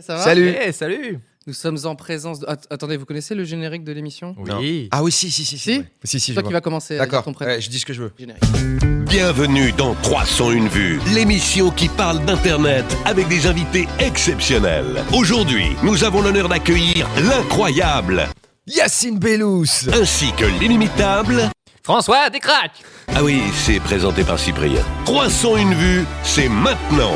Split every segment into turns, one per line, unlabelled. Ça va
Salut.
Eh, salut
Nous sommes en présence. de- Att- attendez, vous connaissez le générique de l'émission
Oui.
Ah oui, si, si, si.
Si
ouais. Si,
C'est
si, je
toi qui
vois.
vas commencer à dire
D'accord,
ton prénom.
ouais, je dis ce que je veux.
Générique.
Bienvenue dans 301 vues, l'émission qui parle d'Internet avec des invités exceptionnels. Aujourd'hui, nous avons l'honneur d'accueillir l'incroyable
Yacine Bellous
ainsi que l'inimitable.
François Descraques
Ah oui, c'est présenté par Cyprien. 301 vues, c'est maintenant.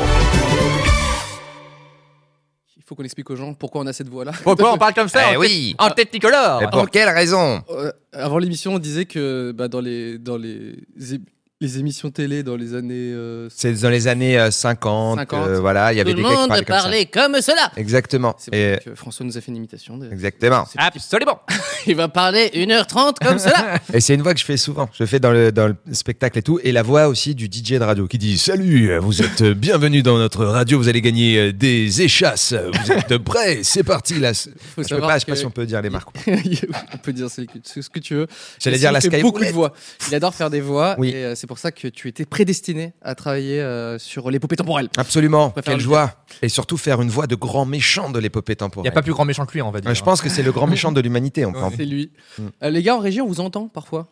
Il faut qu'on explique aux gens pourquoi on a cette voix-là.
Pourquoi on parle comme ça
Eh
en
oui. Eh
tête- En tête
Ah.
Nicolore
Et pour quelle raison
Euh, avant l'émission, on disait que bah, dans, les, dans les, é- les émissions télé dans les années. euh,
C'est dans les années euh, 50,
50.
euh, voilà, il y avait des gars qui parlaient comme ça.
comme, cela
Exactement.
C'est pour
Et
ça que François nous a fait une imitation. de-
exactement.
C'est-
Absolument
Il va parler 1h30 comme cela
Et c'est une voix que je fais souvent. Je fais dans le, dans le spectacle et tout. Et la voix aussi du DJ de radio qui dit Salut, vous êtes euh, bienvenue dans notre radio, vous allez gagner euh, des échasses. Vous êtes de près, c'est parti. Là.
Faut
Je ne
savoir
pas, je sais pas
que-
si on peut dire les marques.
on peut dire ce que- ce ce que tu veux.
J'allais
Il
dire la
fait
Sky
beaucoup de
Roulette.
voix. Il adore faire des voix.
Oui.
Et euh, c'est pour ça que tu étais prédestiné à travailler euh, sur l'épopée temporelle.
Absolument,
préfère
quelle
le
joie. Et surtout faire une voix de grand méchant de l'épopée
Il
temporelle.
n'y a pas plus grand méchant que lui, on va dire.
Ouais, Je pense que c'est le grand méchant de l'humanité. On peut en-
C'est lui.
Mm.
Euh, les gars en régie, on vous entend parfois.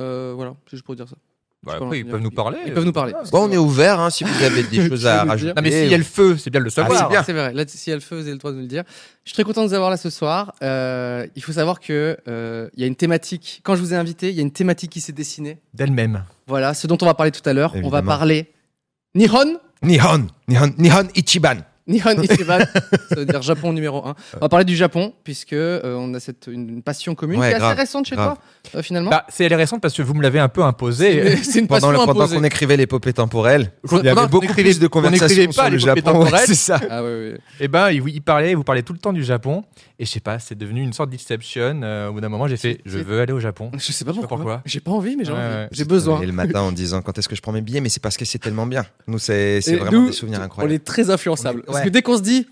Euh, voilà, c'est juste pour dire ça.
Bah,
Je sais
après,
pas,
ils peuvent nous parler.
Ils peuvent nous parler.
Bon, on est ouvert hein, si vous avez des choses
Je
à
veux
rajouter.
Non, mais s'il y a le feu, c'est bien de le
Ah,
savoir.
c'est bien.
C'est vrai. Là, si elle faisait le droit de nous le dire. Je suis très content de vous avoir là ce soir. Euh, il faut savoir que euh, il y a une thématique. Quand je vous ai invité, il y a une thématique qui s'est dessinée.
D'elle-même.
Voilà, ce dont on va parler tout à l'heure. On va
Évidemment.
parler Nihon.
Nihon, Nihon, Nihon Ichiban.
Nihon Ichiban, ça veut dire Japon numéro 1. On va parler du Japon, puisque euh, on a cette, une, une passion commune
Ouais,
qui est
grave,
assez récente chez
grave. euh,
toi, euh, finalement.
Bah, c'est elle est récente parce que vous me l'avez un peu imposé.
Mais c'est une
Pendant,
passion
le- pendant
imposée.
qu'on écrivait l'épopée temporelle,
Qu'on-
il y avait
pendant qu'on
beaucoup
écrivait-
plus de
qu'on écrivait
conversations
pas
sur le
l'épopée
Japon.
temporelle.
c'est ça.
Ah ouais, ouais.
Et ben, il, il parlait, vous parlez tout le temps du Japon. Et je sais pas, c'est devenu une sorte d'exception. Euh, au bout d'un moment, j'ai fait, je
c'est-
veux aller au Japon.
Je sais pas
sais pas
pourquoi.
pourquoi.
J'ai pas envie, mais j'ai
Ouais,
envie.
ouais.
J'ai besoin.
Et le matin en disant quand est-ce que je prends mes billets, mais c'est parce que c'est tellement bien. Nous, c'est c'est
Et
vraiment
nous,
des souvenirs
On
incroyables.
est très influençables.
On est-
Parce que
ouais.
dès qu'on se dit,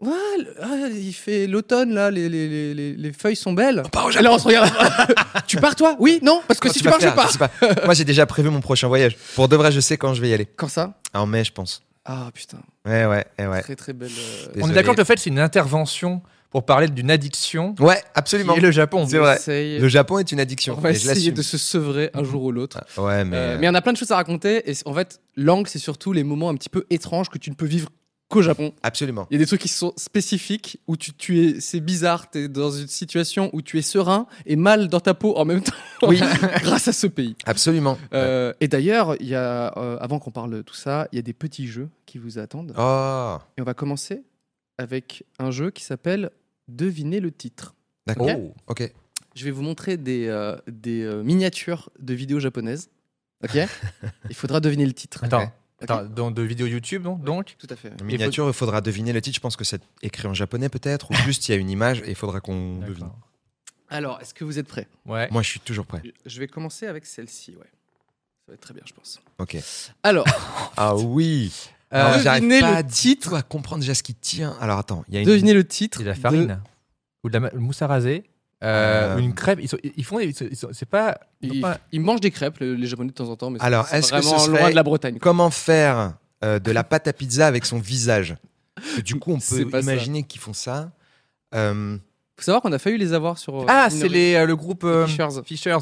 ouais, le- ah, il fait l'automne, là, les, les, les, les- les feuilles sont belles. Et là, on se regarde. tu pars, toi Oui, non Parce que
Quand
si tu
tu vas
pars, je
faire,
pars.
je sais pas. Moi, j'ai déjà prévu mon prochain voyage. Pour de vrai, je sais quand je vais y aller.
Quand ça
En mai, je pense.
Ah putain,
Ouais, ouais, ouais, ouais.
très très belle. euh,
Désolé.
On est d'accord que le fait, c'est une intervention pour parler d'une addiction.
Ouais,
qui
absolument.
est le Japon.
C'est vrai.
essaye.
Le Japon est une addiction.
On va
et je
essayer
l'assume.
de se sevrer un jour ou l'autre.
Ah, Ouais, mais.
Euh, mais on a plein de choses à raconter. Et c- en fait, l'angle, c'est surtout les moments un petit peu étranges que tu ne peux vivre qu'au Japon.
Absolument.
Il y a des trucs qui sont spécifiques où tu, tu es, c'est bizarre, tu es dans une situation où tu es serein et mal dans ta peau en même temps.
Oui.
grâce à ce pays.
Absolument.
Euh, et d'ailleurs, il y a, euh, avant qu'on parle de tout ça, il y a des petits jeux qui vous attendent.
Oh,
Et on va commencer avec un jeu qui s'appelle Devinez le titre.
d'accord.
Oh.
Ok.
Je vais vous montrer des, euh, des euh, miniatures de vidéos japonaises. Ok Il faudra deviner le titre.
Attends,
Ok.
attends, dans de vidéos YouTube, non, donc
Tout à fait.
La miniature, il faudra deviner le titre. Je pense que c'est écrit en japonais peut-être, ou juste il y a une image et il faudra qu'on devine.
D'accord.
Alors, est-ce que vous êtes prêts
Ouais.
Moi, je suis toujours prêt.
Je vais commencer avec celle-ci, ouais. Ça va être très bien, je pense.
Ok.
Alors,
Ah oui.
Euh,
Alors, j'arrive
devinez
pas
le
à titre, à comprendre déjà ce qui tient. Alors attends, il y a une.
devinez le titre.
C'est de la
de-
farine ou de la ma- mousse à raser euh,
Euh.
ou une crêpe. Ils, sont- ils font, des- ils sont- ils sont- c'est pas, ils sont
Ils,
pas-
ils mangent des crêpes, le- les Japonais de temps en temps, mais c'est-
Alors,
c'est
est-ce que ce
vraiment loin
serait-
de la Bretagne. quoi.
Comment faire euh, de la pâte à pizza avec son visage Parce que Du coup, on
C'est
peut
pas ça.
imaginer qu'ils font ça. Euh,
Faut savoir qu'on a failli les avoir sur. euh,
Ah,
Inori.
c'est les, euh, le groupe euh,
Fishers.
Fishers.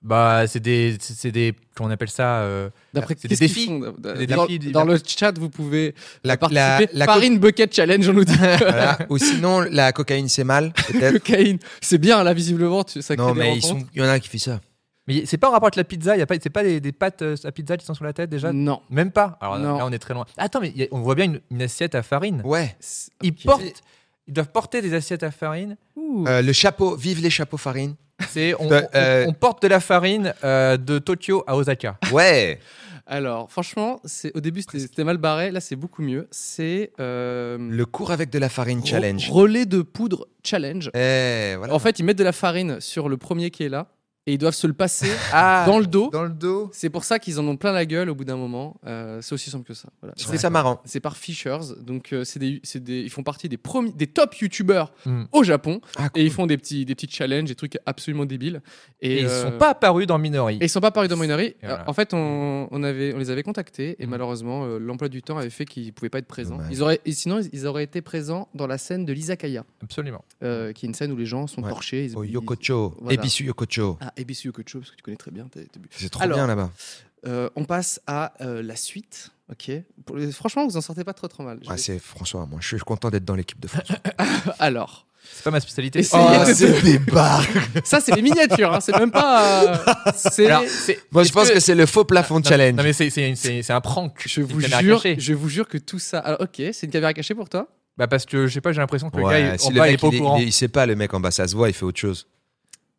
Bah, c'est des, c'est- c'est des, comment on appelle ça euh,
D'après
c'est des
qu'est-ce qu'ils
défis.
font, d-
Des
dans,
défis, des-
dans le chat, vous pouvez euh,
la, la,
participer.
la co-
Farine bucket challenge, on nous dit.
voilà. Ou sinon, la cocaïne, c'est mal, peut-être.
Cocaïne, c'est bien là visiblement, tu, ça crée
non,
des
mais ils
rencontres.
sont- il y en a qui fait ça.
Mais c'est pas en rapport avec la pizza. Il y a pas, c'est pas des, des pâtes euh, à pizza qui sont sur la tête déjà.
Non.
Même pas. Alors
Non.
là, on est très loin. Attends, mais il y a- on voit bien une, une assiette à farine.
Ouais.
C'est-
Ils
ok.
portent, ils doivent porter des assiettes à farine.
Ouh.
Euh, le chapeau, vive les chapeaux farine.
C'est, on,
Euh,
on- on porte de la farine euh, de Tokyo à Osaka.
Ouais.
Alors, franchement, c'est au début c'était c'était mal barré, là c'est beaucoup mieux. C'est euh,
Le cours avec de la farine
re-
challenge.
relais de poudre challenge.
Eh, voilà.
En fait, ils mettent de la farine sur le premier qui est là et ils doivent se le passer
Ah,
dans le dos.
Dans le dos.
C'est pour ça qu'ils en ont plein la gueule au bout d'un moment. Euh, c'est aussi simple que ça. Voilà.
je trouve ça marrant.
C'est par Fishers, donc euh, c'est des, c'est des- ils font partie des premiers, des top youtubeurs
Hmm.
au Japon
Ah,
et ils font des petits, des petits challenges, des trucs absolument débiles.
Et ils
euh,
sont pas apparus dans Minori.
et ils sont pas parus dans Minority.
Et voilà.
En fait, on, on avait, on les avait contactés et
Mhm.
malheureusement, euh, l'emploi du temps avait fait qu'ils pouvaient pas être présents.
Mm. Dommage.
Ils auraient, et sinon, ils- ils auraient été présents dans la scène de l'Izakaya,
Absolument.
euh, qui est une scène où les gens sont
Ouais.
torchés. Ils,
Au
ils-
Oh, Yokocho,
Voilà.
Ebisu Yokocho.
Ah, Ebisu Yokocho, parce que tu connais très bien. t'as- t'as bu.
C'est trop
Alors,
bien là-bas.
Euh, on passe à euh, la suite. Ok. Pour les- Franchement, vous en sortez pas trop trop mal.
Ah, c'est François, moi je suis content d'être dans l'équipe de France. Ah,
Alors,
C'est pas ma spécialité.
Essayez Oh, de-
c'est des barres
ça c'est les miniatures. hein, c'est même pas. euh, c'est.
Alors, c'est-
Moi je
est-ce
pense que, c'est le faux plafond
Non,
challenge.
Non, mais c'est- c'est c'est- c'est un prank.
Je
une
vous
caméra
jure,
cachée.
je vous jure que tout ça. Alors, ok, c'est une caméra cachée pour toi.
Bah parce que je sais pas, j'ai l'impression que le
Ouais,
gars il-
si
en
le
bas, il est
mec,
pas au
il, est-
courant.
il est- il sait pas le mec en bas, ça se voit, il fait autre chose.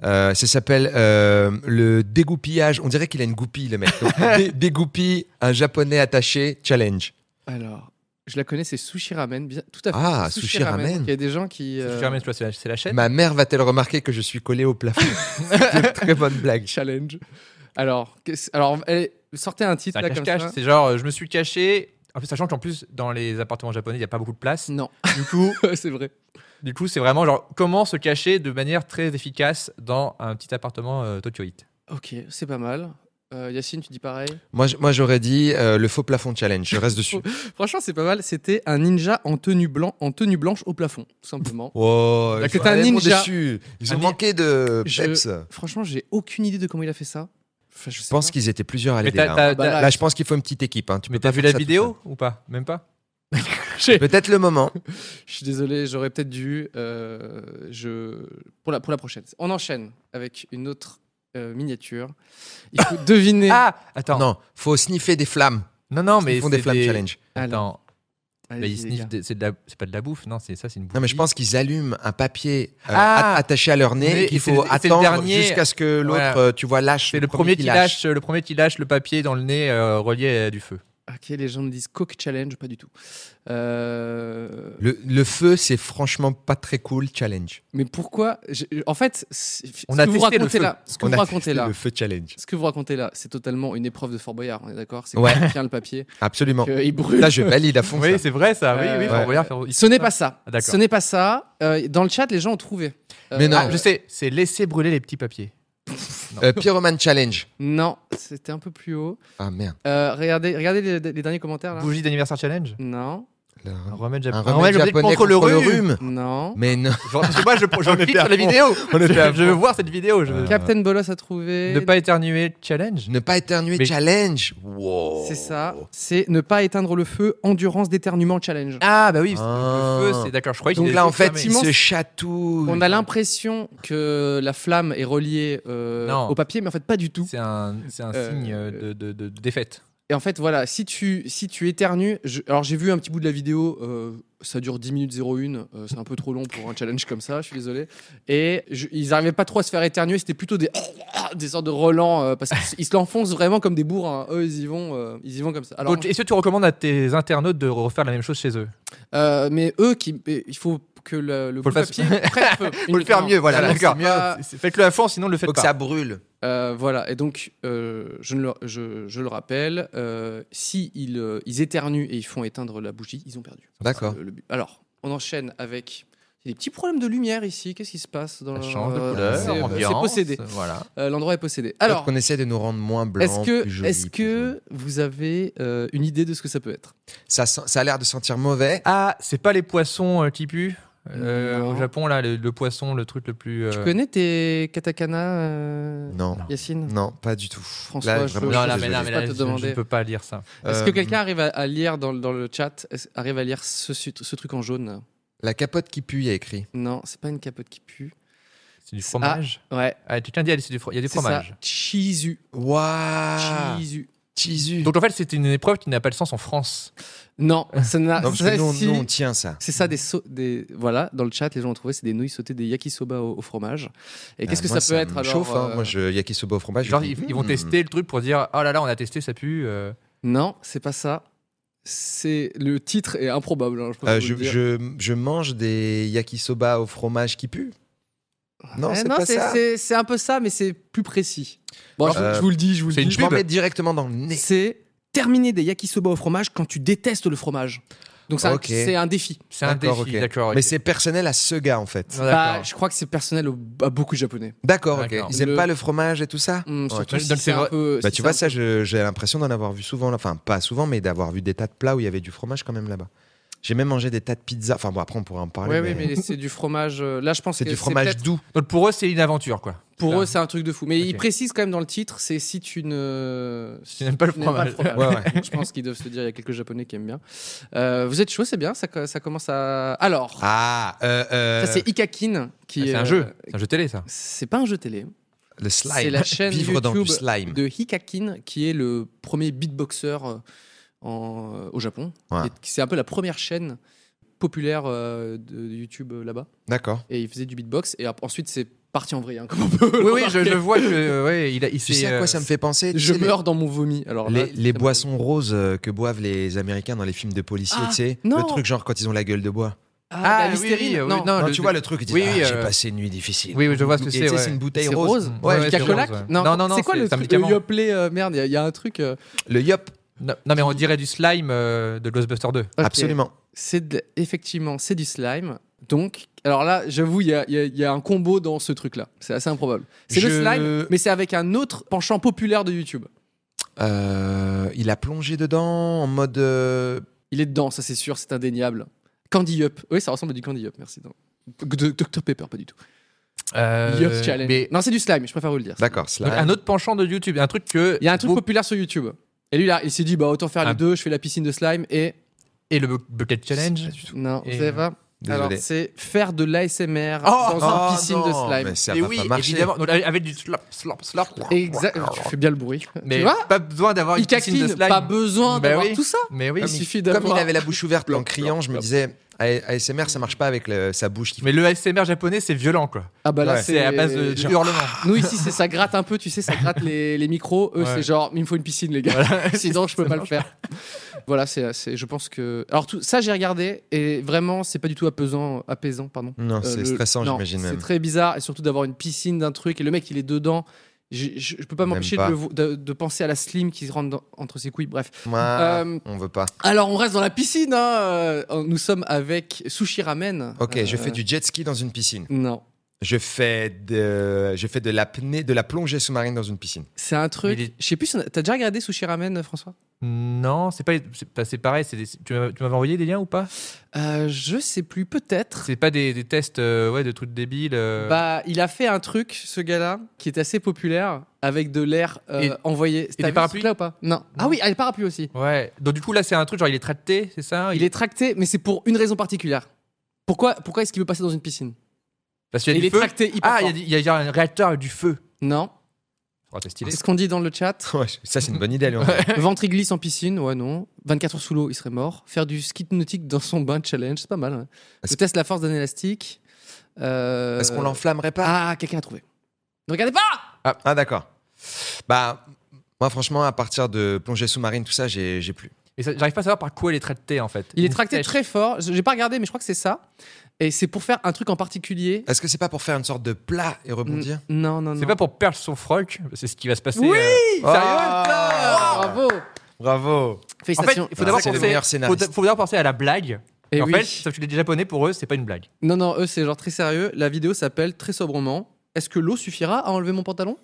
Euh, ça s'appelle euh, le dégoupillage. On dirait qu'il a une goupille, le mec. Donc, dé- dégoupille un japonais attaché challenge.
Alors, je la connais, c'est Sushi Ramen. bien- Tout à fait.
Ah, Sushi Ramen.
Il y a des gens qui. euh,
Tu ramènes, tu vois, c'est la- c'est la chaîne.
Ma mère va-t-elle remarquer que je suis collé au plafond C'est une Très bonne blague.
Challenge. Alors, qu'est-ce- alors allez, sortez un titre
C'est un
là comme
cache-cache.
ça.
C'est genre, euh, je me suis caché. En plus, sachant qu'en plus, dans les appartements japonais, il n'y a pas beaucoup de
Mm.
place.
Non,
Du coup,
c'est vrai.
du coup, c'est vraiment genre comment se cacher de manière très efficace dans un petit appartement euh, tokyoïte.
Ah,
Ok, c'est pas mal. Euh, Yacine, tu dis pareil.
Moi, j- moi j'aurais dit euh, le faux plafond challenge. Je reste dessus.
Franchement, c'est pas mal. C'était un ninja en tenue, blanc, en tenue blanche au plafond, tout simplement.
Oh,
Là,
ils
que
sont
t'as un
vraiment
ninja.
déçus. Ils
Un
ont
ni-
manqué de
Je-
peps. Je,
Franchement, j'ai aucune idée de comment il a fait ça. Enfin, je sais
pense
pas.
qu'ils étaient plusieurs à
Mais
l'aider.
t'as-
Là, hein.
t'as-
bah
t'as-
Là, je pense qu'il faut une petite équipe. hein. Tu
mais
peux pas
t'as vu
faire
la
ça tout
vidéo ou pas Même pas.
seul. Peut-être le moment.
Je suis désolé, j'aurais peut-être dû. euh, je... pour, la, pour la prochaine. On enchaîne avec une autre euh, miniature. Il faut deviner.
Ah, attends. Non,
Non, faut sniffer des flammes.
non, mais
Ils font des
c'est
flammes challenge.
Attends,
Allez,
bah, ils
les
sniffent
gars.
des- c'est de la- c'est pas de la bouffe, non, c'est ça, c'est une bouffe.
Non, mais je pense qu'ils allument un papier euh,
Ah
at- attaché à leur nez
Mais
et qu'il
c'est le-
faut
c'est le
attendre
dernier.
jusqu'à ce que l'autre,
Voilà.
euh, tu vois, lâche.
C'est le premier qui lâche, le premier qui lâche le papier dans le nez euh, relié euh, du feu.
Ok, les gens me disent Coke Challenge, pas du tout. Euh,
Le, le feu, c'est franchement pas très cool challenge.
Mais pourquoi j'ai- En fait, c'est- ce
On
que
a
vous
testé le
racontez
feu.
là, ce que
On
vous
a
racontez
testé
là,
Le feu challenge.
ce que vous racontez là, c'est totalement une épreuve de Fort Boyard, on est d'accord C'est
Ouais.
qu'on tient le papier,
Absolument.
qu'il brûle.
Là, je valide à fond.
Oui,
ça.
c'est vrai ça. Oui,
Euh,
oui.
ouais.
Fort Boyard, Fort-
Ce n'est pas ça.
Ah, d'accord.
Ce n'est pas ça. Euh, dans le chat, les gens ont trouvé. Euh,
Mais non.
Ah, je sais, c'est laisser brûler les petits papiers.
Euh, Pyroman challenge.
Non, c'était un peu plus haut.
Ah merde.
Euh, regardez, regardez les, les derniers commentaires là.
Bougie d'anniversaire challenge.
Non,
Le-
Un remède
Un
japonais.
remède japonais contre, le rhume.
non.
Mais non.
Genre, parce que moi, je, j'en clique
à
sur la
fond.
vidéo.
On
Je,
était à
je veux voir cette vidéo. Je veux-
Euh,
Captain Bolos a trouvé.
Ne pas éternuer challenge.
Ne pas éternuer
Mais-
challenge. Wow.
C'est ça. C'est ne pas éteindre le feu, endurance d'éternuement challenge.
Ah bah oui, parce que
Ah.
le feu, c'est d'accord. Je croyais qu'il
Donc
était
là, en
juste
fait, il
fermé.
Effectivement,
se
c'est-
chatouille.
On a l'impression que la flamme est reliée euh,
Non.
au papier, mais en fait pas du tout.
c'est un, c'est un
Euh,
signe euh, de, de- de- de défaite.
Et en fait, voilà, si tu, si tu éternues, je- alors j'ai vu un petit bout de la vidéo, euh, ça dure 10 minutes 01, euh, c'est un peu trop long pour un challenge comme ça, je suis désolé. Et je- ils n'arrivaient pas trop à se faire éternuer, c'était plutôt des, des sortes de relents, euh, parce qu'ils se l'enfoncent vraiment comme des bourres, eux ils y vont, euh, ils y vont comme ça. Alors,
Donc, Est-ce que tu recommandes à tes internautes de refaire la même chose chez eux
euh, mais eux, qui, mais il faut que le, le
Faut
bout
le
de
faire-
papier prenne feu.
Faut le faire
Non.
Ah, mieux, voilà, d'accord.
c'est pas-
C'est- Faites-le à fond, sinon ne le faites
Faut que
pas.
ça brûle.
Euh, voilà, et donc, euh, je, ne le, je, je le rappelle, euh, si ils, euh, ils éternuent et ils font éteindre la bougie, ils ont perdu. Euh,
D'accord.
Le- le but. Alors, on enchaîne avec il y a des petits problèmes de lumière ici. Qu'est-ce qui se passe dans
Ça
le-
change de
euh,
couleur,
c'est- euh, C'est
ambiance,
possédé.
Voilà.
Euh, L'endroit est possédé.
Alors,
Alors,
qu'on essaie de nous rendre moins blancs.
est-ce
plus
que,
jolis,
est
plus jaunes.
que vous avez euh, une idée de ce que ça peut être
ça, sent- ça a l'air de sentir mauvais
Ah, c'est pas les poissons euh, qui puent euh,
Non.
au Japon là, le, le poisson, le truc le plus. euh,
Tu connais tes katakana, euh,
Non,
Yacine
non, pas du tout.
François,
Là,
je-
vraiment,
Non,
je-
non,
suis
mais
désolé.
non, mais là,
pas te
je- je
demander.
ne peux pas lire ça.
Est-ce
Euh,
que quelqu'un arrive à, à lire dans, le- dans le chat, est-ce- arrive à lire ce, sut- ce truc en jaune
La capote qui pue, il y a écrit.
Non, c'est pas une capote qui pue.
C'est du
Ah.
fromage.
Ouais,
Ah, Quelqu'un dit, ah, c'est du fro- il y a du
C'est
fromage.
ça. Chisu.
Waouh
Chisu.
Jésus.
Donc en fait, c'est une épreuve qui n'a pas de sens en France.
Non, ça n'a.
Non, parce
Ah, ça,
que nous, on-
si-
nous, on tient ça.
C'est ça, des, sau- des voilà, dans le chat, les gens ont trouvé, c'est des nouilles sautées, des yakisoba au, au fromage. Et qu'est-ce
Ah,
que
moi,
ça peut être
me
alors
chauffe, hein.
euh,
Moi, je, yakisoba au
Ah,
fromage. je
Genre,
dis,
ils, ils vont
hmm.
tester le truc pour dire Oh là là, on a testé, ça pue. euh.
Non, c'est pas ça. C'est le titre est improbable. hein, je, pense
Euh,
que vous
je,
le dire.
je- je mange des yakisoba au fromage qui pue. Non,
Eh
c'est
non,
pas ça.
c'est- c'est un peu ça, mais c'est plus précis. Bon, je,
Euh,
je vous le dis, je vous
c'est
le
une
dis.
Je m'en
pub.
mets directement dans le nez.
C'est terminer des yakisoba au fromage quand tu détestes le fromage. Donc c'est un-
Ok.
c'est un défi.
C'est un défi,
D'accord, ok.
d'accord. ok.
Mais c'est personnel à ce gars en fait.
Non,
Bah,
d'accord.
je crois que c'est personnel au- à beaucoup de japonais.
D'accord, ok.
D'accord.
Ils aiment
Le-
pas le fromage et tout ça
Hum,
Ok.
surtout
Donc,
si
c'est
c'est un
vrai-
peu-
Bah,
si
tu
c'est
vois,
un-
ça, je- j'ai l'impression d'en avoir vu souvent. là. Enfin, pas souvent, mais d'avoir vu des tas de plats où il y avait du fromage quand même là-bas. J'ai même mangé des tas de pizzas. Enfin, bon, après, on pourra en parler.
Ouais,
mais
oui, mais c'est du fromage. euh, Là, je pense
C'est
que
du fromage
peut-être-
doux.
Donc pour eux, c'est une aventure, quoi.
Pour
Là.
eux, c'est un truc de fou. Mais
Ok.
ils précisent quand même dans le titre, c'est si tu ne.
Si tu n'aimes pas le
tu n'aimes
fromage.
Ouais, ouais.
Donc, Je pense qu'ils doivent se dire, il y a quelques Japonais qui aiment bien. Euh, vous êtes chaud, c'est bien, ça, co- ça commence à. Alors,
Ah, euh, euh,
ça c'est Ikakin qui.
Ah, C'est
euh,
un jeu, c'est un jeu télé, ça.
C'est pas un jeu télé.
le slime.
C'est la chaîne
Vivre dans du
YouTube
slime.
de Hikakin, qui est le premier beatboxer euh, en, euh, au Japon.
Ouais.
Et qui- C'est un peu la première chaîne populaire euh, de YouTube euh, là-bas.
D'accord.
Et il faisait du beatbox. Et ap- ensuite, c'est parti en vrai, hein, comme on peut. le
Oui, oui, je,
remarquer.
je vois que. euh, ouais, il a, il
Tu sais
s'est,
à
euh,
quoi ça me fait penser Tu
Je
sais, les-
meurs dans mon vomi. Alors là,
Les, les
ça me-
boissons roses euh, que boivent les Américains dans les films de policiers,
Ah,
tu sais.
non.
Le truc genre quand ils ont la gueule de bois.
Ah,
Ah,
la
oui, oui,
Listerine,
euh, oui,
non.
non,
Non,
le-
tu vois le truc, ils disent
oui, oui,
ah, j'ai
euh,
passé une nuit difficile.
Oui, oui, je vois ce que
Et
c'est.
tu sais,
ouais.
c'est une bouteille
C'est
rose.
rose.
Ouais,
Ouais, le
ouais, c'est
Coca-Cola.
Cacolac
rose, ouais.
non,
Non, non, non,
c'est quoi
c'est
le
un
truc,
médicament.
le Yoplait, euh, merde, il y a- il y, a un truc. euh,
Le yop,
Non, non, mais on dirait du slime euh, de Ghostbuster 2.
ok.
absolument.
C'est de- effectivement, c'est du slime. Donc, alors là, j'avoue, il y a, il y a- il y a un combo dans ce truc-là. C'est assez improbable. C'est le
Je-
slime, mais c'est avec un autre penchant populaire de YouTube.
Euh, il a plongé dedans en mode. euh,
Il est dedans, ça c'est sûr, c'est indéniable. Candy Up. Oui, ça ressemble à du Candy Up, merci. Non. De- Dr Pepper, pas du tout.
Euh,
Yup Challenge.
mais-
Non, c'est du slime, je préfère vous le dire.
D'accord, slime.
Donc, un autre penchant de YouTube, un truc que.
Il y a un truc
Vous-
populaire sur YouTube. Et lui, là, il s'est dit, bah autant faire
Ah.
les deux, je fais la piscine de slime et.
Et le bu- Bucket Challenge.
Non,
Et-
vous savez pas
euh, Désolé.
Alors, c'est faire de l'ASMR
Oh,
dans une
Oh,
piscine
non,
de slime.
Mais ça
Et
va
oui,
pas marcher.
évidemment. Donc, avec du slop, slop, slop.
Exact. Tu fais bien le bruit.
Mais
tu vois
pas besoin d'avoir une
Il
piscine de
caquine,
slime.
pas besoin
Ben
d'avoir
oui.
tout ça.
Mais
Il
oui. mais-
suffit
Comme il
d'avoir.
avait la bouche ouverte en
Plop,
criant, je me
plop.
disais, A- ASMR, ça marche pas avec le- sa bouche qui fait.
Mais le ASMR japonais, c'est violent, quoi.
Ah bah là,
Ouais.
c'est
C'est à base de, de
genre-
hurlements.
Nous ici, c'est ça gratte un peu, tu sais, ça gratte les, les micros. Eux,
Ouais.
c'est genre, il me faut une piscine, les gars.
Voilà.
Sinon, je peux pas le faire. Voilà, c'est, c'est- je pense que. Alors tout ça, j'ai regardé et vraiment, c'est pas du tout apaisant, apaisant, pardon.
Non,
Euh,
c'est
le-
stressant,
non,
j'imagine
C'est
même.
très bizarre et surtout d'avoir une piscine d'un truc et le mec, il est dedans. Je, je, je peux pas
Même
m'empêcher de,
pas.
le vo- de- de penser à la slim qui se rentre dans- entre ses couilles. Bref.
Moi,
Euh,
on veut pas.
Alors, on reste dans la piscine. hein, euh, Nous sommes avec Sushi Ramen.
Ok, je
Euh,
fais du jet ski dans une piscine.
Non.
Je fais de, je fais de l'apnée, de la plongée sous-marine dans une piscine.
C'est un truc.
Il est-
Je sais plus. si on a- T'as déjà regardé Sushi Ramen, François
Non, c'est pas, c'est pas- c'est pareil. c'est des- tu m'as- tu m'avais envoyé des liens ou pas
euh, Je sais plus. Peut-être.
C'est pas des, des tests, euh, ouais, de trucs débiles. euh.
Bah, il a fait un truc, ce gars-là, qui est assez populaire, avec de l'air euh,
Et-
envoyé. T'as
des
vu ce
parapluies
truc-là ou pas non. Ah oui, ah, les parapluies aussi.
Ouais. Donc du coup là, c'est un truc genre il est tracté, c'est ça
Il est tracté, mais c'est pour une raison particulière. Pourquoi, pourquoi est-ce qu'il veut passer dans une piscine
parce qu'il y a
Il
du
est
feu.
tracté hyper
Ah, il y a
fort.
du- il y, a genre un réacteur avec du feu.
Non.
Oh, c'est stylé.
C'est ce qu'on dit dans le chat.
Ouais, ça, c'est une bonne idée, allez, on y va.
Ventre il glisse en piscine, ouais non. 24 heures sous l'eau, il serait mort. Faire du ski nautique dans son bain challenge, c'est pas mal. ouais.
Est-ce-
Je teste la force d'un élastique. Euh,
Est-ce qu'on l'enflammerait pas
Ah, quelqu'un a trouvé. Ne regardez pas
Ah, d'accord. Bah, moi, franchement, à partir de plongée sous-marine, tout ça, j'ai j'ai plus.
Et ça- j'arrive pas à savoir par quoi il est tracté en fait.
Il est
Une
tracté
flèche.
très fort. Je- J'ai pas regardé, mais je crois que c'est ça. Et c'est pour faire un truc en particulier.
Est-ce que c'est pas pour faire une sorte de plat et rebondir
Mm.
N- Non, non, non.
Ah, C'est pas pour perdre son froc, c'est ce qui va se passer.
Oui
euh, Sérieux
Ah
Bravo
Bravo
En fait,
Félicitations.
il faut d'abord
c'est les
penser,
meilleurs
faut
scénaristes.
d'a- faut d'abord penser à la blague.
Eh
en
oui.
fait, sauf que les japonais pour eux, c'est pas une blague.
Non, non, eux, c'est genre très sérieux. La vidéo s'appelle très sobrement. Est-ce que l'eau suffira à enlever mon pantalon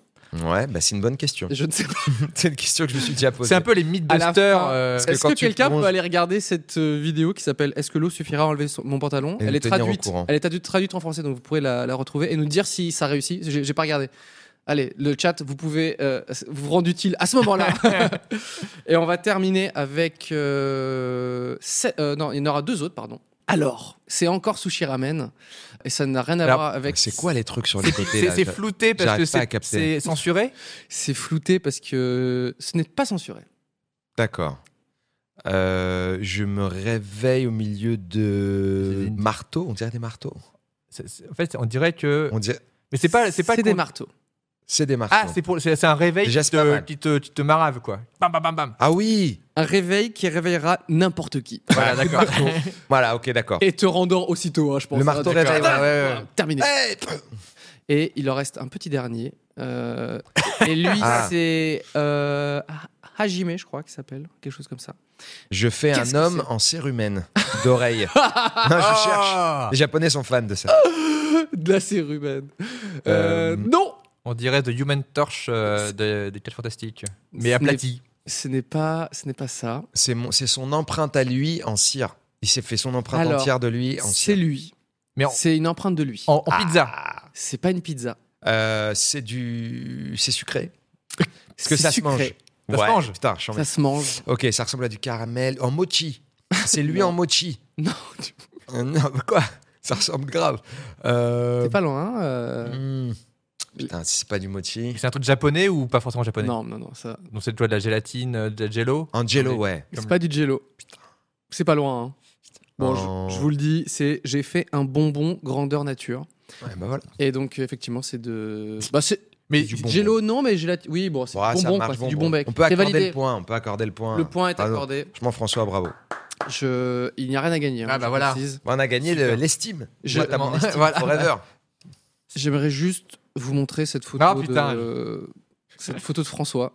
Ouais, bah, c'est une bonne question.
Je ne sais pas.
c'est une question que je me suis déjà posée.
C'est un peu les
À la
Mythbusters.
fin,
euh,
que
Est-ce
quand
que
tu
quelqu'un
plonges-
peut aller regarder cette euh, vidéo qui s'appelle Est-ce que l'eau suffira à enlever son- mon pantalon
Et
Elle
nous
est
tenir au
traduite.
courant.
Elle est tradu- traduite en français, donc vous pourrez la, la retrouver et nous dire si ça réussit. J'ai j'ai pas regardé. Allez, le chat, vous pouvez euh, vous rendre utile à ce moment-là. et on va terminer avec euh, sept- euh, non, il y en aura deux autres, pardon. Alors, c'est encore sushi ramen et ça n'a rien à
Alors,
voir avec.
C'est quoi les trucs sur les
c'est-
côtés
c'est
là
c'est flouté parce
j'arrive
que
pas à
c'est
capter.
c'est censuré.
C'est flouté parce que ce n'est pas censuré.
D'accord. Euh, je me réveille au milieu de
C'est une-
marteaux. On dirait des marteaux.
C'est- c'est- en fait, on dirait que.
On dirait.
Mais c'est pas, c'est pas
des
con-
marteaux.
C'est des marteaux.
Euh, Ah, c'est pour, c'est c'est un réveil
Déjà,
qui
c'est pas
te,
mal.
qui te, qui te marave quoi. Bam, bam, bam, bam.
Ah oui.
Un réveil qui réveillera n'importe qui.
Voilà, d'accord.
Voilà. Ok, d'accord.
Et te rendort aussitôt, hein, je pense.
Le marteau
Ah, d'accord.
réveille, ouais, ouais, ouais.
Voilà, Terminé.
Hey
Et il leur reste un petit dernier. euh, et lui,
Ah.
c'est euh, Ha- Hajime, je crois, qu'il s'appelle. Quelque chose comme ça.
Je fais
Qu'est-ce
un
que
homme en cérumène d'oreille. non, je cherche.
Ah
Les Japonais sont fans de ça.
De la cérumen.
Euh,
Euh, non
On dirait The Human Torch euh, de- des 4 Fantastiques. Mais aplati.
Ce n'est pas, ce n'est pas ça.
C'est mon- c'est son empreinte à lui en cire. Il s'est fait son empreinte
Alors,
entière de lui en
C'est
cire.
lui.
Mais en,
C'est une empreinte de lui.
en-
Ah.
en pizza.
C'est pas une pizza.
Euh, c'est du, c'est sucré. Est-ce que
C'est
ça
sucré.
se mange
Ça se mange
Putain, je suis en
Ça se mange.
Ok, ça ressemble à du caramel en mochi. C'est lui
Non.
en mochi.
Non, tu-
Euh, Non, mais quoi Ça ressemble grave. Euh,
t'es pas loin. hein, euh.
hmm. Putain, si c'est pas du mochi.
C'est un truc japonais ou pas forcément japonais
Non, non, non, ça.
Donc c'est toi de la gélatine, euh, de la jello.
Angelo, ouais.
C'est
Comme-
pas du jello. C'est pas loin. hein. Bon, je-
Oh.
je, vous le dis, c'est j'ai fait un bonbon grandeur nature.
Ouais, bah voilà.
Et donc, effectivement, c'est de. Bah, c'est.
Mais
du bon.
Jello, non, mais j'ai la. Oui, bon, c'est
Ouais,
du
ça
bonbon,
marche,
quoi, c'est
bon,
du
bon.
bon bec.
On peut
C'est
accorder
validé.
le point, on peut accorder le point.
Le point est
Bravo.
accordé.
Franchement, François, bravo.
Je... Il n'y a rien à gagner.
Ah,
hein,
bah
je
voilà.
précise.
On a gagné le- l'estime.
Je-
Moi, t'as mon
Bon,
estime
voilà.
forever.
J'aimerais juste vous montrer cette photo
Ah, putain.
de. Cette photo de François.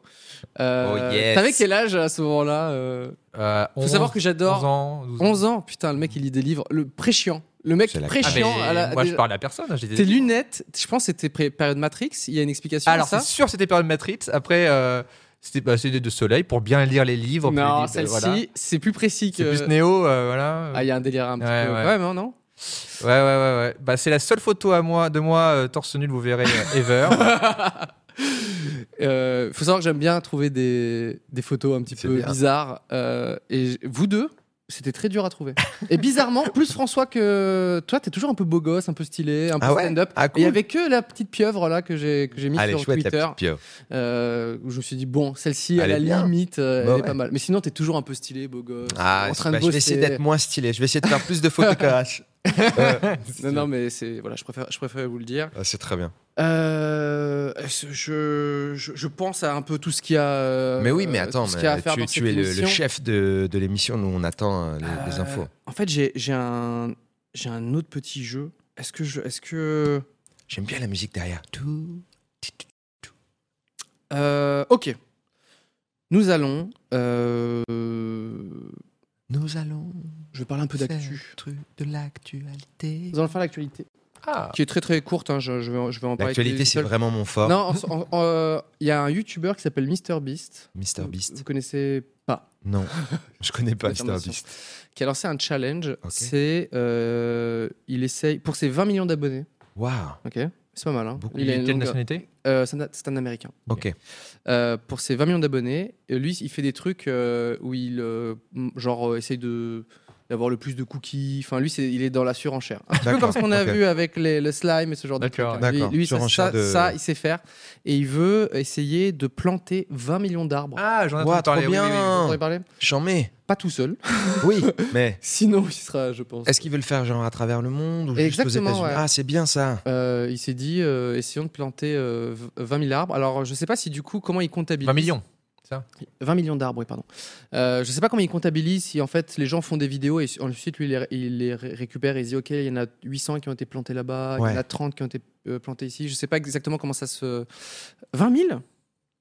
Euh,
Oh, yes.
T'avais quel âge à ce moment-là euh
Euh,
Faut savoir que j'adore
11 ans, 12 ans.
11 ans, putain, le mec il lit des livres. Le pré-chiant. Le mec
C'est la
Ah, mais
pré-chiant. à la-
moi, je
déjà-
parle à personne. hein, j'ai des-
Tes lunettes, je pense que c'était pré- période Matrix. Il y a une explication
Alors,
à
c'est
ça
sûr, c'était période Matrix. Après, euh, c'était bah, c'était de soleil pour bien lire les livres. puis les
Non,
livres,
celle-ci,
voilà.
c'est plus précis
C'est
que.
plus néo, euh, voilà.
Ah, il y a un délire un petit
Ouais,
peu.
ouais.
Ouais, mais non.
Ouais, ouais, ouais, ouais. Bah, c'est la seule photo à moi, de moi, euh, torse nul, vous verrez, euh, ever.
Ah. Euh, faut savoir que j'aime bien trouver des, des photos un petit
C'est
peu
bien.
bizarres. euh, et j- vous deux, c'était très dur à trouver. et bizarrement, plus François que toi, t'es toujours un peu beau gosse, un peu stylé, un peu
Ah ouais
stand-up.
Ah,
Et il y
cool.
avait que la petite pieuvre là que j'ai que j'ai mise
Allez,
sur
chouette,
Twitter.
la petite pio.
euh, où je me suis dit, bon, celle-ci,
Elle
à la
est bien.
limite, euh,
Bah
elle est
ouais.
pas mal. Mais sinon, t'es toujours un peu stylé, beau gosse,
Ah,
en train de
bah, je vais essayer
bosser.
d'être moins stylé. Je vais essayer de faire plus de photos que H. Euh,
Non, non, mais c'est voilà, je préfère, je préfère vous le dire.
Ah, c'est très bien.
Euh, je, je, je pense à un peu tout ce qu'il y a. euh,
mais oui, mais attends,
tout ce
mais
qu'il y a à faire
tu,
dans
tu
cette
es le, le
émission.
chef de, de l'émission. Nous, on attend euh, les, les
Euh,
infos.
En fait, j'ai j'ai un j'ai un autre petit jeu. Est-ce que je est-ce que
J'aime bien la musique derrière. Tout.
euh, ok. Nous allons. euh,
Nous allons
je vais parler un peu
faire
d'actu.
truc de l'actualité.
Nous allons faire l'actualité,
Ah.
qui est très très courte. hein, je, je vais je vais en parler.
L'actualité, c'est
seuls.
vraiment mon fort.
Non, en- en- en- euh, il y a un YouTuber qui s'appelle Mister Beast.
Mr
Vous
Beast.
connaissez pas
Non,
euh,
je connais pas Mr
Affirmation.
Beast.
qui a lancé un challenge.
Ok.
C'est euh, il essaye pour ses 20 millions d'abonnés.
Waouh.
Ok, c'est pas mal. hein.
Beaucoup.
Il
a
est
une
quelle
longue-
nationalité
euh, c'est un- c'est un Américain.
Ok.
Euh, pour ses 20 millions d'abonnés, euh, lui, il fait des trucs euh, où il euh, m- genre euh, essaye de d'avoir le plus de cookies. Enfin, lui, c'est- il est dans la surenchère. Un petit peu
D'accord,
comme ce qu'on a
ok.
vu avec les, le slime et ce genre de trucs.
D'accord,
hein. Lui,
d'accord.
lui, ça,
Surenchère
ça-
de-
ça, il sait faire. Et il veut essayer de planter 20 millions d'arbres.
Ah, j'en ai
Ouah,
entendu
trop
parler. oui, oui, oui.
Vous
bien.
entendez parler
J'en mets.
Pas tout seul.
Oui, mais
Sinon, il sera, je pense.
est-ce qu'ils veulent faire genre à travers le monde ou juste aux
Exactement,
États-Unis
ouais.
Ah, c'est bien ça.
Euh, il s'est dit, euh, essayons de planter euh, v- 20 000 arbres. Alors, je sais pas si du coup, comment il comptabilise.
20 millions.
20 millions d'arbres, oui, pardon. Euh, je ne sais pas comment il comptabilise, si en fait les gens font des vidéos et ensuite lui il les, ré- il les ré- récupère et il se dit ok, il y en a 800 qui ont été plantés là-bas, il y en a
Ouais.
30 qui ont été euh, plantés ici. Je ne sais pas exactement comment ça se. 20 000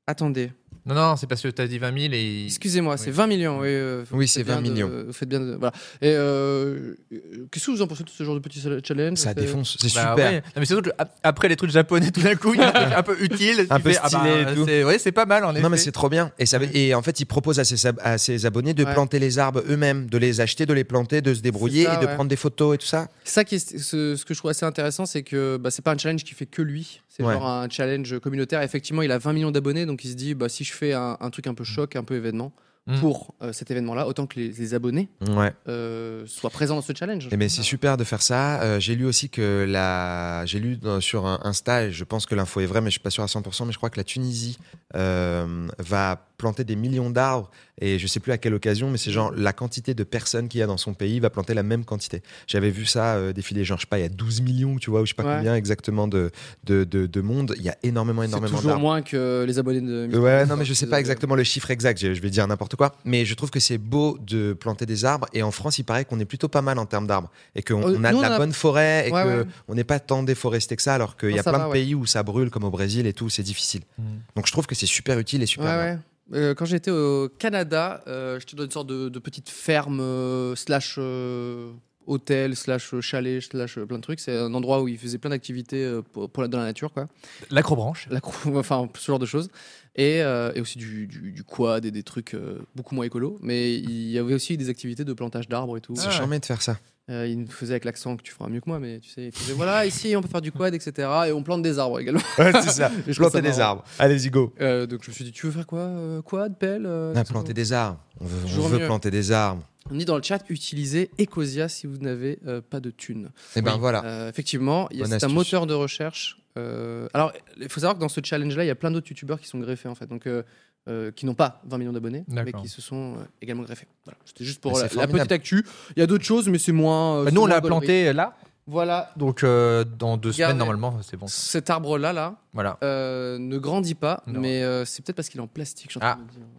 Attendez,
Non, non, c'est parce que t'as dit 20 000 et.
excusez-moi, c'est
Oui.
20 millions. Oui, euh, vous
Oui,
faites
c'est
bien
20
de-
millions.
vous faites bien de- voilà. Et euh, euh, qu'est-ce que vous en pensez de ce genre de petit challenge
Ça
C'est-
défonce, c'est
Bah
super.
ouais. Non, mais c'est surtout que ap- après les trucs japonais, tout d'un coup, il y a un truc un peu utile.
Un
tu
peu
fais, ah
stylé
bah,
et tout.
c'est- ouais, c'est pas mal en effet.
Non mais c'est trop bien et, ça, veut- et en fait il propose à ses, ab- à ses abonnés de
Ouais.
planter les arbres eux-mêmes, de les acheter, de les planter, de se débrouiller
ça,
et de
ouais.
prendre des photos et tout ça.
Ça qui est, ce, ce que je trouve assez intéressant, c'est que bah, c'est pas un challenge qui fait que lui. C'est
Ouais.
genre un challenge communautaire. Effectivement, il a 20 millions d'abonnés, donc il se dit bah, si je fais un, un truc un peu choc, un peu événement
Mm.
pour euh, cet événement-là, autant que les, les abonnés
Ouais.
euh, soient présents dans ce challenge.
Et mais Eh ben, c'est super de faire ça. Euh, j'ai lu aussi que la, j'ai lu dans- sur un Insta et je pense que l'info est vraie mais je suis pas sûr à 100%. Mais je crois que la Tunisie euh, va planter des millions d'arbres et je sais plus à quelle occasion, mais c'est genre la quantité de personnes qu'il y a dans son pays va planter la même quantité. J'avais vu ça euh, défiler, genre je sais pas, il y a 12 millions, tu vois, ou je sais pas
Ouais.
combien exactement de, de, de, de monde. Il y a énormément,
C'est
énormément
toujours
d'arbres.
moins que les abonnés de.
Ouais, non, mais je sais pas
Désolé.
exactement le chiffre exact, je je vais dire n'importe quoi. Mais je trouve que c'est beau de planter des arbres. Et en France, il paraît qu'on est plutôt pas mal en termes d'arbres. Et qu'on
Euh,
on a
nous,
de
on
la
a-
bonne forêt et
Ouais,
qu'on
ouais.
n'est pas tant déforesté que ça, alors qu'il
Non,
y a
ça
plein
va,
de
ouais.
pays où ça brûle, comme au Brésil et tout, où c'est difficile.
Mm.
Donc je trouve que c'est super utile et super.
Ouais,
bien.
ouais. Euh, quand j'étais au Canada, euh, j'étais dans une sorte de, de petite ferme euh, slash euh, hôtel slash chalet slash euh, plein de trucs. C'est un endroit où ils faisaient plein d'activités euh, pour, pour la, dans la nature, quoi.
L'acrobranche.
La crou- enfin, ce genre de choses. Et, euh, et aussi du, du- du quad et des trucs euh, beaucoup moins écolos. Mais il y avait aussi des activités de plantage d'arbres et tout.
C'est charmé de faire ça.
Euh, il nous faisait avec l'accent que tu feras mieux que moi, mais tu sais, il faisait voilà, ici on peut faire du quad, etc. Et on plante des arbres également.
Ouais, c'est ça.
Je trouve ça
planter des
marrant.
arbres. Allez-y, go.
Euh, donc je me suis dit, tu veux faire quoi euh, Quad, pelle euh,
Ah,
qu'est-ce qu'on-
planter des arbres. On veut, on
Toujours
veut
mieux.
planter des arbres.
On dit dans le chat, utilisez Ecosia si vous n'avez euh, pas de thunes.
Et ben
Oui.
voilà.
Euh, effectivement, il y a-
Bonne
c'est un
astuce.
moteur de recherche. euh, alors, il faut savoir que dans ce challenge-là, il y a plein d'autres youtubeurs qui sont greffés, en fait, donc, euh, euh, qui n'ont pas 20 millions d'abonnés, mais
D'accord.
qui se sont euh, également greffés. Voilà. C'était juste pour
Mais
la,
Ben, c'est
la
formidable.
petite actu. Il y a d'autres choses, mais c'est moins. euh,
Ben,
Bah, nous, on
souvent
l'a
gaulerie.
planté là.
Voilà.
Donc, euh, dans deux
Regardez.
semaines, normalement, c'est bon.
Cet arbre-là, là,
Voilà.
euh, ne grandit pas,
Non.
mais euh, c'est peut-être parce qu'il est en plastique. je suis en
Ah,
train de me dire.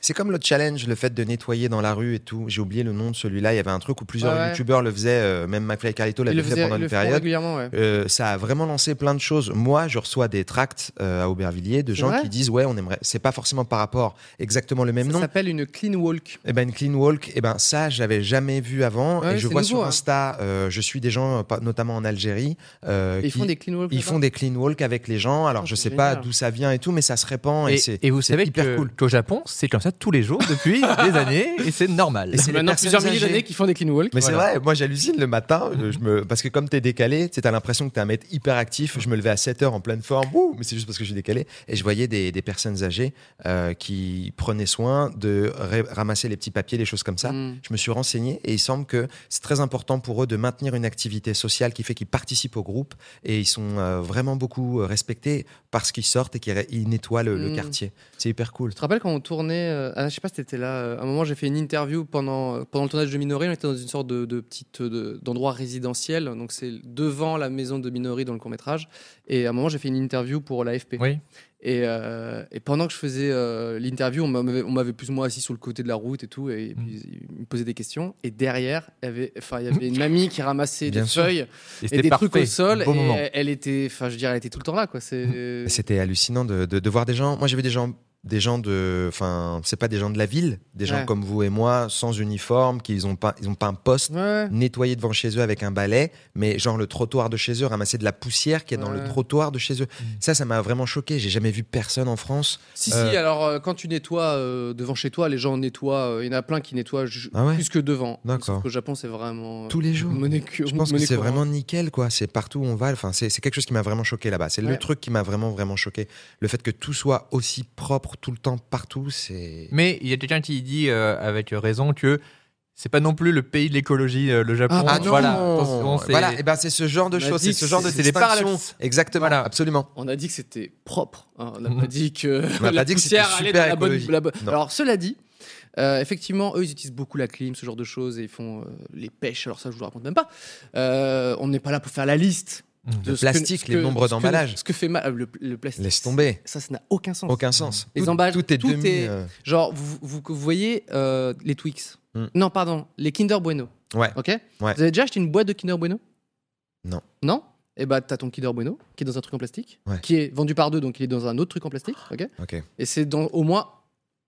C'est comme le challenge, le fait de nettoyer dans la rue et tout. J'ai oublié le nom de celui-là. Il y avait un truc où plusieurs
Ouais, ouais.
youtubeurs le faisaient, euh, même McFly et Carlito
Ils
l'avaient
le
fait
faisaient-
pendant
ils
une
le font
période.
régulièrement, ouais.
Euh, ça a vraiment lancé plein de choses. Moi, je reçois des tracts euh, à Aubervilliers de
C'est
gens
vrai
qui disent ouais, on aimerait. C'est pas forcément par rapport exactement le même
Ça
nom.
s'appelle une clean walk.
Eh ben, une clean walk, eh ben, ça, je l'avais jamais vu avant.
Ouais,
et je
c'est
vois
nouveau,
sur
hein.
Insta, euh, je suis des gens, euh, pas- notamment en Algérie, euh,
Ils
qui-
font des clean walks.
ils
là-bas
font des clean walks avec les gens. Alors,
Oh,
je
c'est
sais pas
génial.
d'où ça vient et tout, mais ça se répand. Et, c'est
Et, et vous
c'est
savez
hyper
que-
cool.
qu'au Japon, c'est comme ça tous les jours depuis des années et c'est normal.
Et c'est les
Bah, maintenant
personnes
plusieurs milliers
âgées.
d'années qui font des clean walks.
Mais
Voilà.
c'est vrai, moi j'hallucine le matin, euh, je me... parce que comme t'es décalé, tu as l'impression que t'es un mec hyper actif, je me levais à 7h en pleine forme, ouh, mais c'est juste parce que je suis décalé, et je voyais des, des personnes âgées euh, qui prenaient soin de ré- ramasser les petits papiers, les choses comme ça.
Mm.
Je me suis renseigné et il semble que c'est très important pour eux de maintenir une activité sociale qui fait qu'ils participent au groupe et ils sont euh, vraiment beaucoup euh, respectés parce qu'ils sortent et qu'ils ré- ils nettoient le, le
Mm.
quartier. C'est hyper cool.
Tu te rappelles quand on tournait, euh, ah, je sais pas si t'étais là, euh, à un moment j'ai fait une interview pendant, euh, pendant le tournage de Minoré, on était dans une sorte de, de petite, euh, de- d'endroit résidentiel, donc c'est devant la maison de Minoré dans le court-métrage, et à un moment j'ai fait une interview pour l'AFP.
Oui.
Et, euh, et pendant que je faisais euh, l'interview, on m'avait on m'avait plus ou moins assis sur le côté de la route et tout, et, puis
Mm.
ils me posaient des questions, et derrière, il y avait- enfin, il y avait une mamie qui ramassait
Bien
des
sûr.
feuilles
Et
et
c'était
des
parfait.
trucs au sol,
Bon
et
moment. Mm.
elle, elle était, enfin je dirais, elle était tout le temps là, quoi. C'est...
Et C'était hallucinant de, de- de voir des gens. Moi, j'ai vu des gens, des gens de. Enfin, c'est pas des gens de la ville, des gens
Ouais.
comme vous et moi, sans uniforme, qui ils ont pas, ils ont pas un poste.
Ouais.
nettoyé devant chez eux avec un balai, mais genre le trottoir de chez eux, ramasser de la poussière qui est dans
Ouais. Mm.
le trottoir de chez eux. Ça, ça m'a vraiment choqué. J'ai jamais vu personne en France.
Si,
Euh,
si, alors euh, quand tu nettoies euh, devant chez toi, les gens nettoient. euh, Il y en a plein qui nettoient ju-
Ah ouais
plus que devant.
D'accord.
Au Japon, c'est vraiment. euh,
Tous les jours.
monnaie cu-
Je pense que
monnaie
c'est
courante.
vraiment nickel, quoi. C'est partout où on va. Enfin, c'est c'est quelque chose qui m'a vraiment choqué là-bas. C'est
Ouais.
le truc qui m'a vraiment, vraiment choqué. Le fait que tout soit aussi propre tout le temps, partout, c'est.
Mais il y a quelqu'un qui dit euh, avec raison que c'est pas non plus le pays de l'écologie, euh, le Japon.
Ah, bah non.
voilà. Attention, c'est-
Oh Voilà, et ben c'est ce genre de
On a
choses,
dit
c'est ce
que
genre de
c'est-
c'est des
distinctions.
paradoxes.
Exactement,
Voilà.
absolument.
On a dit que c'était propre. hein, On n'a
Mhm.
pas dit que
pas
la
dit que c'était
poussière allait dans
super
la bonne.
écologique.
la bonne-
Non.
Alors cela dit. euh, effectivement, eux, ils utilisent beaucoup la clim, ce genre de choses, et ils font euh, les pêches. Alors ça, je vous le raconte même pas. Euh, on n'est pas là pour faire la liste
Mhm.
de
Mmh, Le
ce que-
plastique,
ce que-
les nombres
ce que-
d'emballages.
Ce que fait mal le, le plastique.
Laisse tomber.
Ça, ça n'a aucun sens.
Aucun sens.
Les
Tout-
emballages,
tout est
tout
demi.
est-
euh,
Genre, vous, vous, vous voyez euh, les Twix.
Hmm.
Non, pardon, les Kinder Bueno.
Ouais.
Ok Vous avez déjà acheté une boîte de Kinder Bueno
Non.
Non Eh bah, t'as ton Kinder Bueno qui est dans un truc en plastique,
Ouais.
qui est vendu par deux, donc il est dans un autre truc en plastique. Ok
Ok.
Et c'est dans, au moins,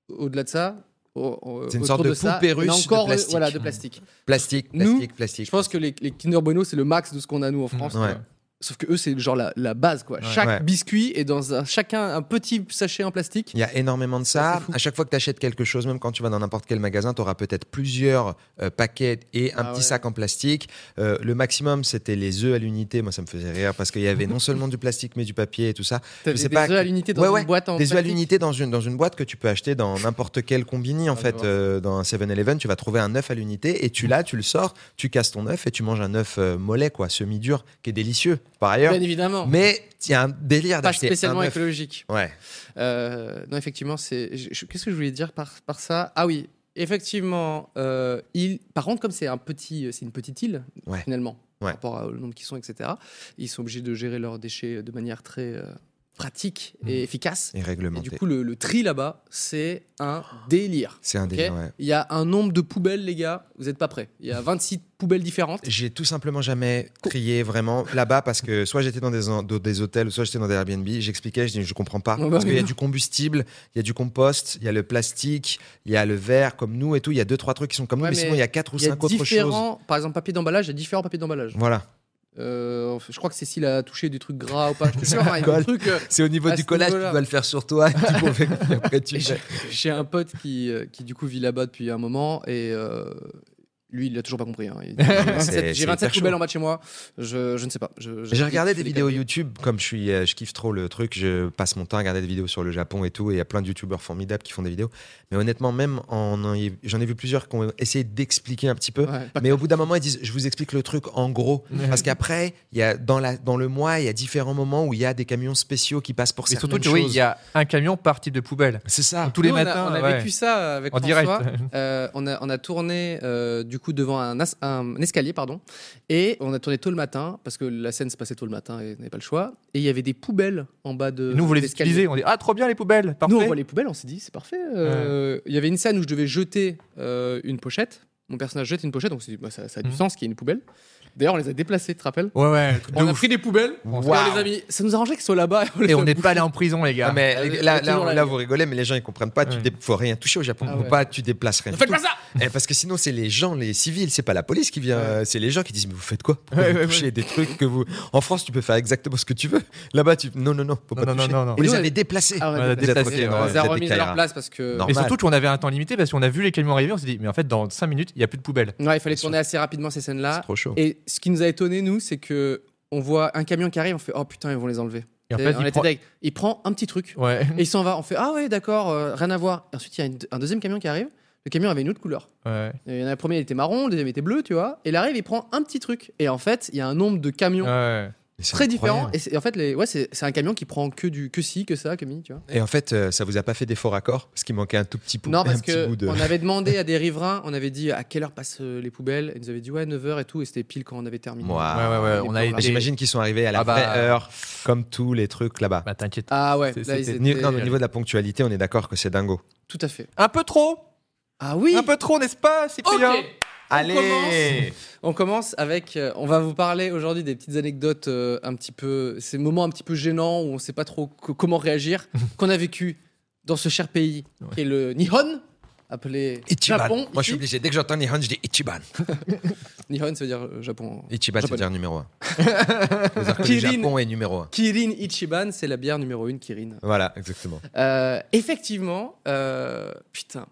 au-delà de ça, au- au-
C'est une
autour
sorte de
ça,
poupée
on a
russe de
encore, euh,
plastique.
Voilà, de plastique.
Plastique,
Nous,
plastique, plastique.
Je pense que les, les Kinder Bueno, c'est le max de ce qu'on a nous en France.
Hmm. Ouais.
Sauf que eux, c'est genre la, la base, quoi.
Ouais.
Chaque
Ouais.
biscuit est dans un, chacun un petit sachet en plastique.
Il y a énormément de
Ça,
ça.
c'est fou.
À chaque fois que tu achètes quelque chose, même quand tu vas dans n'importe quel magasin, tu auras peut-être plusieurs euh, paquets et un
Ah
petit
ouais.
sac en plastique. Euh, le maximum, c'était les œufs à l'unité. Moi, ça me faisait rire parce qu'il y avait non seulement du plastique, mais du papier et tout ça.
T'as
Je
des
sais pas
œufs à l'unité dans
Ouais,
une
ouais,
boîte en
des œufs à
plastique.
l'unité dans une, dans une boîte que tu peux acheter dans n'importe quel combini, en
Ah,
fait.
bah.
Euh, dans un 7-Eleven, tu vas trouver un œuf à l'unité et tu l'as, tu le sors, tu casses ton œuf et tu manges un œuf euh, mollet, quoi, semi-dur, qui est délicieux. par ailleurs.
Bien évidemment.
Mais il y a un délire
pas
d'acheter
spécialement
un œuf.
écologique.
Ouais.
Euh, non, effectivement, c'est. je- je- Qu'est-ce que je voulais dire par, par ça Ah oui, effectivement, euh, il. Par contre, comme c'est un petit, euh, c'est une petite île
Ouais.
finalement, par
Ouais.
rapport à- au nombre qui sont, etc. Ils sont obligés de gérer leurs déchets de manière très euh, pratique et efficace.
Mmh. Et
Et
réglementé.
du coup, le, le tri là-bas, c'est un délire.
C'est un
ok
délire, ouais.
Il y a un nombre de poubelles, les gars. Vous n'êtes pas prêts. Il y a 26 poubelles différentes.
J'ai tout simplement jamais trié vraiment là-bas parce que soit j'étais dans des, en- dans des hôtels, soit j'étais dans des Airbnb. J'expliquais, je dis je comprends pas
Oh bah
parce
oui,
qu'il y a
non.
du combustible, il y a du compost, il y a le plastique, il y a le verre comme nous et tout. Il y a deux trois trucs qui sont comme
Ouais,
nous, mais
mais
sinon il y a quatre ou
Il y a
cinq autres choses.
différents, par exemple, papier d'emballage. Il y a différents papiers d'emballage.
Voilà,
Euh, je crois que Cécile a touché du truc gras ou pas. Je te jure, hein, il y a
colle.
des trucs. euh,
c'est au niveau
À
du
ce
collage, tu
niveau-là.
dois le faire sur toi. tu peux faire- et après, tu
Et
fais-
J'ai j'ai un pote qui, euh, qui du coup vit là-bas depuis un moment et euh, lui il a toujours pas compris. hein. Il dit, J'ai
c'est
27 j'ai 27
hyper chaud.
poubelles en bas de chez moi. Je, je ne sais pas. Je- je-
J'ai regardé
je-
des
je-
vidéos YouTube, comme je suis, euh, je kiffe trop le truc, je passe mon temps à regarder des vidéos sur le Japon et tout, et il y a plein de YouTubeurs formidables qui font des vidéos. Mais honnêtement, même en, j'en ai vu plusieurs qui ont essayé d'expliquer un petit peu.
Ouais, pas-
Mais au bout d'un moment, ils disent, je vous explique le truc en gros, parce qu'après, il y a dans la, dans le mois, il y a différents moments où il y a des camions spéciaux qui passent pour
Mais
certaines
surtout, tu vois,
choses.
il y a un camion parti de poubelle.
C'est ça.
Donc, tous les
Nous, on a-
matins.
On a,
ouais.
vécu ça avec
En
François.
direct.
Euh, on, a, on a tourné euh, du coup devant un, as- un escalier, pardon, et on a tourné tôt le matin parce que la scène se passait tôt le matin et on n'avait pas le choix. Et il y avait des poubelles en bas de.
Et Nous, on voulait les
l'escalier.
utiliser. On dit Ah, trop bien les poubelles. Parfait.
Nous, on voit les poubelles, on s'est dit, c'est parfait. Euh, Il y avait une scène où je devais jeter euh, une pochette. Mon personnage jette une pochette, donc on s'est dit, bah, ça, ça a du
Mhm.
sens qu'il y ait une poubelle. D'ailleurs, on les a déplacés, tu te rappelles
Ouais, ouais. le truc de
On a
ouf.
pris des poubelles, on
Waouh.
les a mis. Ça nous arrangeait qu'ils soient là-bas. les
Et on
a
n'est
bouffés.
pas allé en prison, les gars.
Ah, mais
Ah,
les-
euh,
là,
c'est
là,
toujours la
là,
vie.
vous rigolez, mais les gens ils comprennent pas. Tu
Ouais.
dé- faut rien toucher au Japon.
Ah
Faut
ouais.
pas, tu déplaces rien.
Ne
du
faites
tout.
pas ça
Eh, parce que sinon, c'est les gens, les civils, c'est pas la police qui vient, euh, c'est les gens qui disent Mais vous faites quoi Pourquoi
Ouais,
vous
ouais,
touchez des trucs que vous. En France, tu peux faire exactement ce que tu veux. Là-bas, tu. Non, non, non, faut
Non,
pas
non,
toucher.
non, non, non.
On
Et
les
nous,
avait
elle-
déplacés.
Ah ouais,
On a
d'accord.
déplacés,
On les
ouais.
a
Non,
vous êtes des
remis à leur
caillards.
place parce que.
Non.
Et
normal.
surtout qu'on avait un temps limité parce qu'on a vu les camions arriver, on s'est dit, mais en fait, dans 5 minutes, il n'y a plus de poubelle.
Ouais, il fallait tourner assez rapidement ces
C'est
scènes-là.
trop chaud.
Et ce qui nous a étonné, nous, c'est que on voit un camion qui arrive, on fait oh putain, ils vont les enlever.
Et en
Et
fait,
on
il
était
prend-
deg. il prend un petit truc.
Ouais.
Et il s'en va. On fait Ah ouais, d'accord, euh, rien à voir. Ensuite, il y a une- un deuxième camion qui arrive. Le camion avait une autre couleur.
Ouais.
Et le premier il était marron, le deuxième était bleu, tu vois. Et il arrive, il prend un petit truc. Et en fait, il y a un nombre de camions
Ouais.
Mais Ah, c'est
très différents.
incroyable.
Et, c'est- et en fait, les, ouais, c'est c'est un camion qui prend que du que ci, que ça, que mi, tu vois.
Et en fait, euh, ça vous a pas fait d'effort à corps Parce qu'il manquait un tout petit bout,
Non,
un
parce
petit
que
bout de.
on avait demandé à des riverains, on avait dit à quelle heure passent euh, les poubelles. Et ils nous avaient dit ouais 9h et tout. Et c'était pile quand on avait terminé.
Waouh.
Ouais, ouais, ouais,
Et
on
puis
a
on
Mais
été-
J'imagine qu'ils sont arrivés à la
Ah bah.
vraie heure, comme tous les trucs là-bas.
Bah, t'inquiète.
Ah ouais,
C'est-
là, ils
c'était-
étaient- euh,
Ni- non, mais au niveau de la ponctualité, on est d'accord que c'est dingo.
tout à fait.
Un peu trop
Ah oui.
Un peu trop, n'est-ce pas,
Ok.
Cyprien
Allez
On commence avec. euh, on va vous parler aujourd'hui des petites anecdotes euh, un petit peu. Ces moments un petit peu gênants où on ne sait pas trop co- comment réagir, qu'on a vécu dans ce cher pays qui est le Nihon, appelé
Ichiban.
Japon.
Moi, je suis
ici.
obligé. Dès que j'entends Nihon, je dis Ichiban.
Nihon, ça veut dire euh, Japon.
Ichiban,
Japonais.
c'est-à-dire numéro 1. C'est-à-dire que le
Kirin.
Japon est numéro 1.
Kirin Ichiban, c'est la bière numéro une, Kirin.
Voilà, exactement.
Euh, effectivement, euh, putain,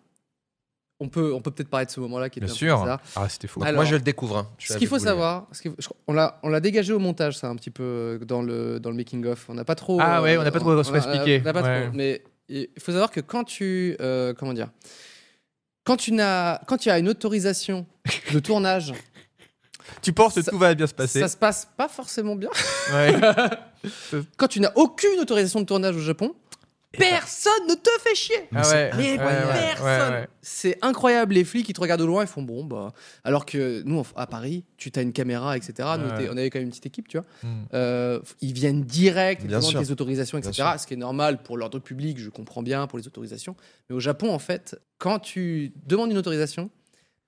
on peut on peut peut-être parler de ce moment-là qui est
Bien
un peu
sûr.
bizarre.
Ah, c'était fou.
Donc,
Alors,
moi, je le découvre. hein. Je suis
Ce qu'il
avec
faut
vous, les
savoir, ce qu'il faut- je crois- on l'a on l'a dégagé au montage, ça un petit peu euh, dans le dans le making of. On n'a pas trop.
Ah ouais,
euh,
on n'a pas trop
on-
se
on a-
expliquer.
on n'a pas trop,
Ouais.
Mais il faut savoir que quand tu euh, comment dire, quand tu n'as quand tu as une autorisation de tournage,
Tu penses que
Ça-
tout va bien se passer
ça se passe pas forcément bien.
Ouais.
Quand tu n'as aucune autorisation de tournage au Japon, personne ne te fait chier.
Ah ouais.
Mais
ouais, ouais,
personne.
ouais, ouais.
C'est incroyable, les flics qui te regardent au loin, ils font bon bah. Alors que nous on- à Paris, tu t'as une caméra, etc. Nous,
Ouais.
t'es- on avait quand même une petite équipe, tu vois.
Hmm.
Euh, ils viennent direct, ils
Bien
demandent
sûr.
des autorisations,
Bien
etc. Ce qui est normal pour l'ordre public, je comprends bien pour les autorisations. Mais au Japon, en fait, quand tu demandes une autorisation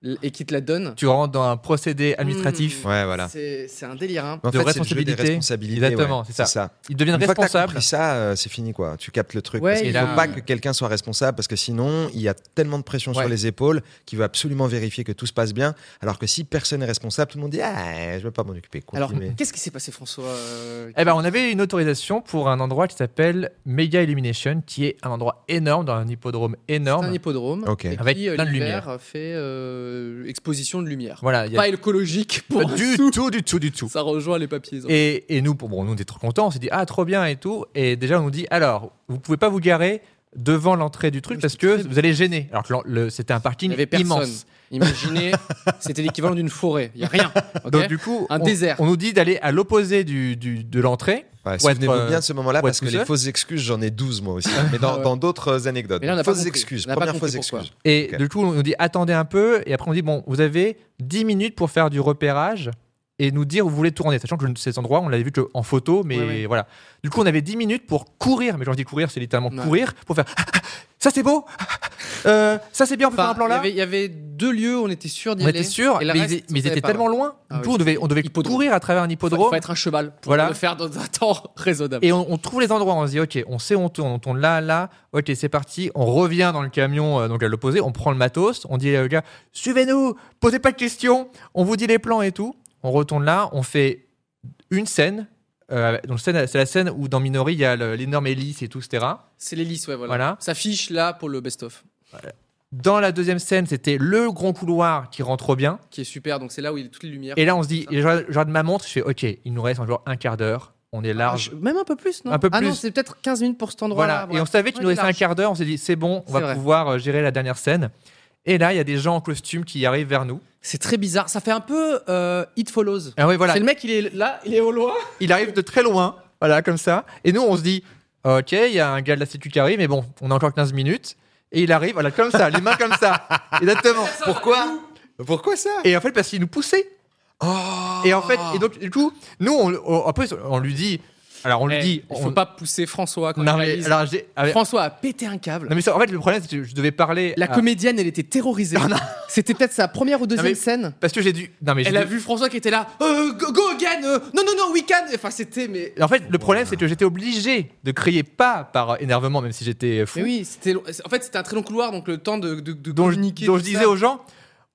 l- et qu'ils te la donnent,
Tu rentres dans un procédé administratif.
Ouais, voilà.
c'est c'est un délire. hein.
En
De
fait, c'est le jeu des
responsabilité.
responsabilités,
Exactement,
ouais.
c'est ça.
Hmm.
Ils deviennent
Une fois que t'as
responsables.
compris ça, euh, c'est fini quoi. Tu captes le truc.
Ouais,
parce qu'il
et
faut
là-
pas que quelqu'un soit responsable parce que sinon, il y a tellement de pression
Ouais.
sur les épaules qu'il veut absolument vérifier que tout se passe bien. Alors que si personne est responsable, tout le monde dit ah, je veux pas m'en occuper.
Alors,
Continuez.
qu'est-ce qui s'est passé, François euh,
Eh ben, on avait une autorisation pour un endroit qui s'appelle Mega Illumination, qui est un endroit énorme, dans un hippodrome
C'est un
énorme.
hippodrome
Ok.
et
Avec
qui, euh,
plein de
l'hiver, fait euh, exposition de lumière.
Voilà, il y a-
Pas écologique
Pas
pour un
du
sou.
tout, du tout, du tout.
Ça rejoint les papiers. hein.
Et, et nous, pour, bon, nous, on était trop contents, on s'est dit, ah, trop bien et tout. Et déjà, on nous dit, alors, vous pouvez pas vous garer devant l'entrée du truc
Oui,
parce
c'était
que
très bien.
vous allez gêner. Alors que l'en- le- c'était un
Il
parking
n'y avait personne.
immense.
Imaginez, c'était l'équivalent d'une forêt. Il n'y a rien. ok
Donc du coup,
Un
on,
désert.
on nous dit d'aller à l'opposé du, du- de l'entrée.
Ouais,
Pour être,
Souvenez-vous
euh,
bien de ce moment-là
pour
parce
être
que
tout
les
seul.
fausses excuses, j'en ai 12 moi aussi. Mais dans
Ouais.
dans d'autres anecdotes.
Mais là, on n'a pas
fausses
compris.
excuses,
On n'a pas
première
compris
fausse
pourquoi.
excuse.
Et
Ok.
du coup, on nous dit attendez un peu. Et après, on dit bon, vous avez 10 minutes pour faire du repérage et nous dire où vous voulez tourner. Sachant que je- ces endroits, on l'avait vu que en photo, mais
Ouais, ouais.
voilà. Du coup, on avait 10 minutes pour courir. Mais quand je dis courir, c'est littéralement
Ouais.
courir pour faire Ah, ah, ça c'est beau, Ah, ah, euh, ça c'est bien, on peut faire
Enfin,
un plan
il y
là.
avait- Il y avait deux lieux, on était sûr d'y
On
aller.
était sûr,
Et le
mais,
reste,
ils, mais
on
ils
savait
étaient
pas.
tellement loin.
Ah
du coup,
oui,
on devait, on devait
Hippodrome.
courir à travers un
Il faut,
hippodrome.
faut être un cheval pour
Voilà.
le faire dans un temps raisonnable.
Et on, on trouve les endroits, on se dit, ok, on sait où on tourne, on tourne là, là, ok, c'est parti, on revient dans le camion, euh, donc à l'opposé, on prend le matos, on dit aux gars, suivez-nous, posez pas de questions, on vous dit les plans et tout. On retourne là, on fait une scène, euh, donc scène- c'est la scène où dans Minori, il y a le- l'énorme hélice et tout, etc.
C'est l'hélice, ouais, voilà.
Voilà.
Ça fiche là pour le best-of,
Dans la deuxième scène, c'était le grand couloir qui rentre bien.
qui est super. Donc c'est là où il y a toutes les lumières.
Et là, on se dit, et je regarde je regarde ma montre, je fais, ok, il nous reste encore un quart d'heure, on est
Ah,
large.
je- Même un peu plus, non
Un peu
Ah non,
plus.
c'est peut-être 15 minutes pour cet
Voilà.
endroit-là.
Et on savait qu'il
Ouais,
nous restait un
large.
quart d'heure. On s'est dit, c'est bon, on
C'est
va
vrai.
pouvoir euh, gérer la dernière scène. Et là, il y a des gens en costume qui arrivent vers nous.
C'est très bizarre. Ça fait un peu euh, It Follows.
Ah oui, voilà.
C'est le mec, il est là, il est au loin.
Il arrive de très loin. Voilà, comme ça. Et nous, on se dit, OK, il y a un gars de la sécu qui arrive, mais bon, on a encore 15 minutes. Et il arrive, voilà, comme ça, les mains comme ça. Exactement. Pourquoi
Pourquoi ça
Et en fait, parce qu'il nous poussait. Et en fait, et donc, du coup, nous, on, on- après, on lui dit, alors on lui
Eh,
dit,
il
on-
faut pas pousser François quand
Non,
il
mais
réalise.
alors, j'ai- ah, mais-
François a pété un câble.
non, mais ça, en fait, le problème, c'est que je devais parler.
La
à-
comédienne, elle était terrorisée. C'était peut-être sa première ou deuxième
Ah, mais-
scène.
Parce que j'ai dû. Non, mais j'ai
Elle a
dû-
vu François qui était là. Euh, go, go again. euh, non, non, non, we can. Enfin, c'était mais.
En fait, le problème, c'est que j'étais obligé de crier pas par énervement, même si j'étais fou.
Mais oui, c'était. long- En fait, c'était un très long couloir, donc le temps de, de, de
dont, je,
communiquer,
dont je
tout
disais
ça.
aux gens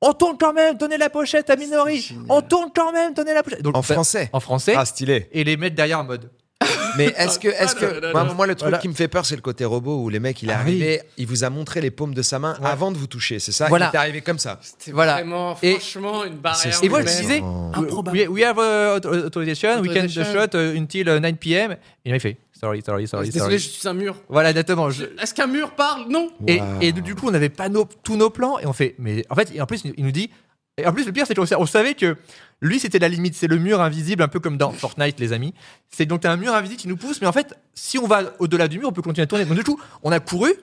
On tourne quand même, donnez la pochette à Minori
génial.
On tourne quand même, donnez la pochette Donc,
En
bah,
français.
En français.
Ah stylé.
et les mettre derrière en mode.
Mais est-ce que, est-ce
Ah, non, non,
que, moi,
non.
moi, le truc
Voilà.
qui me fait peur, c'est le côté robot où le mec, il est
Ah
arrivé, il vous a montré les paumes de sa main
Ouais.
avant de vous toucher, c'est ça
Voilà.
Il est arrivé comme ça.
C'était
Voilà.
vraiment,
Et-
franchement, une barrière.
C'est-
Et moi, je
mais-
disais
Oh.
Improbable.
we, we have uh, auto- authorization, we can
Authorization.
shot uh, until uh, 9 pm. Et là, il fait Sorry, sorry, sorry,
Désolé,
sorry.
je suis un mur.
Voilà, exactement. je-
Est-ce qu'un mur parle Non.
Et,
Wow.
et du coup, on n'avait pas nos- tous nos plans et on fait. Mais en fait, et en plus, il nous dit. Et en plus, le pire, c'est qu'on sa- on savait que lui, c'était la limite, c'est le mur invisible, un peu comme dans Fortnite, les amis. C'est donc t'as un mur invisible qui nous pousse, mais en fait, si on va au-delà du mur, on peut continuer à tourner. Donc du coup, on a couru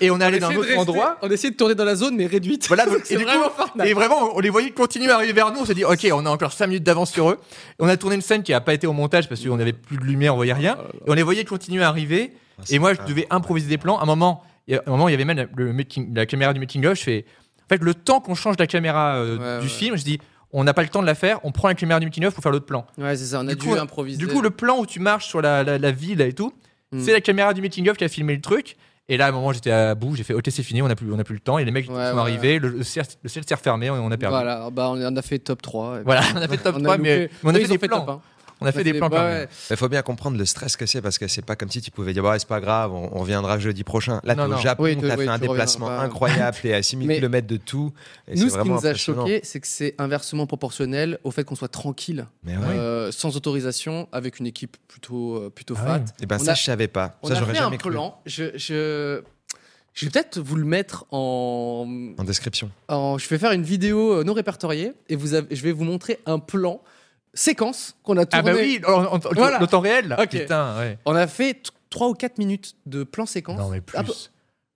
et on est allé
On
dans un
essayait de
autre
rester-
endroit.
On essayait de tourner dans la zone, mais réduite.
Voilà, donc,
C'est
et du coup,
vraiment Fortnite.
et vraiment, on les voyait continuer à arriver vers nous. On s'est dit, ok, on a encore 5 minutes d'avance sur eux. Et on a tourné une scène qui n'a pas été au montage parce qu'on n'avait plus de lumière, on voyait rien. Et on les voyait continuer à arriver.
Ah,
Et moi, je
Ah.
devais improviser des plans. À un moment, il y a- à un moment, il y avait même le making- la caméra du making of. Je fais, en fait, le temps qu'on change la caméra euh,
Ouais,
du
ouais.
film, je dis, on n'a pas le temps de la faire. On prend la caméra du making of pour faire l'autre plan.
Ouais, c'est ça, on a
Du
dû
coup,
improviser.
Du coup, le plan où tu marches sur la, la, la ville et tout,
Mm.
c'est la caméra du making of qui a filmé le truc. Et là, à un moment, j'étais à bout. J'ai fait, ok, c'est fini, on n'a plus, on a plus le temps. Et les mecs
Ouais,
sont
ouais,
arrivés. Le, le CR le CR s'est refermé, on a perdu. Voilà,
Voilà, bah, on en a fait top 3. et puis-
on a fait top
On a
3, mais,
loupé.
mais on
Eux,
a fait
ils
des
ont
plans.
top un.
On a fait des plans quand
bah,
même.
ouais.
Il faut bien comprendre le stress que c'est parce que c'est pas comme si tu pouvais dire bah, c'est pas grave, on, on reviendra jeudi prochain. Là, t'es
Non,
au
non.
Japon,
Oui,
t'as
oui,
fait un
tu reviens
déplacement
pas.
incroyable, t'es à 6000
Mais-
km de tout. Et
Nous,
c'est
ce qui
vraiment
nous a
impressionnant.
choqué, c'est que c'est inversement proportionnel au fait qu'on soit tranquille,
Mais ouais.
euh, sans autorisation, avec une équipe plutôt, euh, plutôt
Ah
fat.
oui.
Et ben
on
ça,
a-
je savais pas.
On
Ça,
a
j'aurais
fait un
jamais cru.
plan. Je, je, je vais peut-être vous le mettre en,
En description.
en- Je vais faire une vidéo euh, non répertoriée et vous avez- je vais vous montrer un plan séquence qu'on a
Ah,
tourné.
bah oui, en- en-
Voilà.
le temps réel.
Ok.
Putain, ouais.
On a fait 3 ou 4 minutes de plan séquence.
Non, mais plus.
Ah, bah-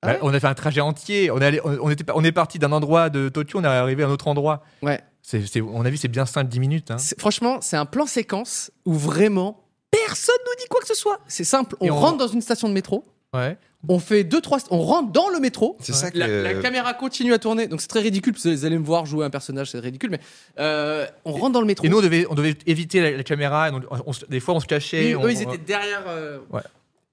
ah
Bah,
ouais
on a fait un trajet entier. On est, allé- on, on était, pas- on est parti d'un endroit de Tokyo, on est arrivé à un autre endroit.
Ouais.
Hein
C'est, c'est- on a vu, c'est bien 5-10 minutes. hein.
C'est- Franchement, c'est un plan séquence où vraiment personne nous dit quoi que ce soit. C'est simple, on,
Et on-
rentre dans une station de métro,
Ouais.
on fait deux trois, on rentre dans le métro.
C'est ça que.
La, la caméra continue à tourner, donc c'est très ridicule. Parce que vous allez me voir jouer un personnage, c'est ridicule, mais euh, on rentre dans le métro.
Et nous, on devait, on devait éviter la, la caméra. et donc, on se- des fois, on se cachait.
Eux,
on-
eux, ils étaient derrière. euh,
Ouais.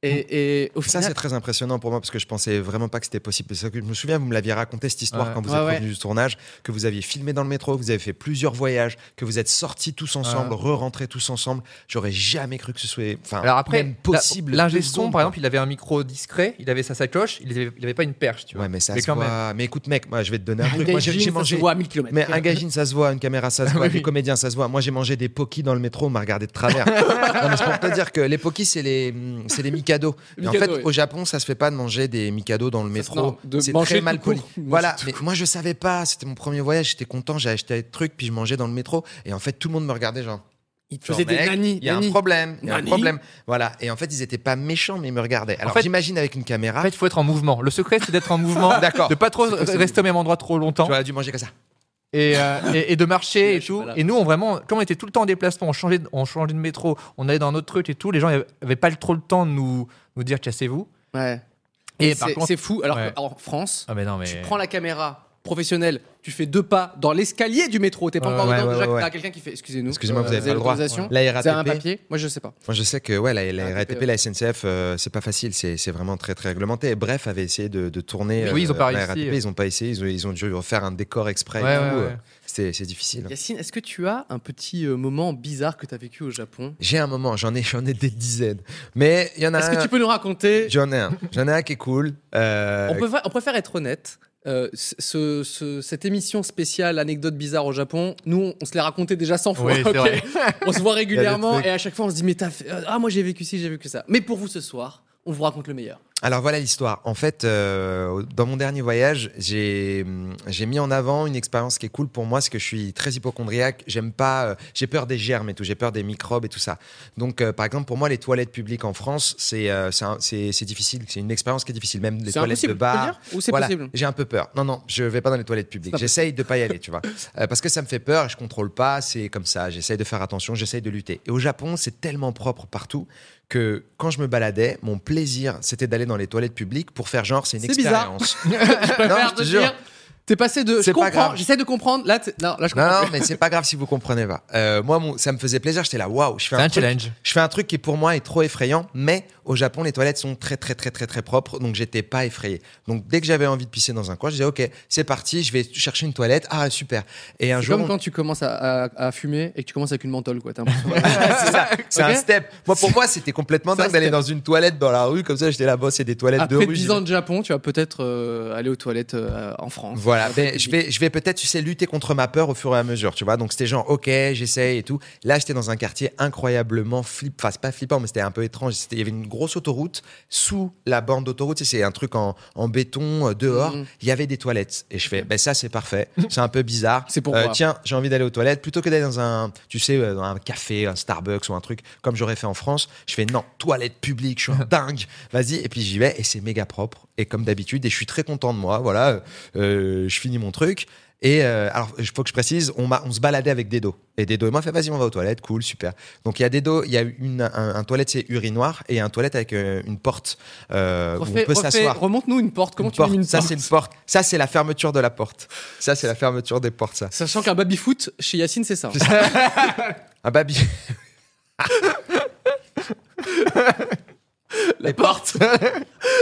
Et, et au
Ça,
final,
c'est très impressionnant pour moi parce que je pensais vraiment pas que c'était possible. Parce que je me souviens, vous me l'aviez raconté cette histoire
Ouais.
quand vous
Ouais,
êtes
ouais.
revenu du tournage, que vous aviez filmé dans le métro, que vous avez fait plusieurs voyages, que vous êtes sortis tous ensemble,
Ouais.
re-rentrés tous ensemble. J'aurais jamais cru que ce soit enfin,
Alors après,
même possible.
la- L'ingé
deux
son,
secondes,
par
quoi.
exemple, il avait un micro discret, il avait sa sacoche, il avait, il avait pas une perche, tu vois.
Ouais, mais ça
Mais
se
quand
voit.
même.
Mais écoute, mec, moi, je vais te donner un
un
truc. Moi, j'ai
gaijin,
j'ai
ça
mangé.
se voit à 1000 km.
Mais un gaijin, ça se voit, une caméra, ça se
Ah
voit,
Oui,
les
oui.
comédiens, ça se voit. Moi, j'ai mangé des pokis dans le métro, on m'a regardé de travers. non, mais c'est pour te dire que les pokis, c'est les, hum, c'est les Mikado. Mais en fait,
Mikado, oui.
au Japon, ça se fait pas de manger des Mikado dans le métro.
non, de
C'est
manger
très
tout
mal poli.
court. Manger
Voilà.
tout
Mais moi, je savais pas. C'était mon premier voyage. J'étais content. J'ai acheté des trucs, puis je mangeais dans le métro. Et en fait, tout le monde me regardait genre.
Il te
Genre,
faisait des
mec,
nannies.
Il y a un
nannies.
problème. Il y a un
Nani
problème. Voilà. Et en fait, ils étaient pas méchants, mais ils me regardaient. Alors,
fait-
j'imagine avec une caméra.
En fait, il faut être en mouvement. Le secret, c'est d'être en mouvement,
D'accord.
de pas trop
C'est possible.
rester au même endroit trop longtemps
Tu aurais dû manger comme ça.
et, euh, et, et de marcher
Là,
et
je suis
tout.
pas là.
Et nous, on vraiment, comme on était tout le temps en déplacement, on changeait, de- on changeait de métro, on allait dans notre truc et tout. Les gens n'avaient pas trop le temps de nous, nous dire cassez-vous.
Ouais.
Et,
Et
par
c'est-
contre,
c'est fou. Alors
Ouais.
qu'en France,
ah mais non mais
tu prends la caméra professionnelle, tu fais deux pas dans l'escalier du métro. T'es pas
Ouais,
encore
ouais,
dedans.
ouais,
déjà,
ouais.
t'as quelqu'un qui fait. Excusez-nous.
Excusez-moi, vous
euh,
avez pas le droit.
autorisation.
La
C'est un
RATP.
papier Moi, je sais pas.
Moi, je sais que ouais, la, la
Ah,
RATP,
RATP,
ouais.
la SNCF, euh, c'est pas facile, c'est c'est vraiment très très réglementé. Et Bref, avait essayé de, de tourner.
Oui, ils ont pas
la
réussi,
RATP,
euh.
ils ont pas essayé, ils ont, ils ont dû refaire un décor exprès. et
Ouais,
tout,
ouais,
euh,
ouais.
C'est c'est difficile.
Yacine, est-ce que tu as un petit euh, moment bizarre que t'as vécu au Japon
J'ai un moment, j'en ai, j'en ai des dizaines. Mais il y en a
Est-ce que
un.
tu peux nous raconter
J'en ai un. J'en ai un qui est cool. euh,
on, peut- on préfère être honnête. Euh, ce- ce- cette émission spéciale anecdote bizarre au Japon, nous on, on se l'est raconté déjà 100 fois.
Oui, c'est
ok
vrai.
on se voit
des
régulièrement
trucs.
et à chaque fois on se dit mais t'as fait- ah moi j'ai vécu ci j'ai vécu ça. Mais pour vous ce soir, on vous raconte le meilleur.
Alors voilà l'histoire. En fait, euh, dans mon dernier voyage, j'ai hum, j'ai mis en avant une expérience qui est cool pour moi, c'est que je suis très hypochondriaque. J'aime pas, euh, j'ai peur des germes et tout, j'ai peur des microbes et tout ça. Donc euh, par exemple, pour moi, les toilettes publiques en France, c'est euh, c'est un- c'est c'est difficile, c'est une expérience qui est difficile, même les
C'est
toilettes
impossible
de
tu peux
bar.
le dire ou c'est
Voilà,
possible.
J'ai un peu peur. Non, non, je vais pas dans les toilettes publiques. J'essaye de pas y aller, tu vois. Euh, parce que ça me fait peur, je contrôle pas, c'est comme ça. J'essaye de faire attention, j'essaye de lutter. Et au Japon, c'est tellement propre partout que quand je me baladais, mon plaisir, c'était d'aller dans les toilettes publiques pour faire genre, c'est une
C'est bizarre.
expérience.
Je préfère
je te
te
jure.
dire t'es passé de je
C'est
comprends,
pas grave.
j'essaie de comprendre là t'es- non là je
Non,
comprends.
non, mais c'est pas grave si vous comprenez pas. Euh, moi, mon- ça me faisait plaisir. J'étais là, waouh, je fais
c'est un
truc-
challenge.
Je fais un truc qui pour moi est trop effrayant, mais au Japon les toilettes sont très très très très très propres, donc j'étais pas effrayé. Donc dès que j'avais envie de pisser dans un coin, je disais ok, c'est parti, je vais chercher une toilette. Ah super. Et un
C'est
jour,
comme quand tu commences à, à- à fumer et que tu commences avec une menthole quoi. t'as l'impression-
c'est ça, c'est
Ok
un step. Moi pour moi c'était complètement
C'est un
dingue d'aller
step.
dans une toilette dans la rue comme ça. J'étais là, bon c'est des toilettes de
Après
rue. j'y
10
vais.
ans de Japon, tu vas peut-être euh, aller aux toilettes euh, en France.
Voilà,
Après,
ben, je vais, je vais peut-être, tu sais, lutter contre ma peur au fur et à mesure, tu vois. Donc c'était genre, ok, j'essaye et tout. Là, j'étais dans un quartier incroyablement flippant, enfin, c'est pas flippant, mais c'était un peu étrange. C'était- Il y avait une grosse autoroute sous la bande d'autoroute, tu sais, c'est un truc en, en béton euh, dehors.
Mhm.
Il y avait des toilettes. Et je fais, ben ça, c'est parfait. C'est un peu bizarre.
C'est pour moi.
Euh, Tiens, j'ai envie d'aller aux toilettes. Plutôt que d'aller dans un, tu sais, euh, dans un café, un Starbucks ou un truc comme j'aurais fait en France, je fais, non, toilette publique, je suis un dingue. Vas-y, et puis j'y vais, et c'est méga propre. Et comme d'habitude, et je suis très content de moi, voilà. euh, euh, je finis mon truc. Et euh, alors, il faut que je précise, on, m'a- on se baladait avec Dedo. Et Dedo et moi, fait vas-y, on va aux toilettes, cool, super. Donc il y a Dedo, il y a une, un, un toilette, c'est urinoir, et un toilette avec euh, une porte euh, où
refais-
on peut
refais-
s'asseoir.
Remonte-nous une porte. Comment
Une
tu mets
porte,
une
ça,
porte
c'est une porte. Ça, c'est la fermeture de la porte. Ça, c'est la fermeture des portes, ça.
Sachant qu'un baby-foot chez Yacine, c'est ça.
Un babi.
La porte. Ah,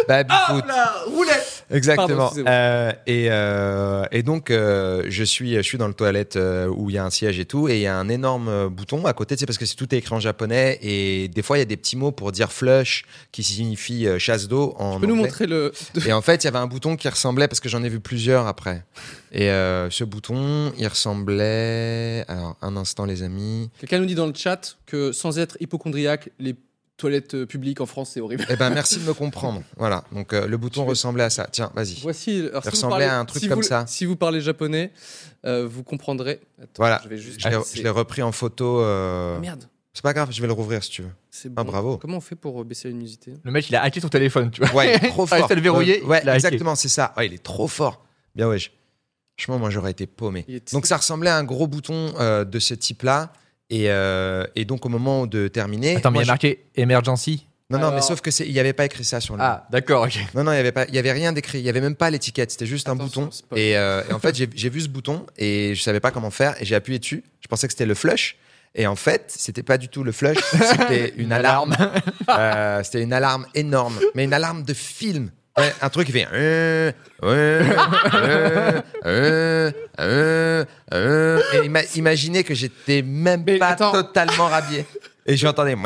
babi foot.
La roulette. Pardon,
Exactement.
excusez-moi.
Euh, et, euh, et donc, euh, je, suis, je suis dans le toilette euh, où il y a un siège et tout, et il y a un énorme euh, bouton à côté, c'est parce que c'est tout est écrit en japonais, et des fois, il y a des petits mots pour dire flush, qui signifie euh, chasse d'eau en
Tu peux nous
anglais.
montrer le.
Et en fait, il y avait un bouton qui ressemblait, parce que j'en ai vu plusieurs après. Et euh, ce bouton, il ressemblait... Alors, un instant, les amis.
Quelqu'un nous dit dans le chat que sans être hypochondriaque, les toilettes euh, publiques en France, c'est horrible.
Eh ben, merci de me comprendre. Voilà, donc euh, le bouton
Je vais-
ressemblait à ça. Tiens, vas-y.
Voici. euh, alors, si vous
ressemblait
parlez-
à un truc
si
comme
vous-
ça.
Si vous parlez japonais, euh, vous comprendrez. Attends,
Voilà,
Je vais juste.
Je l'ai-
baisser.
je l'ai repris en photo. euh,
Merde.
C'est pas grave, je vais le rouvrir si tu veux.
C'est bon.
Ah, bravo.
Comment on fait pour euh, baisser la luminosité
Le mec, il a hacké son téléphone, tu vois.
Ouais, trop
Ah, il
fort.
s'est le verrouillé,
Euh, ouais,
il l'a hacké.
exactement, c'est ça. Ouais, il est trop fort. Bien ouais. je- Franchement, moi j'aurais été paumé.
Il est-
Donc ça ressemblait à un gros bouton euh, de ce type-là. Et, euh, et donc au moment de terminer,
Attends, mais
moi,
il y a
je-
marqué emergency.
non non, mais
Alors-
sauf que c'est, il n'y avait pas écrit ça sur le.
Ah, d'accord, ok.
Non non, il y avait pas, il y avait rien d'écrit. Il y avait même pas l'étiquette. C'était juste un
Attention,
bouton.
spoil.
Et, euh, et en fait, j'ai, j'ai vu ce bouton et je savais pas comment faire et j'ai appuyé dessus. Je pensais que c'était le flush. Et en fait, c'était pas du tout le flush, c'était une alarme. Euh, c'était une alarme énorme, mais une alarme de film. Ouais, un truc qui fait. euh, euh, euh, euh, euh, euh. Et ima- imaginez que j'étais même
Mais
pas
attends.
totalement rhabillé. Et j'entendais. mouin,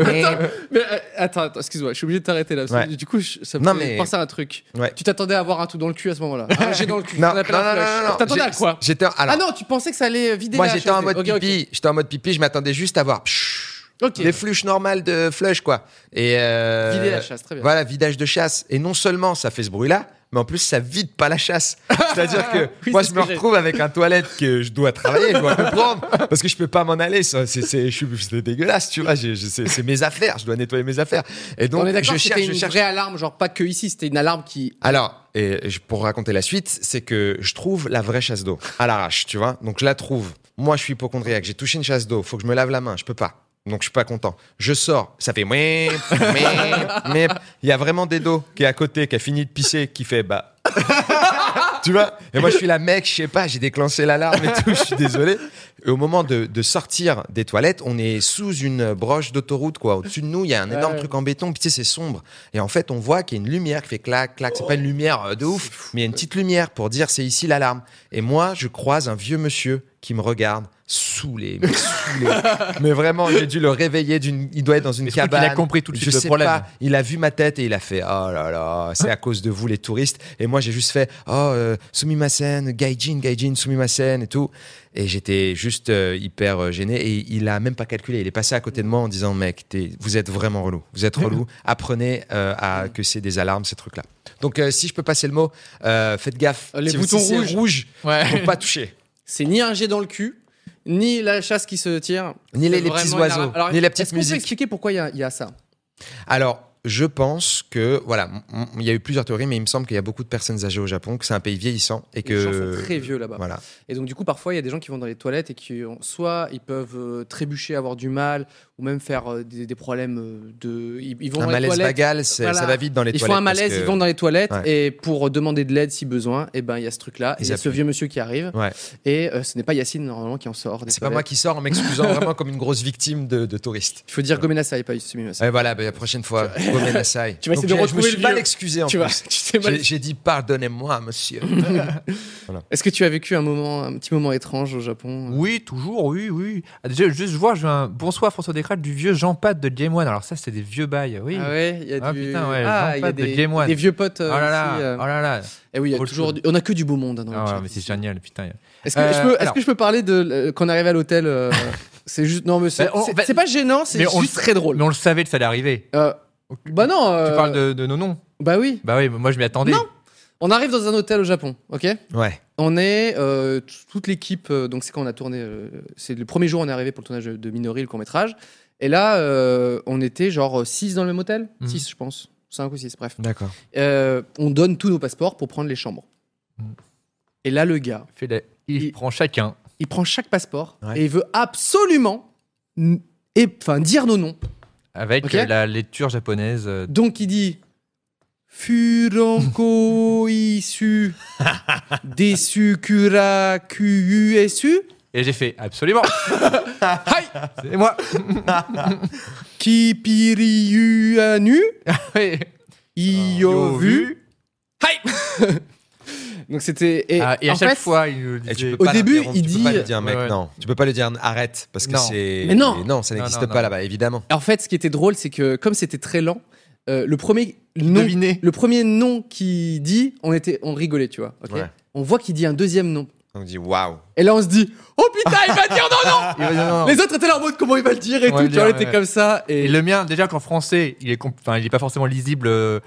mouin.
Mais euh, attends, attends, excuse-moi, je suis obligé de t'arrêter là. parce que
Ouais.
Du coup, je- ça me
Non,
fait
mais-
penser à un truc.
Ouais.
Tu t'attendais à avoir un tout dans le cul à ce moment-là. Ah, J'ai dans le cul.
Non,
on appelle
non,
un
non,
flush.
non, non,
T'attendais
j'ai-
à quoi
J'étais. en- Alors,
Ah non, tu pensais que ça allait vider
moi,
la
j'étais en
HEC.
mode
Ok, ok.
pipi. J'étais en mode pipi. Je m'attendais juste à voir. pshhh,
Ok.
Des fluches normales de flush, quoi. Et euh,
Vider la chasse, très bien.
Voilà, vidage de chasse. Et non seulement ça fait ce bruit-là, mais en plus ça vide pas la chasse. C'est-à-dire que
Oui,
moi
c'est
je
ce
me
que j'ai-
retrouve avec un toilette que je dois travailler, je dois comprendre, parce que je peux pas m'en aller. ça, C'est c'est- je suis- c'est dégueulasse, tu vois. j'ai- j'ai- C'est c'est mes affaires, je dois nettoyer mes affaires. Et donc
On est d'accord
je
que
cherche,
c'était
je
une
cherche.
vraie alarme, genre pas que ici, c'était une alarme qui.
Alors, et je- pour raconter la suite, c'est que je trouve la vraie chasse d'eau à l'arrache, tu vois. Donc je la trouve. Moi, je suis hypochondriaque. J'ai touché une chasse d'eau. Faut que je me lave la main. Je peux pas. Donc je suis pas content. Je sors. Ça fait mais mais il y a vraiment des dos qui est à côté, qui a fini de pisser, qui fait bah. tu vois Et moi, je suis la mec. Je sais pas. J'ai déclenché l'alarme et tout. Je suis désolé. Et au moment de, de sortir des toilettes, on est sous une broche d'autoroute quoi. Au-dessus de nous, il y a un énorme
Ouais.
truc en béton. Puis tu sais, c'est sombre. Et en fait, on voit qu'il y a une lumière qui fait clac, clac. C'est pas une lumière euh, de ouf, mais il y a une petite lumière pour dire c'est ici l'alarme. Et moi, je croise un vieux monsieur qui me regarde saoulé, mais saoulé. mais vraiment, j'ai dû le réveiller d'une. Il doit être dans une
Est-ce qu'il a
cabane.
compris tout de suite
je
le
sais
problème
pas. Il a vu ma tête et il a fait oh là là, c'est à cause de vous les touristes. Et moi, j'ai juste fait oh euh, sumimasen, gaijin, gaijin, sumimasen et tout. Et j'étais juste euh, hyper euh, gêné. Et il a même pas calculé. Il est passé à côté de moi en disant mec, t'es- vous êtes vraiment relou. Vous êtes relou. Apprenez euh, à que c'est des alarmes ces trucs là. Donc euh, si je peux passer le mot, euh, faites gaffe.
Les
Si-
boutons
si c'est
rouges.
rouge,
Ouais.
faut pas toucher.
C'est ni un jet dans le cul, ni la chasse qui se tire.
Ni les-
C'est
les petits
vraiment une
oiseaux,
alarme. Alors,
ni la
Est-ce
petite
qu'on peut
musique.
expliquer pourquoi il y a- il y, a ça
Alors, je pense que, voilà, m- m- il y a eu plusieurs théories, mais il me semble qu'il y a beaucoup de personnes âgées au Japon, que c'est un pays vieillissant et que.
Les gens sont très vieux là-bas.
Voilà.
Et donc, du coup, parfois, il y a des gens qui vont dans les toilettes et qui ont soit ils peuvent euh, trébucher, avoir du mal, ou même faire euh, des, des problèmes euh, de. Ils, ils vont
Un
dans les
malaise
toilettes.
vagal, c'est-
Voilà.
ça va vite dans les
Ils
toilettes.
font un
parce
malaise,
que-
ils vont dans les toilettes
Ouais.
et pour euh, demander de l'aide si besoin, et ben il y a ce truc-là. Et
Ils
Il y a ce
appuient.
vieux monsieur qui arrive
Ouais.
et euh, ce n'est pas Yacine normalement qui en sort. des
C'est pas moi
toilettes.
qui sors en m'excusant vraiment comme une grosse victime de, de touriste.
Il faut dire Gomenasai, pas Yusumi.
Ah
Et voilà, bah, la prochaine fois, Gomen Nasai.
Tu vas essayer
Donc,
de
j'ai- Je me
retrouver
suis
le
mal
vieux.
excusé en
Tu Euh, vois,
plus.
tu t'es mal-
J'ai- J'ai dit pardonnez-moi, monsieur.
Est-ce que tu as vécu un moment, un petit moment étrange au Japon
Oui, toujours, oui, oui. Ah, déjà, juste voir, je veux un bonsoir François Descrates du vieux Jean Pat de Game One. Alors ça, c'est des vieux bails, oui.
Ah ouais, il y a
Ah
du...
putain, ouais,
ah,
Jean
il y a
Pat de
des,
Game One.
des vieux potes.
Oh
euh,
là
aussi,
là,
euh.
oh là là.
Eh oui, il y a
Old
toujours
school.
du- on a que du beau monde hein, dans le
Ah ouais,
chat.
mais c'est génial, putain.
Est-ce que,
Euh,
je peux, est-ce
alors-
que je peux parler de euh, quand on arrive à l'hôtel euh, C'est juste non, mais c'est
Bah, on-
c'est-
bah,
c'est pas gênant, c'est
mais on
juste
le-
très drôle.
Mais on le savait que ça allait arriver.
Euh, bah non.
Tu
euh,
parles de, de nos noms
Bah oui.
Bah oui, mais moi je m'y attendais.
Non. On arrive dans un hôtel au Japon, ok
Ouais.
On est euh, t- toute l'équipe. euh, donc c'est quand on a tourné. euh, c'est le premier jour où on est arrivé pour le tournage de Minori, le court métrage. Et là, euh, on était genre 6 dans le même hôtel,
Mhm.
6 je pense, 5 ou 6, bref.
D'accord.
Euh, on donne tous nos passeports pour prendre les chambres.
Mm.
Et là, le gars,
Fais la- Il,
Il-
prend chacun.
il prend chaque passeport
Ouais.
et il veut absolument n- et, enfin, dire nos noms.
Avec
Ok.
euh, la lecture japonaise. euh,
Donc il dit Furanko isu desu kura kuuesu
Et j'ai fait absolument. Hi C'est moi
kipiriu anu
Oui. Ah,
iyovu. Donc c'était. Et,
Ah, et à
en
chaque
fait,
fois, il nous
Et tu
disait.
peux
Au
pas
début,
l'interrompre,
il
tu
dit-
peux pas lui dire, mec,
Ouais, ouais.
non. Tu peux pas lui dire arrête parce que
Non.
c'est.
Mais non.
Non, ça
Non,
n'existe
non,
pas
non.
là-bas, évidemment.
En fait, ce qui était drôle, c'est que comme c'était très lent, euh, le premier nom
Devinez.
Le premier nom qu'il dit, on, était, on rigolait, tu vois. ok
Ouais.
On voit qu'il dit un deuxième nom.
On dit waouh.
Et là, on se dit Oh putain, il va dire non, non
Il va dire, non, non.
Les autres étaient là en mode Comment il va le dire et
On va
tout.
le
Tu vois, on
dire,
était
ouais.
comme ça. Et,
Et le mien, déjà qu'en français, il est, compl- enfin, il est pas forcément lisible. euh,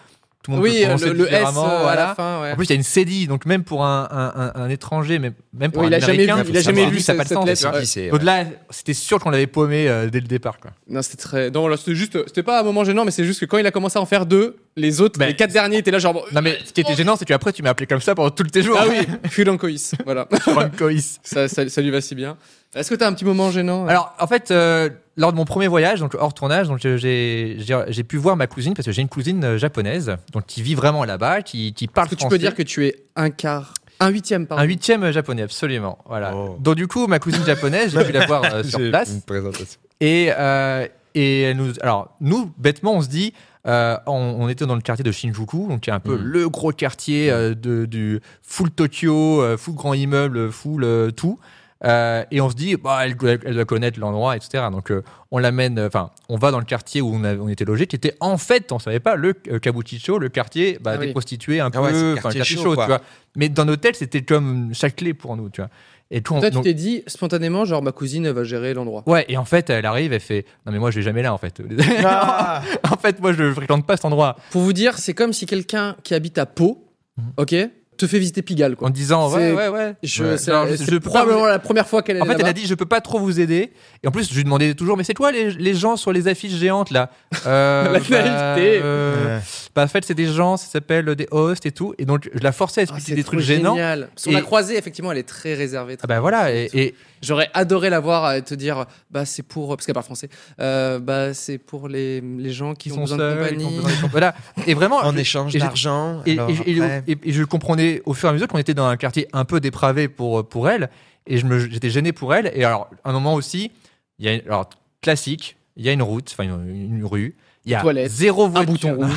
Tout le monde peut
oui, euh,
prononcer
le, le S euh,
différemment,
à
voilà.
la fin, ouais.
En plus, il y a une CDI, donc même pour un, un- un- un étranger, même, même pour
Oui,
un
il a jamais
américain,
vu-
faut
il a jamais
savoir
vu
que ça n'a pas
cette-
de
cette
sens.
lettre.
tu
Qui c'est
vois. Donc là, c'était sûr qu'on l'avait paumé euh, dès le départ. Quoi.
Non, c'était très. Non, là, c'était juste. C'était pas un moment gênant, mais c'est juste que quand il a commencé à en faire deux, les autres,
Mais-
les quatre derniers étaient là, genre.
Ben, Non, mais ce qui était gênant, c'est que après, tu m'as appelé comme ça pendant tous tes jours.
Ah oui, Fulankois. Voilà.
Francois.
ça, ça, ça lui va si bien. Est-ce que t'as un petit moment gênant
Alors, en fait, euh, lors de mon premier voyage, donc hors tournage, donc euh, j'ai j'ai- j'ai pu voir ma cousine parce que j'ai une cousine euh, japonaise, donc qui vit vraiment là-bas, qui, qui parle
Est-ce que tu
français.
peux dire que tu es un quart. Un huitième, pardon.
un huitième japonais, absolument. Voilà.
Oh.
Donc du coup, ma cousine japonaise, j'ai pu la voir euh, sur
J'ai
place.
Une présentation.
Et, euh, et elle nous, alors, nous, bêtement, on se dit, euh, on, on était dans le quartier de Shinjuku, donc qui est un peu
Mhm.
le gros quartier euh, de, du full Tokyo, euh, full grand immeuble, full euh, tout. Euh, et on se dit, bah, elle, doit- elle doit connaître l'endroit, etc. Donc euh, on l'amène, enfin, on va dans le quartier où on, a- on était logé, qui était en fait, on savait pas, le euh, Kabukicho, le quartier bah,
Ah
des
oui.
prostituées, un
Ah ouais, c'est
peu,
le
enfin,
quartier
quartier
chaud,
chaud,
quoi.
tu vois. Mais dans notre tête, c'était comme Châtelet pour nous, tu vois. Et tout en-
Toi, tu
donc-
t'es dit spontanément, genre ma cousine elle va gérer l'endroit.
Ouais, et en fait, elle arrive, elle fait Non, mais moi, je vais jamais là, en fait.
Ah
en fait, moi, je fréquente pas cet endroit.
Pour vous dire, c'est comme si quelqu'un qui habite à Pau,
Mhm.
ok, te fait visiter Pigalle, quoi.
En disant Ouais,
C'est-
ouais, ouais.
Je,
Ouais.
c'est
Alors, je-
c'est
je peux pas
probablement la première fois qu'elle est
En fait, elle
là-bas.
a dit Je peux pas trop vous aider. Et en plus, je lui demandais toujours Mais c'est toi les, les gens sur les affiches géantes, là Euh,
La
bah,
naïveté.
euh,
Ouais.
bah, en fait, c'est des gens, ça s'appelle des hosts et tout. Et donc, je la forçais
Ah,
à expliquer
c'est
des
trop
trucs gênants.
génial. Parce qu'on l'a
Et-
croisée, effectivement, elle est très réservée.
Ah
très-
bah voilà, et, et-
J'aurais adoré la voir euh, te dire, bah c'est pour, parce qu'elle parle français, euh, bah c'est pour les, les gens qui,
qui
ont besoin
sont
de
seuls, qui ont
compagnie.
besoin de comp- voilà. Et vraiment,
En
je-
échange
et je-
d'argent.
et,
alors
et- et-
après-
et- et je le comprenais au fur et à mesure qu'on était dans un quartier un peu dépravé pour, euh, pour elle, et je me- j'étais gêné pour elle. Et alors, un moment aussi, il y a une- alors, classique, il y a une route, enfin une, une rue, il y a
Toilette,
zéro voiture,
bouton
non.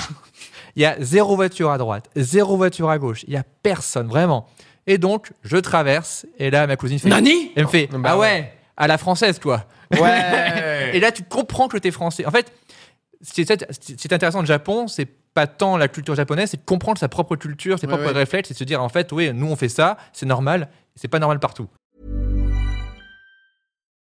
il y a zéro voiture à droite, zéro voiture à gauche, il y a personne vraiment. Et donc, je traverse, et là, ma cousine fait,
Nani
elle me fait,
Bah
ah
ouais.
ouais, à la française, toi.
Ouais
Et là, tu comprends que t'es français. En fait, c'est c'est intéressant le Japon, c'est pas tant la culture japonaise, c'est de comprendre sa propre culture, ses
Ouais,
propres
ouais.
réflexes et de se dire en fait, oui, nous on fait ça, c'est normal, c'est pas normal partout.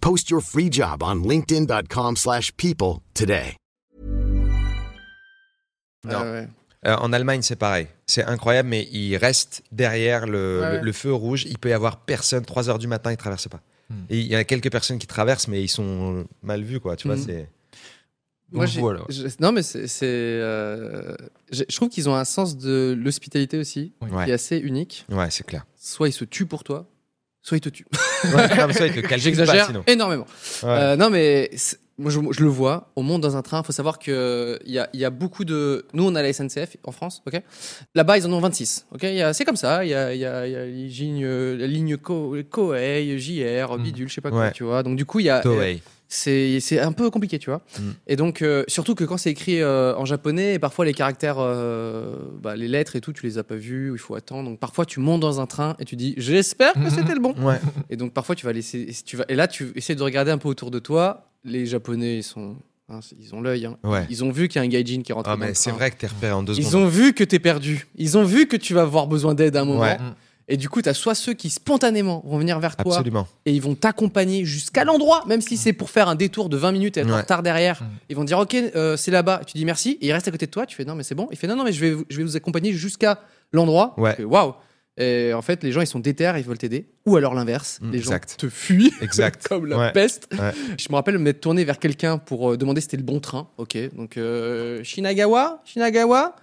Post your free job on linkedin.com/people slash people today.
Non.
Ah ouais.
Euh, en Allemagne, c'est pareil. C'est incroyable, mais ils restent derrière le,
Ouais.
le- le feu rouge. Il peut y avoir personne. 3 heures du matin, ils traversent pas.
Hmm.
Et Il y a quelques personnes qui traversent, mais ils sont mal vus, quoi. Tu vois,
Mhm.
c'est.
Moi,
Donc,
j'ai-
voilà.
j'ai- non mais c'est, c'est, euh, j'ai- je trouve qu'ils ont un sens de l'hospitalité aussi
Oui.
qui est
Ouais,
assez unique.
ouais c'est clair.
Soit ils se tuent pour toi, soit ils te tuent.
Bah,
Ouais, non, mais ça, ils te calculent pas,
J'exagère
sinon.
énormément.
Ouais.
Euh, non, mais c'est- moi, je, je le vois. On monte dans un train. Il faut savoir qu'il y a, il y a beaucoup de. Nous, on a la SNCF en France. ok Là-bas, ils en ont 26. ok Il y a- C'est comme ça. Il y a, il y a- il y a les lignes, la ligne Co- Coei, JR,
Mm.
Bidule, je sais pas quoi.
Ouais.
Tu vois. Donc, du coup, il y a. euh,
Toei.
C'est c'est un peu compliqué, tu vois.
Mm.
Et donc, euh, surtout que quand c'est écrit euh, en japonais, et parfois les caractères, euh, bah, les lettres et tout, tu les as pas vus, ou il faut attendre. Donc, parfois, tu montes dans un train et tu dis J'espère
Mm-hmm.
que c'était le bon.
Ouais.
Et donc parfois tu vas laisser, et si tu vas, et là tu essaies de regarder un peu autour de toi. Les Japonais ils sont, hein, ils ont l'œil. hein.
Ouais.
Ils ont vu qu'il y a un gaijin qui est rentré.
Ah,
dans le
mais c'est
train.
vrai que t'es repéré en deux
Ils
secondes.
ont vu que t'es perdu. Ils ont vu que tu vas avoir besoin d'aide à un moment.
Ouais.
Et du coup, t'as soit ceux qui spontanément vont venir vers toi
Absolument.
et ils vont t'accompagner jusqu'à l'endroit, même si c'est pour faire un détour de 20 minutes et être en
Ouais.
retard derrière.
Mm.
Ils vont dire ok, euh, c'est là-bas. Tu dis merci. Et il reste à côté de toi. Tu fais non mais c'est bon. Il fait non non mais je vais, vous- je vais vous accompagner jusqu'à l'endroit.
Ouais.
Tu fais, Waouh. Et en fait, les gens ils sont déterres, ils veulent t'aider. Ou alors l'inverse,
Mm,
les
exact.
gens te fuient.
Exact.
comme la
Ouais.
peste.
Ouais.
Je me rappelle m'être tourné vers quelqu'un pour euh, demander si c'était le bon train. Ok, donc euh, Shinagawa, Shinagawa.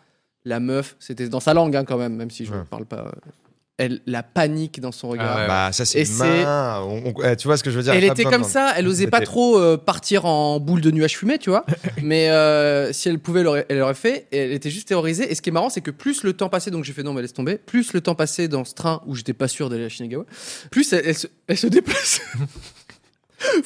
La meuf, c'était dans sa langue hein, quand même, même si je ne
Ouais.
parle pas. euh, elle, la panique dans son regard.
Ah ouais.
Bah, ça, c'est
Et c'est-
humain. On- on- eh, Tu vois ce que je veux dire
Elle
Pas
était
besoin
comme
de-
ça, elle osait pas
C'était-
trop euh, partir en boule de nuages fumés, tu vois. mais euh, si elle pouvait, elle aurait, elle aurait fait. Et elle était juste terrorisée. Et ce qui est marrant, c'est que plus le temps passait, donc j'ai fait non, mais laisse tomber. Plus le temps passait dans ce train où j'étais pas sûr d'aller à Shinagawa, plus elle, elle se, elle se déplaçait.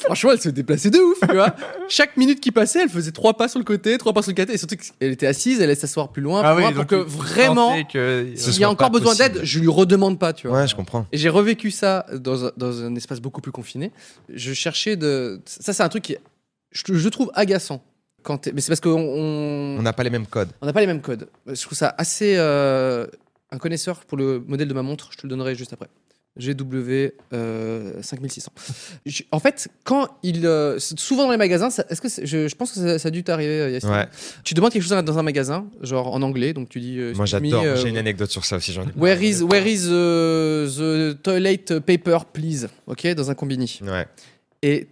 Franchement, elle se déplaçait de ouf, tu vois. Chaque minute qui passait, elle faisait trois pas sur le côté, trois pas sur le côté. Et surtout, elle était assise, elle allait s'asseoir plus
Ah
loin, plus loin, pour que vraiment,
Ce
s'il y a
soit
encore
pas
besoin
possible.
d'aide, je lui redemande pas, tu vois.
Ouais, je comprends.
Et J'ai revécu ça dans un, dans un espace beaucoup plus confiné. Je cherchais de. Ça, c'est un truc qui. Je, je trouve agaçant. Quand t'es- Mais c'est parce qu'on on-
On n'a pas les mêmes codes.
on n'a pas les mêmes codes. Je trouve ça assez. euh, un connaisseur pour le modèle de ma montre, je te le donnerai juste après. GW euh, 5600. Je- en fait, quand il. euh, c'est souvent dans les magasins, ça- est-ce que c'est- je, je pense que ça, ça a dû t'arriver, euh, Yacine.
Ouais.
Tu demandes quelque chose dans un magasin, genre en anglais, donc tu dis. euh,
Moi,
excuse me,
j'adore.
euh,
J'ai une anecdote sur ça aussi, j'en ai.
Where is, where is euh, the, toilet paper, please? Ok, dans un combini.
Ouais.
Et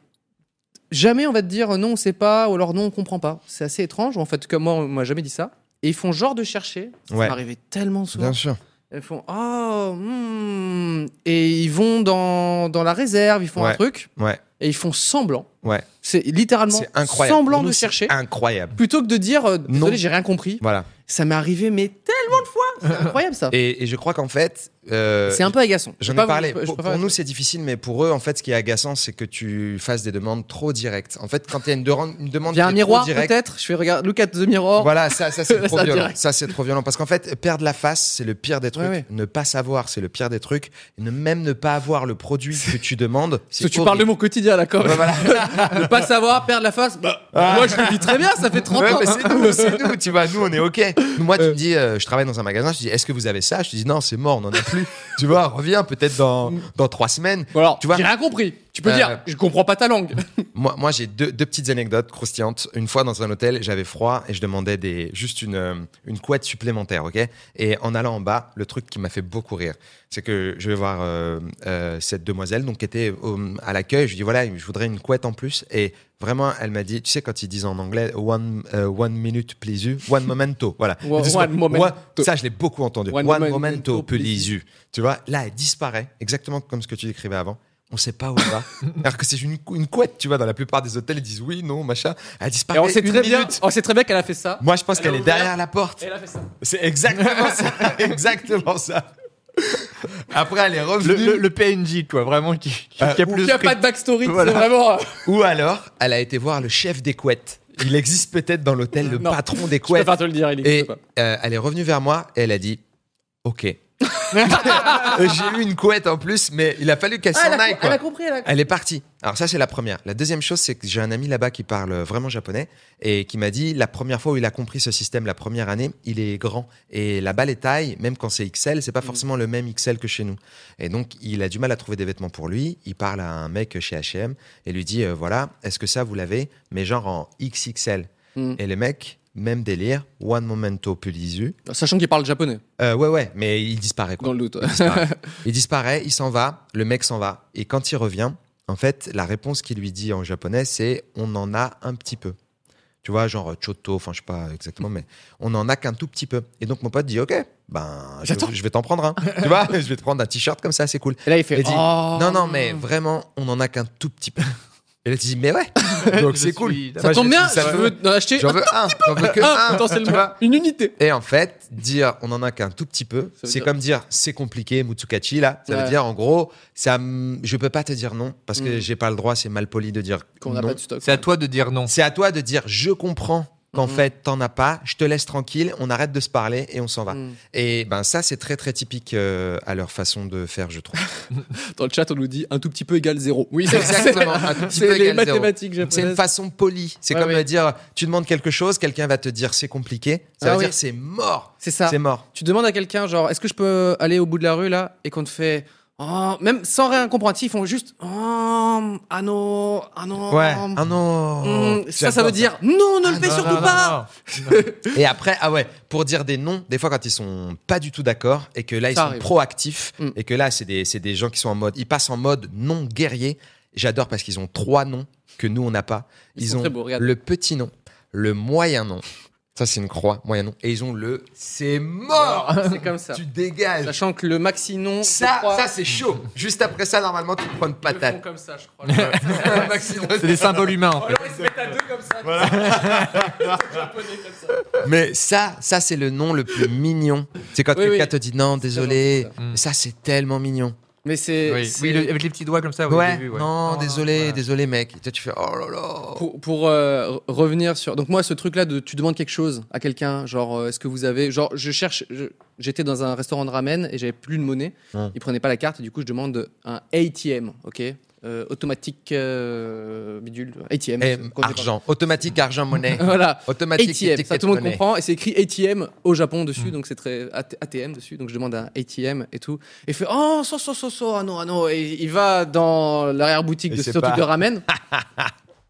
jamais on va te dire euh, non, on sait pas, ou alors non, on comprend pas. C'est assez étrange. En fait, comme moi, on m'a jamais dit ça. Et ils font genre de chercher. Ça
Ouais.
m'arrivait tellement souvent.
Bien sûr.
Ils font oh, hmm. et ils vont dans, dans la réserve, ils font un
Ouais.
truc,
Ouais.
et ils font semblant.
Ouais.
C'est littéralement
C'est incroyable.
semblant
Pour nous,
de
c'est
chercher.
Incroyable.
Plutôt que de dire euh,
Non.
désolé, j'ai rien compris.
Voilà.
Ça m'est arrivé, mais tellement de fois. C'est incroyable ça.
Et, et je crois qu'en fait, euh,
C'est un peu agaçant. Je
J'en ai
préfère-
parlé.
je préfère-
Pour,
je
pour
préfère-
nous, c'est difficile, mais pour eux, en fait, ce qui est agaçant, c'est que tu fasses des demandes trop directes. En fait, quand il y a une, deran- une demande
Il y a
qui
un
est
miroir
trop directe,
peut-être. Je fais regarde look at the mirror.
voilà, ça, ça c'est
Ça,
trop violent.
direct.
Ça, c'est trop violent. Parce qu'en fait, perdre la face, c'est le pire des trucs.
Ouais, ouais.
Ne pas savoir, c'est le pire des trucs. Et ne, même ne pas avoir le produit que tu demandes,
Parce que
c'est
tu parles de mon quotidien là quand même.
Ouais, voilà. Ah.
ne pas savoir, perdre la face. Bah, Moi je le vis très bien, ça fait 30
Ouais,
ans. Hein.
mais c'est nous, c'est nous, tu vois, nous on est ok. Moi, tu me dis, euh, je travaille dans un magasin, je te dis, est-ce que vous avez ça Je te dis, non, c'est mort, on n'en a plus. tu vois, reviens peut-être dans, dans trois semaines.
Bon, alors,
tu vois,
j'ai rien compris. Tu peux
Euh,
dire, je comprends pas ta langue.
Moi, moi j'ai deux, deux petites anecdotes croustillantes. Une fois dans un hôtel, j'avais froid et je demandais des, juste une, euh, une couette supplémentaire, ok Et en allant en bas, le truc qui m'a fait beaucoup rire, c'est que je vais voir euh, euh, cette demoiselle donc, qui était au- à l'accueil. Je lui dis, voilà, je voudrais une couette en plus. Et vraiment, elle m'a dit, tu sais, quand ils disent en anglais, one, euh, one minute, please you, one momento, voilà.
One-
Ils disent,
one momento.
ça, je l'ai beaucoup entendu.
One
One,
momento,
momento,
please
please you. Tu vois, là, elle disparaît, exactement comme ce que tu décrivais avant. On sait pas où elle va. Alors que c'est une, cou- une couette, tu vois. Dans la plupart des hôtels, ils disent oui, non, machin. Elle
Et
disparaît.
on sait
une
très bien,
minute.
on sait très bien qu'elle a fait ça.
Moi, je pense
Elle
qu'elle
a
est
ouvert.
derrière la porte.
Elle a fait ça.
C'est exactement ça. exactement ça. Après, elle est
Le,
revenue.
le, le PNJ, quoi, vraiment, qui, qui,
Euh,
qui a
Il
plus
n'y a pas de backstory,
Voilà.
c'est vraiment. euh,
Ou alors, elle a été voir le chef des couettes. Il existe peut-être dans l'hôtel le
Non.
patron des
Je
couettes.
préfère te le dire, il
Et
existe pas.
euh, elle est revenue vers moi et elle a dit OK. J'ai eu une couette en plus, mais il a fallu qu'elle s'en aille. quoi.
compris, Ah, elle a
Elle est partie. Alors ça, c'est la première. La deuxième chose, c'est que j'ai un ami là-bas qui parle vraiment japonais et qui m'a dit la première fois où il a compris ce système, la première année, il est grand et là-bas les tailles, même quand c'est XL, c'est pas forcément le même XL que chez nous. Et donc il a du mal à trouver des vêtements pour lui. Il parle à un mec chez H&M et lui dit euh, voilà, est-ce que ça vous l'avez, mais genre en XXL.
Mm.
Et le mec, même délire, one momento please you.
Sachant qu'il parle japonais,
Euh, ouais ouais, mais il disparaît quoi.
dans le doute. ouais.
Il disparaît, il s'en va, le mec s'en va. Et quand il revient, en fait, la réponse qu'il lui dit en japonais, c'est on en a un petit peu. Tu vois, genre choto, enfin, je sais pas exactement, mais on en a qu'un tout petit peu. Et donc, mon pote dit ok, ben, je,
J'attends.
je vais t'en prendre un. tu vois, je vais te prendre un t-shirt comme ça, c'est cool.
Et là, il fait.
Il dit
oh.
non, non, mais vraiment, on en a qu'un tout petit peu. Et là, tu dis mais ouais, donc
Je
c'est cool.
suis-
Ça
Moi,
tombe
je-
bien,
ça
je
me-
veux en acheter
J'en veux un, j'en veux que
un,
un. tu vois.
potentiellement. Une unité.
Et en fait, dire on en a qu'un tout petit peu,
veut
c'est
dire-
comme dire c'est compliqué, Mutsukachi là. Ça
Ouais.
veut dire en gros, ça, m- je peux pas te dire non parce que
Mm.
j'ai pas le droit, c'est mal poli de dire
Qu'on n'a
non.
pas de stock.
C'est à toi de dire non.
C'est à toi de dire je comprends qu'en
Mm.
fait t'en as pas, je te laisse tranquille, on arrête de se parler et on s'en va.
Mm.
Et ben ça c'est très très typique euh, à leur façon de faire, je trouve.
Dans le chat, on nous dit un tout petit peu égale zéro. Oui, c'est-
Exactement, un tout petit
C'est
peu
les
égal zéro.
mathématiques
C'est une
japonaises.
façon polie. C'est
Ouais,
comme
ouais.
dire tu demandes quelque chose, quelqu'un va te dire c'est compliqué, ça
Ah
veut
oui.
dire c'est mort,
C'est ça.
c'est mort.
Tu demandes à quelqu'un, genre, est-ce que je peux aller au bout de la rue là Et qu'on te fait. Oh, même sans rien comprendre, ils font juste. Oh, ah non, ah non.
Ouais. Ah non.
Mm, ça, ça veut
J'adore
dire non, ne le fais
Ah Non,
surtout
non, non,
pas.
Et après, ah ouais, pour dire des noms, des fois quand ils sont pas du tout d'accord et que là ils
Ça
sont
arrive.
proactifs
Mm.
et que là c'est des, c'est des gens qui sont en mode, ils passent en mode non guerrier. J'adore parce qu'ils ont trois noms que nous on n'a pas.
Ils
Ils,
sont
ont
très beaux, regarde.
le petit nom, le moyen nom, ça c'est une croix, moyen nom, et ils ont le c'est mort,
C'est comme ça.
tu dégages.
Sachant que le maxinon.
Ça, ça c'est chaud. Juste après ça, normalement tu te prends une patate.
comme ça, je crois.
Maximum.
non. C'est des symboles humains, en fait.
ils se mettent à deux comme ça.
Mais ça, ça c'est le nom le plus mignon. C'est quand
Oui,
quelqu'un
oui.
te dit non, désolé.
gentil,
ça.
Mais ça c'est tellement mignon.
Mais c'est.
Oui,
c'est-
oui, le- avec les petits doigts comme ça. oui,
Ouais,
j'ai vu, ouais.
Oh
non, désolé,
ouais.
désolé, mec. Oh. Et toi, tu fais oh là là.
Pour, pour, euh, re- revenir sur. Donc, moi, ce truc-là de tu demandes quelque chose à quelqu'un, genre, euh, est-ce que vous avez. Genre, je cherche. je- J'étais dans un restaurant de ramen et j'avais plus de monnaie.
Hmm.
Ils prenaient pas la carte et du coup, je demande un ATM, ok Euh, Automatique euh, bidule. ATM.
Eh,
Quand j'ai pas-
argent, automatique, argent, monnaie.
Voilà.
automatique,
ATM, ça
étiquette,
tout le monde
monnaie.
comprend. Et c'est écrit ATM au Japon dessus, donc c'est très AT- ATM dessus. Donc je demande un ATM et tout. Et il fait Oh, so, so, so, so, ah non, ah non. Et il va dans l'arrière-boutique
Et
de ce
c'est
truc
pas-
de ramen.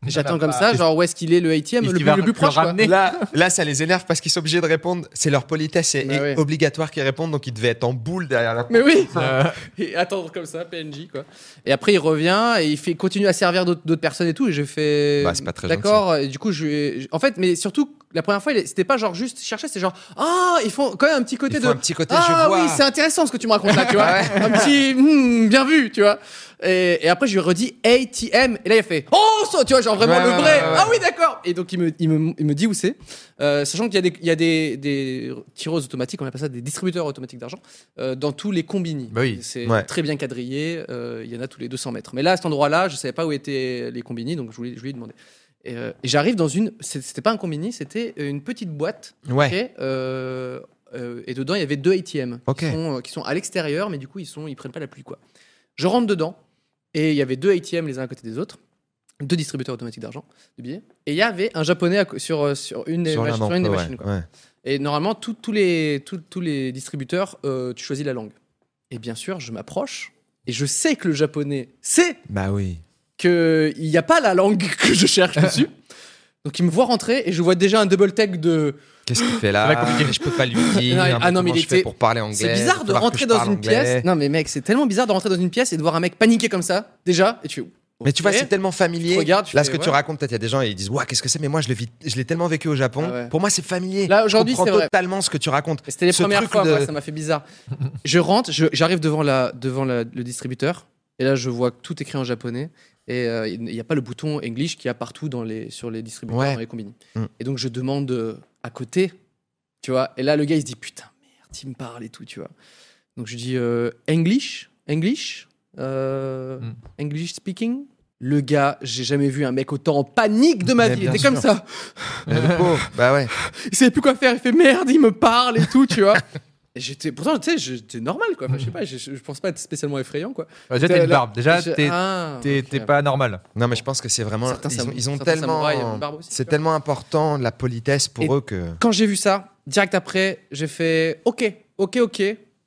J'attends comme ça, genre où est-ce qu'il est le ATM
Est-ce
le
qu'il
plus,
va
le plus
le
proche quoi.
ramener
Là, là, ça les énerve parce qu'ils sont obligés de répondre. C'est leur politesse, c'est
Bah
é-
ouais.
obligatoire qu'ils répondent, donc ils devaient être en boule derrière leur.
Mais oui Et attendre comme ça, PNJ quoi. Et après il revient et il fait continue à servir d'autres d'autres personnes et tout. Et j'ai fait.
Bah, c'est pas très
D'accord. Et du coup je. lui ai- En fait, mais surtout La première fois, il est- c'était pas genre juste chercher, c'est genre ah ils font quand même un petit côté
Ils
de
font un petit côté, je
ah
vois.
oui c'est intéressant ce que tu me racontes là, tu vois, un petit hmm, bien vu, tu vois. Et, et après je lui redis ATM et là il a fait oh ça, tu vois genre vraiment
Ouais,
le
ouais,
vrai
ouais, ouais, ouais.
ah oui d'accord et donc il me il me, il me dit où c'est Euh, sachant qu'il y a des il y a des, des tireuses automatiques on appelle ça des distributeurs automatiques d'argent euh, dans tous les combini
Bah oui.
c'est
Ouais.
très bien quadrillé euh, il y en a tous les 200 mètres mais là à cet endroit là je savais pas où étaient les combini donc je voulais je lui ai demandé et, euh, et j'arrive dans une. c'est- C'était pas un combini, c'était une petite boîte.
Ouais.
ok, euh, euh, et dedans, il y avait deux ATM
Ok.
qui, sont, euh, qui sont à l'extérieur, mais du coup, ils sont, ils prennent pas la pluie. quoi. Je rentre dedans et il y avait deux ATM les uns à côté des autres, deux distributeurs automatiques d'argent, de billets. Et il y avait un japonais à co- sur, euh, sur une des,
Sur
machi-
l'un
sur une des
d'entre eux,
machines.
ouais,
quoi.
ouais.
Et normalement, tous- tous les, tous- tous les distributeurs, euh, tu choisis la langue. Et bien sûr, je m'approche et je sais que le japonais sait
Bah oui.
qu'il n'y a pas la langue que je cherche dessus. Donc il me voit rentrer et je vois déjà un double tech de.
Qu'est-ce qu'il fait
Ça va
là
compliquer.
Je peux pas lui dire.
Non, ah non, mais
comment
il
je fais
était-
pour parler anglais.
C'est
Il va
bizarre de
falloir que
rentrer
je
dans
parle
une
anglais.
pièce. Non mais mec, c'est tellement bizarre de rentrer dans une pièce et de voir un mec paniquer comme ça déjà. Et tu. fais,
Mais tu vois,
ok.
c'est tellement familier.
Tu regardes, tu
là,
fais,
ce que tu
ouais.
racontes, peut-être il y a des gens ils disent, waouh, qu'est-ce que c'est Mais moi, je le vis, je l'ai tellement vécu au Japon.
Ah ouais.
Pour moi, c'est familier.
Là, aujourd'hui,
je comprends
c'est vrai.
totalement ce que tu racontes.
C'était les
Ce
premières
truc
fois,
de-
moi, ça m'a fait bizarre. je rentre, je- j'arrive devant, la, devant la- le distributeur, et là, je vois que tout est écrit en japonais, et euh, il n'y a pas le bouton English qu'il y a partout dans les, sur les distributeurs,
Ouais.
dans les combines.
Mm.
Et donc, je demande euh, à côté, tu vois, et là, le gars, il se dit, putain, merde, il me parle et tout, tu vois. Donc, je dis, euh, English English Euh,
Mm.
English speaking le gars, j'ai jamais vu un mec autant en panique de ma
Mais
vie. Il
bien
était comme
sûr.
ça
Mais le pauvre, bah ouais.
il savait plus quoi faire, il fait merde, il me parle et tout, tu vois. Et j'étais, pourtant, tu sais, j'étais normal, quoi. Enfin, je sais pas, je, je pense pas être spécialement effrayant, quoi.
Déjà,
T'es
t'as une
là-
barbe. Déjà,
Je-
t'es
Ah,
t'es-
ok.
t'es pas normal.
Non, mais je pense que c'est vraiment.
Certains
Ils ont,
samou-
ils ont
certains
tellement.
samouraïs ont une euh, barbe aussi, tu
C'est
vois.
tellement important la politesse pour
Et-
eux que.
Quand j'ai vu ça, direct après, j'ai fait ok, ok, ok,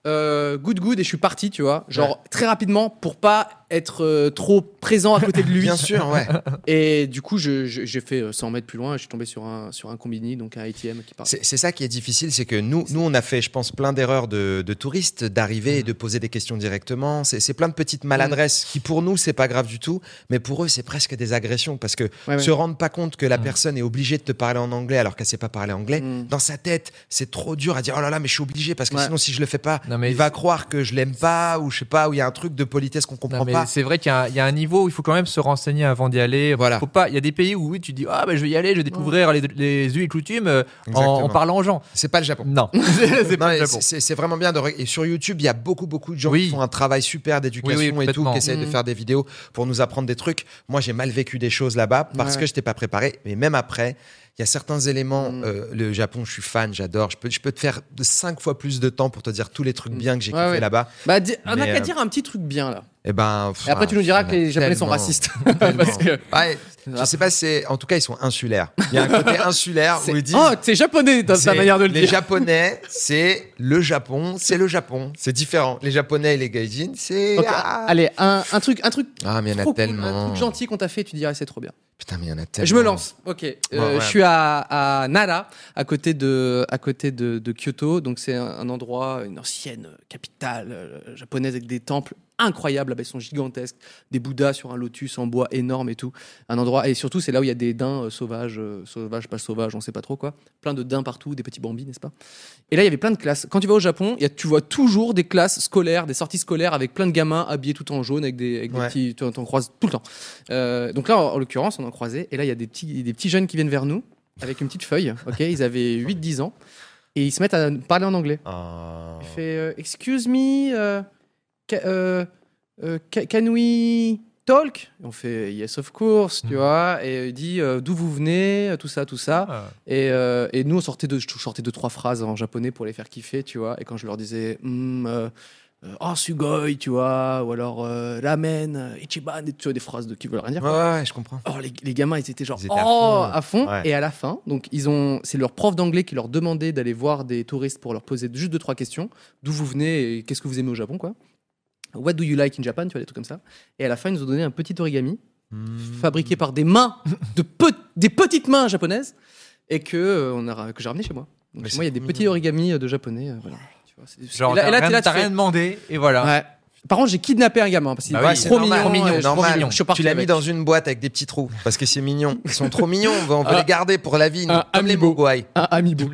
euh, good, good, et je suis parti, tu vois. Genre, très rapidement, pour pas être euh, trop présent à côté de lui.
Bien sûr, ouais.
Et du coup, je- je- j'ai fait euh, 100 mètres plus loin, et je suis tombé sur un, sur un combini, donc un ATM qui parle.
Ah. C'est c'est ça qui est difficile, c'est que nous, nous, on a fait, je pense, plein d'erreurs de, de touristes, d'arriver et de poser des questions directement. C'est c'est plein de petites maladresses qui, pour nous, c'est pas grave du tout, mais pour eux, c'est presque des agressions parce que
Ouais, ouais.
se rendre pas compte que la personne est obligée de te parler en anglais alors qu'elle sait pas parler anglais.
Mm.
Dans sa tête, c'est trop dur à dire. Oh là là, mais je suis obligé parce que
Ouais.
sinon, si je le fais pas,
Non, mais
il va croire que je l'aime pas ou je sais pas, ou il y a un truc de politesse qu'on
Non,
comprend
mais
pas.
c'est vrai qu'il y, a un- il y a un niveau où il faut quand même se renseigner avant d'y aller.
Voilà.
Faut pas. Il y a des pays où oui, tu dis ah ben je vais y aller, je vais découvrir les, les us et coutumes euh, en,
Exactement.
en parlant aux gens.
C'est pas le Japon.
Non, c'est
Non,
pas le
mais
Japon.
c'est- C'est vraiment bien. De... re- Et sur YouTube, il y a beaucoup, beaucoup de gens
Oui.
qui font un travail super d'éducation
Oui, oui,
et tout,
complètement.
qui essayent
Mm.
de faire des vidéos pour nous apprendre des trucs. Moi, j'ai mal vécu des choses là-bas parce
Ouais.
que je n'étais pas préparé. Mais même après, il y a certains éléments.
Mm.
euh, le Japon, je suis fan, j'adore. Je peux, je peux te faire de cinq fois plus de temps pour te dire tous les trucs bien que j'ai
Mm. Ouais,
kiffé
ouais.
là-bas.
Bah, di- on a
Mais,
qu'à
euh,
dire un petit truc bien, là.
Et ben. pff,
Et après,
ah,
tu nous diras
il y
que
en a
les Japonais sont
tellement.
racistes. Parce que.
Ouais, je sais pas, c'est. En tout cas, ils sont insulaires. Il y a un côté insulaire où ils disent.
Oh, c'est japonais dans sa
Ah, C'est-
manière de le
les
dire.
Japonais, c'est le Japon, c'est le Japon. C'est différent. Les Japonais et les Gaijin, c'est.
Ok,
Ah,
Allez, un, un truc, un truc,
Ah, mais il y en
trop
a
cool, un
tellement.
truc gentil qu'on t'a fait, tu dirais c'est trop bien.
Putain, mais il y en a tellement.
Je me lance. Ok, Euh,
Ouais, ouais.
je suis à, à Nara, à côté de, à côté de, de Kyoto. Donc c'est un, un endroit, une ancienne capitale euh, japonaise avec des temples incroyables, ils sont gigantesques, des bouddhas sur un lotus en bois énorme et tout. Un endroit et surtout c'est là où il y a des daims euh, sauvages, euh, sauvages pas sauvages, on sait pas trop quoi. Plein de daims partout, des petits bambis, n'est-ce pas Et là il y avait plein de classes. Quand tu vas au Japon, il y a, tu vois toujours des classes scolaires, des sorties scolaires avec plein de gamins habillés tout en jaune avec des, avec des
Ouais.
petits, tu en t'en croises tout le temps. Euh, donc là, en, en l'occurrence, on en croisait. Et là, il y a des petits, des petits jeunes qui viennent vers nous avec une petite feuille. Ok, ils avaient 8-10 ans et ils se mettent à nous parler en anglais.
Oh.
Il fait euh, Excuse me, euh, ca- euh, euh, ca- can we talk Et On fait Yes, of course, tu vois. Et il dit euh, D'où vous venez Tout ça, tout ça.
Ah.
Et, euh, et nous, on sortait deux, je sortais deux, trois phrases en japonais pour les faire kiffer, tu vois. Et quand je leur disais, Hmm, euh, euh, oh, sugoi, tu vois, ou alors euh, ramen, euh, ichiban, tu vois, des phrases de, qui veulent rien dire.
Ouais, ouais, ouais, je comprends.
Oh, les, les gamins, ils étaient genre
Ils étaient à
oh,
fond.
à fond.
Ouais.
Et à la fin, donc ils ont, c'est leur prof d'anglais qui leur demandait d'aller voir des touristes pour leur poser juste deux trois questions. D'où vous venez et qu'est-ce que vous aimez au Japon, quoi. What do you like in Japan, tu vois des trucs comme ça. Et à la fin, ils nous ont donné un petit origami
Hmm.
fabriqué par des mains de pe- des petites mains japonaises et que euh, on a ra- que j'ai ramené chez moi. Donc
Mais
chez
c'est
moi, il y a
trop
des
mignon.
petits origamis euh, de japonais. euh, voilà. Tu vois, c'est-
Genre
et là, et là,
t'as
t'es
rien,
là,
t'as
tu fais-
rien demandé et voilà.
Ouais. Par contre, j'ai kidnappé un gamin parce qu'il
Bah
était
oui, c'est
trop
normal,
mignon.
trop mignon,
euh, je-
normal.
Je suis parti
tu l'as mis
avec.
dans une boîte avec des petits trous parce que c'est mignon. Ils sont trop mignons. On va, on va
Ah.
les garder pour la vie,
Ah,
comme les
Amiibo.
Mogwai.
un amiibo.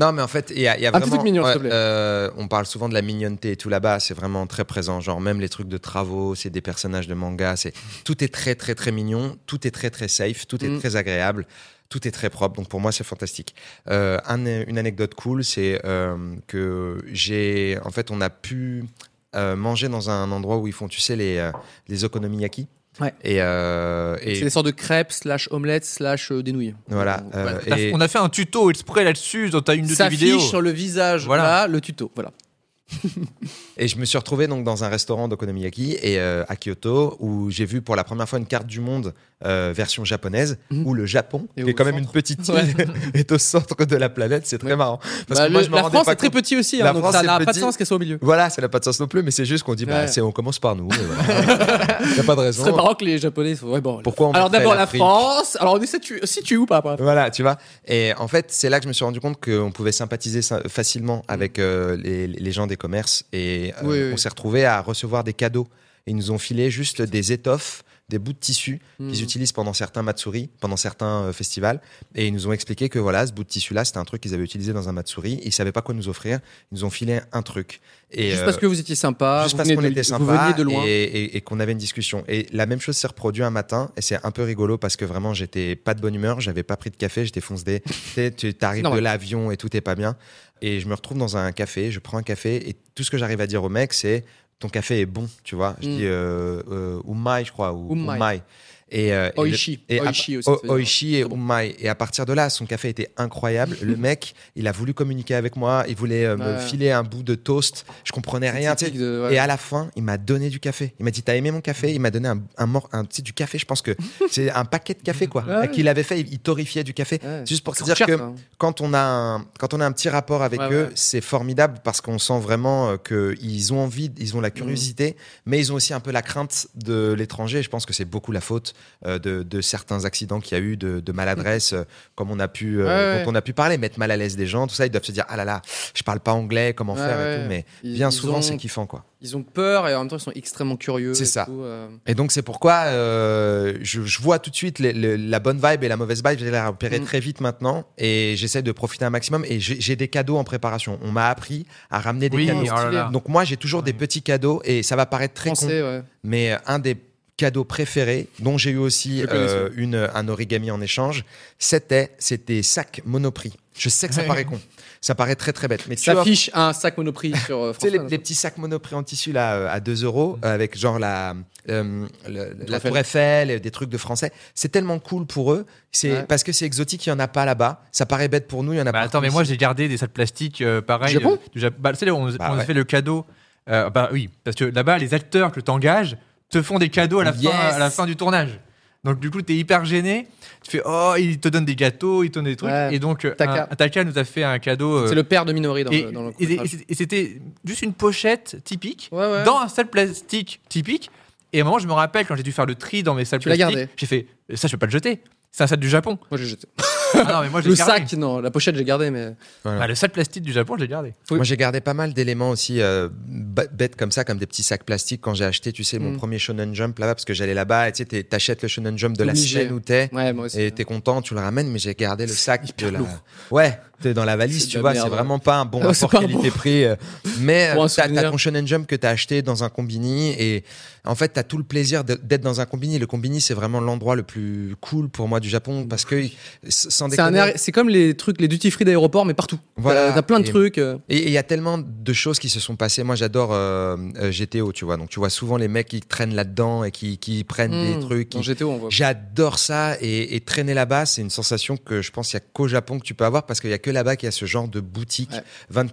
Non, mais en fait, il y a, il y a
Un petit
vraiment.
truc mignon, s'il te plaît.
euh, on parle souvent de la mignonneté et tout là-bas. C'est vraiment très présent. Genre, même les trucs de travaux, c'est des personnages de manga. C'est Tout est très, très, très mignon. Tout est très, très safe. Tout est
Mm.
très agréable. Tout est très propre. Donc, pour moi, c'est fantastique. Euh, un- une anecdote cool, c'est euh, que j'ai. En fait, on a pu euh, manger dans un endroit où ils font, tu sais, les, euh, les okonomiyaki.
Ouais.
Et, euh, et-
C'est des sortes de crêpes slash omelettes slash euh, des nouilles.
Voilà.
Ouais.
euh,
Bah, T'as-
et-
On a fait un tuto exprès là-dessus dans ta une de
Ça
tes vidéos.
affiche sur le visage,
Voilà.
là, le tuto. Voilà.
Et je me suis retrouvé donc dans un restaurant d'okonomiyaki et euh, à Kyoto où j'ai vu pour la première fois une carte du monde euh, version japonaise
Mhm.
où le Japon
Et
qui est
au
quand même
centre.
une petite île
Ouais.
est au centre de la planète c'est très
Ouais.
marrant parce
Bah,
que moi
le-
je me
la
rendais
France
pas
est très
compte.
petit aussi,
La
hein, donc
France
ça
est
n'a pas de
petit.
sens qu'elle soit au milieu.
voilà ça n'a pas de sens non plus mais c'est juste qu'on dit bah,
Ouais.
c'est- on commence par nous et voilà. y a pas de
Ce
raison
serait marrant que les Japonais soient. Ouais, bon.
pourquoi on
alors
mettrait
d'abord la
l'Afrique
France. Alors on est situ- situé où par rapport à la France
Voilà, tu vois. Et en fait, c'est là que je me suis rendu compte qu'on pouvait sympathiser sy- facilement avec euh, les, les gens des commerces et euh,
Mm. Oui, oui,
on
oui.
s'est retrouvé à recevoir des cadeaux. Ils nous ont filé juste des étoffes, des bouts de tissu qu'ils
Hmm.
utilisent pendant certains matsuri, pendant certains euh, festivals. Et ils nous ont expliqué que voilà, ce bout de tissu-là, c'était un truc qu'ils avaient utilisé dans un matsuri. Ils savaient pas quoi nous offrir. Ils nous ont filé un truc. Et,
Juste parce
euh,
que vous étiez sympa,
Juste
vous,
parce
veniez
qu'on
de,
était
vous veniez
sympa
de loin.
et, et- et qu'on avait une discussion. Et la même chose s'est reproduite un matin, et c'est un peu rigolo parce que vraiment j'étais pas de bonne humeur, j'avais pas pris de café, j'étais foncedé. tu sais, tu t'arrives de
Normal.
l'avion et tout est pas bien. Et je me retrouve dans un café, je prends un café, et tout ce que j'arrive à dire au mec, c'est ton café est bon, tu vois. Je
Mm.
dis euh, euh, umai, je crois, ou
Umai.
umai. Et, euh, et le-
Oishi.
et à-
Oishi aussi.
O-
ça veut dire.
Oishi et Umai. Et à partir de là, son café était incroyable. Le mec, il a voulu communiquer avec moi. Il voulait euh, me
Ouais.
filer un bout de toast. Je comprenais
C'est
rien. tu sais.
typique de- ouais.
Et à la fin, il m'a donné du café. Il m'a dit T'as aimé mon café Il m'a donné un, un, mor- un petit du café. Je pense que c'est un paquet de café, quoi.
Ouais.
Qu'il avait fait, il, il torrifiait du café.
Ouais.
C'est Juste pour te
C'est
dire
cher,
que
ça, hein.
quand on, a un, quand on a un petit rapport avec
Ouais,
eux,
ouais.
c'est formidable parce qu'on sent vraiment qu'ils ont envie, ils ont
Mm.
la curiosité, mais ils ont aussi un peu la crainte de l'étranger. Je pense que c'est beaucoup la faute euh, de, de certains accidents qu'il y a eu, de, de maladresse, euh, comme on a pu, euh,
Ouais, ouais.
dont on a pu parler, mettre mal à l'aise des gens, tout ça. Ils doivent se dire ah là là, je parle pas anglais, comment
Ouais,
faire et
ouais.
tout. Mais
Ils-
bien
ils
souvent,
ont-
c'est kiffant quoi.
Ils ont peur et en même temps ils sont extrêmement curieux.
C'est
et
ça.
tout, euh.
Et donc, c'est pourquoi euh, je, je vois tout de suite les- les- la bonne vibe et la mauvaise vibe. J'ai la repérer
Mm.
très vite maintenant et j'essaie de profiter un maximum. Et j'ai j'ai des cadeaux en préparation. On m'a appris à ramener des
Oui,
cadeaux.
oh là là.
Donc, moi, j'ai toujours des petits cadeaux et ça va paraître très con,
Français, ouais.
mais euh, un des cadeaux préférés dont j'ai eu aussi
Je connais
euh, une, un origami en échange, c'était c'était sacs Monoprix. Je sais que ça paraît con, ça paraît très très bête, mais tu
Ça
vois,
affiche un sac monoprix sur euh,
tu sais,
français.
les,
là,
les petits sacs monoprix en tissu là, euh, à 2 euros, euh, avec genre la, euh, le- la
Eiffel.
tour Eiffel, et des trucs de français. C'est tellement cool pour eux. C'est
Ouais.
parce que c'est exotique, il n'y en a pas là-bas. Ça paraît bête pour nous, il y en a
Bah,
pas.
attends, mais moi j'ai gardé des sacs plastiques euh, pareil.
Du Japon
euh, du Jap- bah, tu sais, on,
Bah
on
ouais.
fait le cadeau. euh, bah oui, parce que là-bas, les acteurs que t'engages te font des cadeaux à la,
Yes.
fin, à la fin du tournage. Donc du coup, t'es hyper gêné. Tu fais oh, ils te donnent des gâteaux, ils te donnent des trucs.
Ouais.
Et donc, euh,
Taka.
un- Taka nous a fait un cadeau. euh,
C'est le père de Minori dans
et,
le dans le
et- et
court-métrage.
c'était- et c'était juste une pochette typique
Ouais, ouais.
dans un sac plastique typique. Et à un moment, je me rappelle quand j'ai dû faire le tri dans mes sacs
Tu l'as
plastiques,
gardé.
j'ai fait ça, je peux pas le jeter. C'est un sac du Japon.
Moi j'ai jeté.
Ah non, mais moi, je
Le
l'ai gardé.
sac, non, la pochette j'ai gardé, mais
Bah, le sac plastique du Japon, je l'ai gardé.
Moi, j'ai gardé pas mal d'éléments aussi euh, b- bêtes comme ça, comme des petits sacs plastiques quand j'ai acheté, tu sais, mon
Mm.
premier Shonen Jump là-bas, parce que j'allais là-bas et tu sais, t'es- t'achètes le Shonen Jump de la
Obligé.
semaine où t'es.
ouais, moi aussi.
Et t'es content, tu le ramènes, mais j'ai gardé le sac de
hyper
la.
lourd.
Ouais, t'es dans la valise,
C'est de
tu
la
vois,
merde, hein.
c'est
ouais.
vraiment pas un bon
Non, c'est
rapport
pas un bon-
qualité-prix. euh, Mais
Pour
euh,
un
t'as t'as
souvenir.
ton Shonen Jump que t'as acheté dans un combini et en fait t'as tout le plaisir de- d'être dans un combini. Le combini c'est vraiment l'endroit le plus cool pour moi du Japon parce que sans
C'est un
déconner.
air- c'est comme les trucs, les duty free d'aéroport, mais partout.
Voilà.
T'as- T'as plein de
Et-
trucs. euh.
Et et il y a tellement de choses qui se sont passées. Moi, j'adore euh, euh, GTO, tu vois. Donc, tu vois souvent les mecs qui traînent là-dedans et qui, qui prennent des
Hmm.
trucs. qui-
Dans GTO, on voit.
J'adore ça et, et traîner là-bas, c'est une sensation que je pense qu'il n'y a qu'au Japon que tu peux avoir parce qu'il n'y a que là-bas qu'il y a ce genre de boutique
Ouais.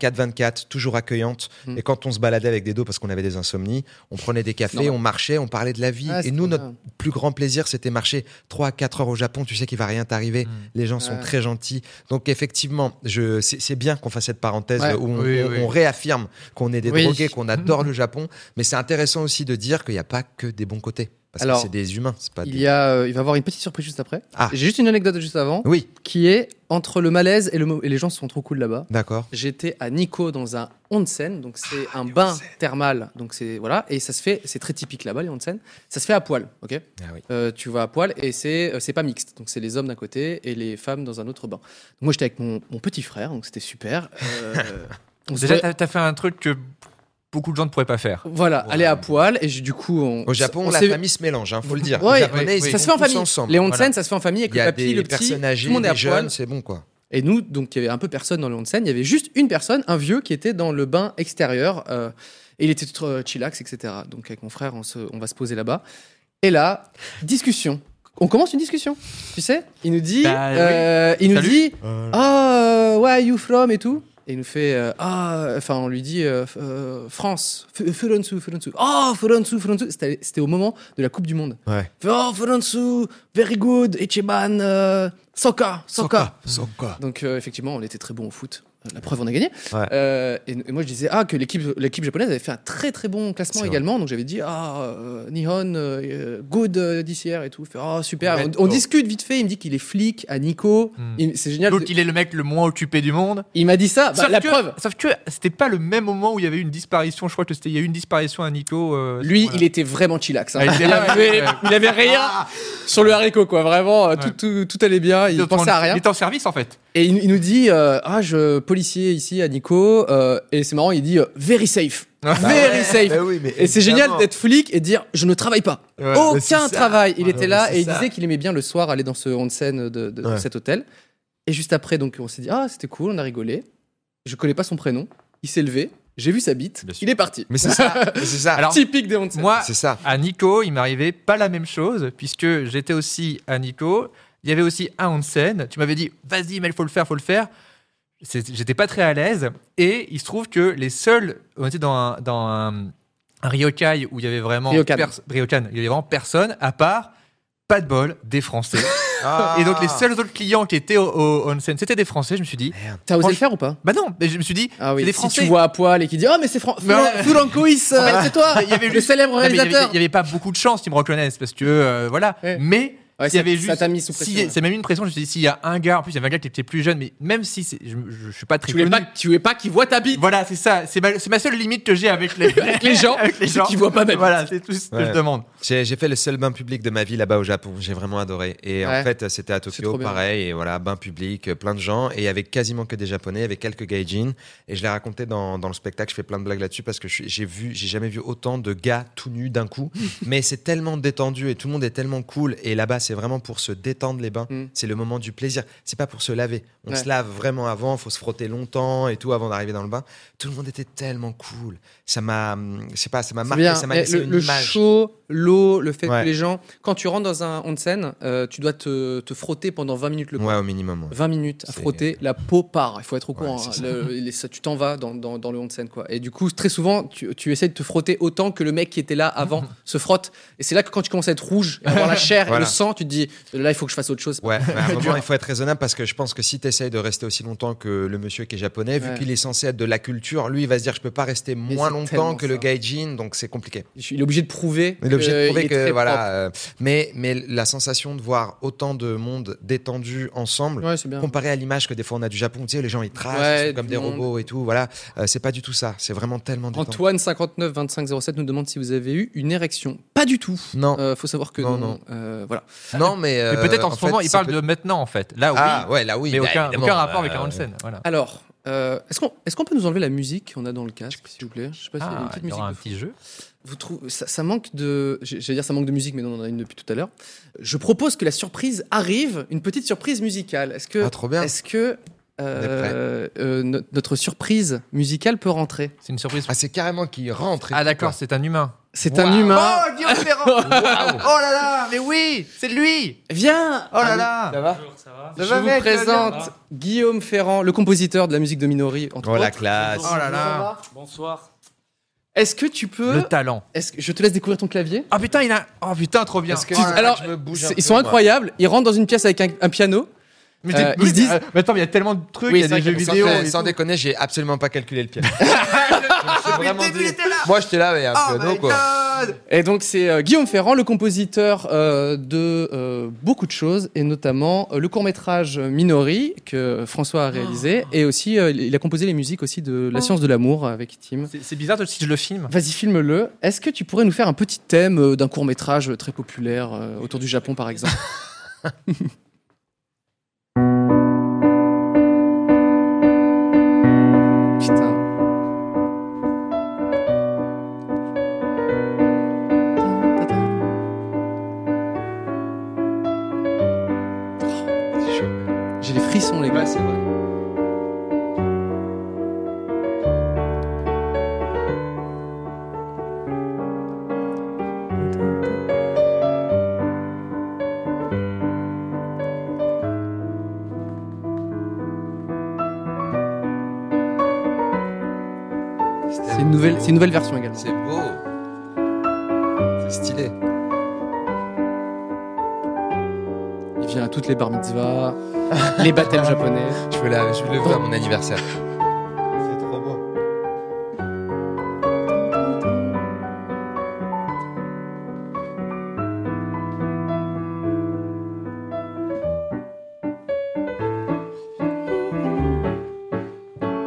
24-24, toujours accueillante.
Mm.
Et quand on se baladait avec des dos parce qu'on avait des insomnies, on prenait des cafés,
Normal.
on marchait, on parlait de la vie.
Ah, c'est
et nous,
trop
notre
bien.
plus grand plaisir, c'était marcher 3 à 4 heures au Japon. Tu sais qu'il va rien t'arriver. Les gens sont
Mm. Ouais.
très gentils. Donc, effectivement, je, c'est, c'est bien qu'on fasse cette parenthèse
Ouais.
où on,
Oui,
on-
oui.
on réaffirme qu'on est des
Oui.
drogués, qu'on adore le Japon. Mais c'est intéressant aussi de dire qu'il n'y a pas que des bons côtés. Parce
Alors,
que c'est des humains, c'est pas
Il,
des-
y a, euh, il va y avoir une petite surprise juste après.
Ah.
J'ai juste une anecdote juste avant
Oui,
qui est entre le malaise et, le mo- et les gens sont trop cool là-bas.
d'accord.
J'étais à Nikko dans un onsen, donc c'est
Ah,
un bain thermal, donc c'est voilà, et ça se fait, c'est très typique là-bas les onsen. Ça se fait à poil, ok.
Ah oui.
Euh, tu vas à poil et c'est euh, c'est pas mixte, donc c'est les hommes d'un côté et les femmes dans un autre bain. Donc moi j'étais avec mon, mon petit frère, donc c'était super. Euh, on se
Déjà,
voyait-
t'as t'as fait un truc que beaucoup de gens ne pourraient pas faire.
voilà, aller à poil et j'ai- du coup on,
Au Japon,
on
la
s'est-
famille se mélange, hein, faut le dire.
Ouais,
Les Japonais, ils
oui,
sont
oui.
ça se fait en
tous
famille.
ensemble.
Les onsen,
voilà.
ça se fait en famille avec
Il y
le
a
papy,
des
le petit,
personnes
tout
âgées,
le monde est à
des
poil.
jeunes, c'est bon quoi.
Et nous, donc, il y avait un peu personne dans le onsen. Il y avait juste une personne, un vieux, qui était dans le bain extérieur. euh, et il était tout euh, chillax, etc. Donc, avec mon frère, on, se- on va se poser là-bas. Et là, discussion. On commence une discussion, tu sais Il nous dit,
Bah, oui.
euh, il nous
Salut.
dit, ah, where are you from et tout. Et il nous fait, euh, ah, enfin, on lui dit euh, euh, France, F- Furonsu, Furonsu, oh, Furonsu, Furonsu. C'était c'était au moment de la Coupe du Monde.
Ouais.
Oh, Furonsu, very good, Echeban, euh, Soka, Soka. Donc euh, effectivement, on était très bon au foot. La preuve, on a gagné.
Ouais.
Euh, et, et moi, je disais ah que l'équipe l'équipe japonaise avait fait un très très bon classement
C'est vrai.
également. Donc j'avais dit ah euh, Nihon euh, good euh, this year et tout. Il fait, Ah, super.
Ouais.
On, on discute vite fait. Il me dit qu'il est flic à Nico.
Hmm.
Il- C'est génial.
L'autre, il est le mec le moins occupé du monde.
Il m'a dit ça. Bah,
sauf,
la
que,
preuve.
sauf que c'était pas le même moment où il y avait eu une disparition. Je crois que c'était il y a eu une disparition à Nico. euh,
Lui,
voilà.
il était vraiment chillax. hein.
Ah, il était
il,
là,
avait,
ouais. Ah.
il avait rien sur le haricot, quoi. Vraiment, euh, tout,
Ouais.
tout, tout allait bien. Il
était en train
pensait
de-
à rien.
Il était en service en fait.
Et il, il nous dit euh, ah je policier ici à Nico. euh, et c'est marrant. Il dit euh, very safe,
Bah
very safe.
Bah oui, mais
Et c'est génial
évidemment.
d'être flic et dire je ne travaille pas.
Ouais,
mais c'est
Aucun
ça.
travail. Il
Ouais,
était
mais
là
c'est
et il
ça.
disait qu'il aimait bien le soir aller dans ce onsen de, de- de
Ouais.
cet hôtel. Et juste après, donc on s'est dit ah c'était cool, on a rigolé. Je connais pas son prénom. Il s'est levé, j'ai vu sa bite,
Bien sûr.
il est parti.
Mais c'est ça, mais c'est ça.
Alors,
Typique des onsen.
Moi,
c'est ça.
à Nico, il m'arrivait pas la même chose, puisque j'étais aussi à Nico. Il y avait aussi un onsen. Tu m'avais dit, vas-y, mais il faut le faire, faut le faire. C'est- J'étais pas très à l'aise. Et il se trouve que les seuls. On était dans un, dans un, un ryokai où il y avait vraiment.
Ryokan.
pers- ryokan. Il y avait vraiment personne, à part, pas de bol, des Français.
Ah.
Et donc, les seuls autres clients qui étaient au, au onsen, c'était des Français. Je me suis dit,
T'as osé le
franchement-
faire ou pas
bah non, mais je me suis dit,
Ah oui.
c'est des
Si
Français.
tu vois à poil et qui dit ah mais c'est Fran-
Mais
Fran-
ouais.
Francois, euh, c'est toi,
Il y avait
le
juste-
célèbre
Non, mais il y avait-
réalisateur.
Il n'y avait pas beaucoup de chance qu'ils me reconnaissent parce que euh, voilà.
Ouais.
Mais
Ouais,
s'il y
ça-
avait
ça
juste.
t'a mis sous
si-
pression, ouais.
ça m'a mis une pression. Je me suis dit, s'il y a un gars, en plus, il y avait un gars qui était plus jeune, mais même si c'est- je, je, je suis pas très
Tu voulais pas,
connu.
tu voulais pas qu'il voit ta bite.
Voilà, c'est ça. C'est ma, c'est ma seule limite que j'ai avec les,
Avec les gens,
Avec les
c'est
gens.
qu'ils voient pas ma bite.
Voilà, c'est tout ce que
Ouais.
je demande.
J'ai j'ai fait le seul bain public de ma vie là-bas au Japon. J'ai vraiment adoré. Et
Ouais.
en fait, c'était à
trop
Tokyo,
bien.
pareil. Et voilà, bain public, euh, plein de gens. Et avec quasiment que des Japonais, avec quelques gaijins. Et je l'ai raconté dans, dans le spectacle. Je fais plein de blagues là-dessus parce que je suis- j'ai vu, j'ai jamais vu autant de gars tout nus d'un coup.
Hmm.
Mais c'est tellement détendu et tout le monde est tellement cool. Et là-bas, c'est vraiment pour se détendre les bains.
Mm.
C'est le moment du plaisir. C'est pas pour se laver. On
Ouais.
se lave vraiment avant. Faut se frotter longtemps et tout avant d'arriver dans le bain. Tout le monde était tellement cool. Ça m'a, hum, je sais pas, ça m'a
C'est
marqué.
bien.
Ça m'a
Mais
laissé
le,
une
le
image.
chaud, l'eau, le fait
Ouais.
que les gens. Quand tu rentres dans un onsen, euh, tu dois te, te frotter pendant 20 minutes le corps.
Ouais, au minimum. ouais.
20 minutes à
C'est-
frotter, la peau part. Il faut être au courant.
c'est
hein.
ça.
Le- les- ça, tu t'en vas dans, dans, dans le onsen. Quoi. Et du coup, très souvent, tu, tu essaies de te frotter autant que le mec qui était là avant se frotte. Et c'est là que quand tu commences à être rouge, et à avoir la chair et
Voilà.
le sang, tu te dis là, il faut que je fasse autre chose.
Ouais, mais à un moment,
Dur.
il faut être raisonnable parce que je pense que si tu essayes de rester aussi longtemps que le monsieur qui est japonais,
Ouais.
vu qu'il est censé être de la culture, lui, il va se dire je peux pas rester moins
c'est
longtemps
tellement
que
ça.
le gaijin, donc c'est compliqué.
Il est obligé de prouver.
Il est obligé de
que
prouver
il est
que
très
voilà. euh, mais, mais la sensation de voir autant de monde détendu ensemble,
propre. Ouais, c'est bien.
comparé à l'image que des fois on a du Japon, tu sais, les gens ils tracent,
Ouais,
ils sont comme
du
des
monde.
robots et tout, voilà. Euh, c'est pas du tout ça, c'est vraiment tellement détendu.
Antoine 59 25 07 nous demande si vous avez eu une érection. Pas du tout.
Non,
Euh, faut savoir que
Non,
non.
non.
Euh, voilà.
non, mais.
Mais
euh,
peut-être en, ce
fait,
moment, il
ça
parle
peut-
de maintenant en fait. Là, oui.
Ah, ouais, là oui.
mais
bah,
aucun,
évidemment,
aucun rapport avec
euh,
la onsen. Voilà.
Alors, euh, est-ce qu'on est-ce qu'on peut nous enlever la musique qu'on a dans le casque, s'il vous plaît Je sais pas s'il y a une
Ah,
petite
il y
musique.
aura un
de fond.
petit jeu.
Vous trouvez ça, ça manque de j'ai- j'allais dire ça manque de musique, mais non, on en a une depuis tout à l'heure. Je propose que la surprise arrive, une petite surprise musicale. Est-ce que
Ah, trop bien.
est-ce que euh, euh, no- notre surprise musicale peut rentrer
C'est une surprise.
Ah, c'est carrément qu'il rentre. et
Ah,
tout,
d'accord,
quoi.
c'est un humain.
C'est un humain.
Oh, Guillaume Ferrand Oh là là, mais oui, c'est lui
Viens.
Oh là là
Ça va
Ça
Je
va,
vous
mec, ça va bien
présente Guillaume Ferrand, le compositeur de la musique de Minori. Entre
Oh la
autres.
classe.
Oh là là
Bonsoir.
Est-ce que tu peux
Le talent.
Est-ce que je te laisse découvrir ton clavier
Ah putain, il a. Oh putain, trop bien.
Est-ce que-
Oh là là.
Alors,
je me bouge un
c'est-
peu,
ils sont
moi.
incroyables. Ils rentrent dans une pièce avec un, un piano.
Mais,
Euh,
mais-
ils se disent-
euh, mais attends, mais il y a tellement de trucs, il
Oui,
y a
c'est
des
vrai
jeux
qu'il y a-
vidéo.
sans,
et
sans
tout. Ah
déconner, j'ai absolument pas calculé le piano. Je me suis vraiment dit- Moi, j'étais là, mais un
Oh
piano, quoi.
Et donc c'est euh, Guillaume Ferrand, le compositeur euh, de euh, beaucoup de choses, et notamment euh, le court métrage Minori que François a
Oh.
réalisé, et aussi euh, il a composé les musiques aussi de La science de l'amour avec Tim.
C'est- C'est bizarre de- si je le filme.
Vas-y, filme-le. Est-ce que tu pourrais nous faire un petit thème euh, d'un court métrage très populaire euh, autour du Japon, par exemple Putain.
Oh, C'est chaud.
J'ai les frissons, les gars.
Ouais, c'est vrai.
C'est une nouvelle, c'est une nouvelle version également.
C'est beau. C'est stylé.
Il vient à toutes les bar mitzvahs, les baptêmes japonais.
Je veux, la, je veux le voir à mon anniversaire. C'est trop beau.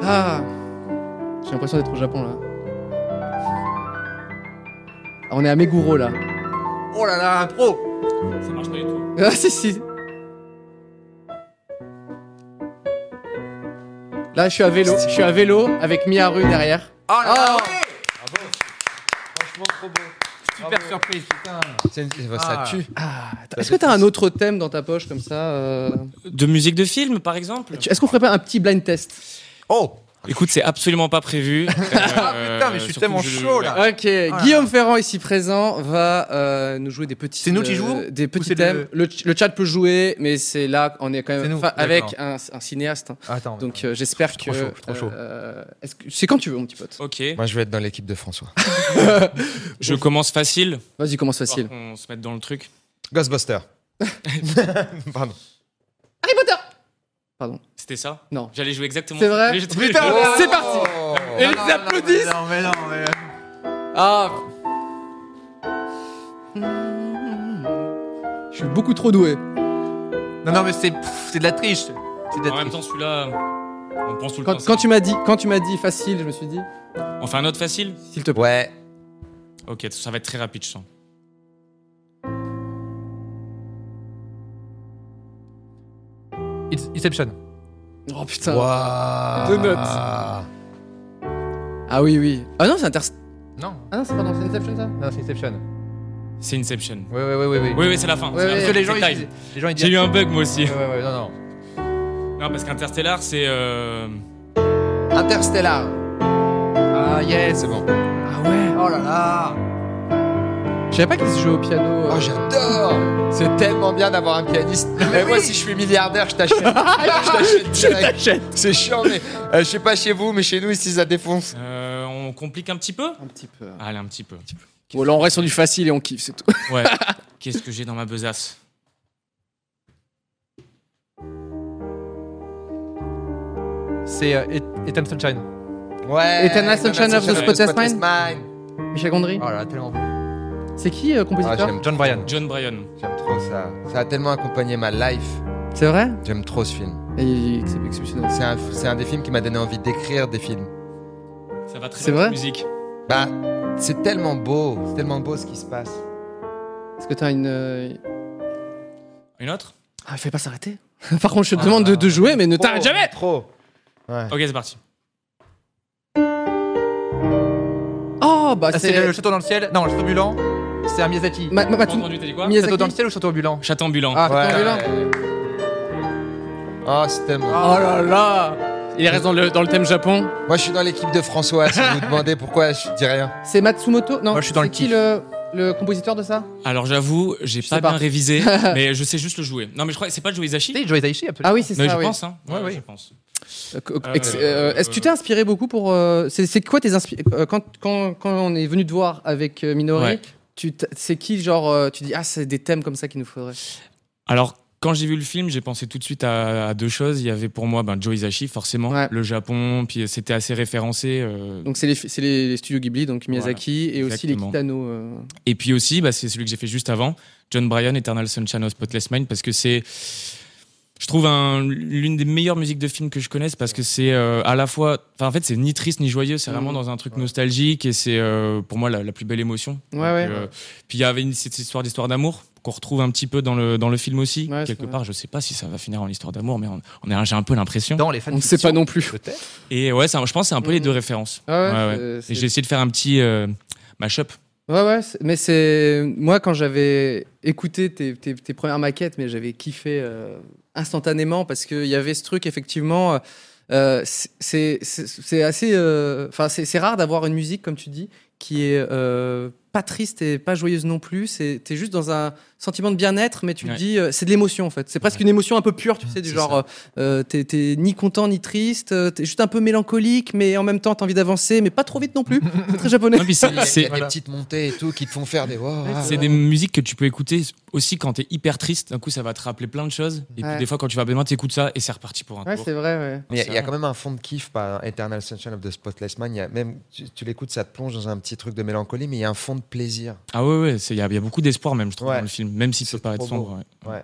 Ah, j'ai l'impression d'être au Japon là. Ah, on est à Meguro là.
Oh là là, un pro
Ça marche pas du tout.
Ah si si. Là, je suis à vélo. Je suis à vélo avec Miharu derrière.
Oh là là,
Oh.
ouais.
Franchement, trop beau.
Super
Bravo.
surprise, putain.
C'est une- Ça
Ah.
tue.
Ah, attends, Est-ce que t'as un autre thème dans ta poche comme ça euh,
De musique de film, par exemple
tu- Est-ce qu'on ferait pas un petit blind test
Oh
Écoute, c'est absolument pas prévu. Euh,
Ah, putain, mais je suis tellement chaud, là.
Ok,
là.
Guillaume Ferrand ici présent va euh, nous jouer des petits.
C'est nous qui
euh,
jouons
Des
c'est
petits
le-
thèmes. Le... ch- le chat peut jouer, mais c'est là, on est quand
C'est
même
nous,
fa- avec
d'accord.
un, un cinéaste. hein.
Attends.
Donc euh, j'espère que.
trop chaud, je suis trop chaud.
euh, est-ce que- c'est quand tu veux, mon petit pote.
Ok,
Moi, je veux être dans l'équipe de François.
je commence facile.
Vas-y, commence
pour
facile.
qu'on se mette dans le truc.
Ghostbuster. Pardon.
Harry Potter
C'était ça
Non.
J'allais jouer exactement.
C'est vrai
Mais j'étais-
Putain,
Oh
c'est parti Et ils applaudissent
Non, mais non, mais.
Ah Je suis beaucoup trop doué.
Non, non, mais c'est pff, c'est de la triche. C'est de la
En même
triche.
temps, celui-là, on pense tout le
Quand,
temps.
quand tu m'as dit, quand tu m'as dit facile, je me suis dit,
On fait un autre facile
s'il te plaît.
Ouais.
Ok, ça va être très rapide, je sens.
It's- Inception.
Oh putain.
Waouh.
Deux Ah oui oui. Ah non, c'est inter.
Non.
Ah non, c'est pas dans Inception ça.
Non, c'est Inception.
C'est Inception.
Ouais, ouais, ouais, ouais. ouais.
Oui, oui, c'est la fin.
Ouais,
c'est la
ouais,
Parce
fin.
que les gens,
C'est
ils
time.
disent- les gens, ils disent.
J'ai eu un bug, moi aussi.
Ouais, ouais, ouais, non, non.
Non, parce qu'Interstellar, c'est. euh,
Interstellar.
Ah, yes.
C'est bon.
Ah ouais.
Oh là là.
Je savais pas qu'il se jouait au piano.
Ah,
euh.
Oh, j'adore. C'est tellement bien d'avoir un pianiste. Mais moi, si je suis milliardaire, je t'achète. je t'achète direct. C'est chiant, mais euh, je sais pas chez vous, mais chez nous, ici, ça défonce.
euh, on complique un petit peu
Un petit peu.
Allez, un petit peu.
Bon là, on reste sur du facile et on kiffe, c'est tout.
Ouais. Qu'est-ce que j'ai dans ma besace
C'est euh, Et- Ethan Sunshine.
Ouais.
Eternal Sunshine of the Spotless Mind. Michel Gondry.
Oh là là, tellement.
C'est qui euh,
Ah,
compositeur
j'aime
John Bryan.
John Bryan.
j'aime trop ça. Ça a tellement accompagné ma life.
C'est vrai
J'aime trop ce film.
Et il- C'est exceptionnel.
C'est un, c'est un des films qui m'a donné envie d'écrire des films.
Ça va très
C'est
bien,
vrai
cette musique.
Bah, c'est tellement beau. C'est tellement beau ce qui se passe.
Est-ce que t'as une euh,
Une autre
Ah, il fallait pas s'arrêter. Par contre, je te demande de, de jouer, mais ne t'arrête
Trop,
jamais.
Oh, Trop. Ouais.
Ok, c'est parti.
Oh bah
Ah, c'est le château dans le ciel. Non, le château ambulant. C'est un Miyazaki.
Ma- ma- ma-
T'as
tu-
entendu, t'as dit quoi
Miyazaki.
Château dans le ciel ou château ambulant
Chat ambulant.
Ah,
Ouais.
putain,
Ambulant.
Oh, c'est tellement.
Oh là là Il reste dans le, dans le thème Japon.
Moi, je suis dans l'équipe de François. Si vous vous demandez pourquoi, je dis rien.
C'est Matsumoto Non,
Moi, je suis dans
c'est
le
qui
kiff.
le, le compositeur de ça
Alors j'avoue, j'ai
Je
pas,
sais pas.
bien révisé, mais je sais juste le jouer. Non, mais je crois que c'est pas Joe Hisaishi.
C'est Joe Hisaishi, absolument.
Ah oui, c'est
Mais
ça.
je
oui.
pense, hein.
Ouais, oui.
je pense.
Euh, co-
Euh,
ex- euh, Est-ce que tu t'es inspiré beaucoup pour. euh, c'est c'est quoi tes inspirations quand, quand, quand on est venu te voir avec euh, Minori,
Ouais.
tu t- c'est qui, genre, euh, tu dis, ah, c'est des thèmes comme ça qu'il nous faudrait
Alors, Quand j'ai vu le film, j'ai pensé tout de suite à, à deux choses. Il y avait pour moi ben, Joe Hisaishi, forcément,
Ouais.
le Japon, puis c'était assez référencé. euh,
Donc c'est les, fi- c'est les, les studios Ghibli, donc Miyazaki et aussi les
exactement.
Kitano. euh.
Et puis aussi, bah, c'est celui que j'ai fait juste avant, John Bryan, Eternal Sunshine of Spotless Mind, parce que c'est, je trouve, un- l'une des meilleures musiques de film que je connaisse, parce que c'est euh, à la fois, enfin en fait, c'est ni triste ni joyeux, c'est vraiment
Mhm.
dans un truc nostalgique et c'est euh, pour moi la, la plus belle émotion.
Ouais,
Donc,
ouais.
euh, puis il y avait une, cette histoire d'histoire d'amour qu'on retrouve un petit peu dans le, dans le film aussi.
Ouais, c'est
Quelque
vrai.
part, je sais pas si ça va finir en histoire d'amour, mais on, on a- j'ai un peu l'impression.
Dans les fans
On ne sait pas non plus.
Peut-être.
Et ouais, ça, je pense que c'est un peu les
Mhm.
deux références.
Ah ouais,
Ouais, ouais.
euh, c'est-
Et j'ai essayé de faire un petit euh, mash-up.
Ouais, ouais, c'est- mais c'est. Moi, quand j'avais écouté tes, tes- tes premières maquettes, mais j'avais kiffé euh, instantanément parce qu'il y avait ce truc, effectivement. euh, c'est c'est- c'est assez. euh, Enfin, c'est c'est rare d'avoir une musique, comme tu dis, qui est euh, pas triste et pas joyeuse non plus. C'est- T'es juste dans un sentiment de bien-être, mais tu te
Ouais.
dis. euh, c'est de l'émotion, en fait. C'est presque une émotion un peu pure, tu sais, du
c'est
genre. euh, t'es- t'es ni content ni triste, euh, t'es juste un peu mélancolique, mais en même temps, t'as envie d'avancer, mais pas trop vite non plus. C'est très japonais.
Non, puis
Il y a-
c'est-
il y
c'est-
a des petites montées et tout qui te font faire des. Wow, ah,
C'est
ouais.
des musiques que tu peux écouter aussi quand t'es hyper triste. D'un coup, ça va te rappeler plein de choses. Et
Ouais.
puis, des fois, quand tu vas bien, t'écoutes ça et c'est reparti pour un
Ouais,
tour.
c'est vrai, ouais.
Mais il y a- il y, a quand même un fond de kiff par Eternal Sunshine of the Spotless Mind. Il y a même, tu, tu l'écoutes, ça te plonge dans un petit truc de mélancolie, mais il y a un fond de plaisir.
Ah ouais, ouais, il y, a y a beaucoup d'espoir, même, je trouve,
Ouais.
dans le film. Même s'il
C'est
peut paraître
trop beau.
sombre. ouais.
Ouais.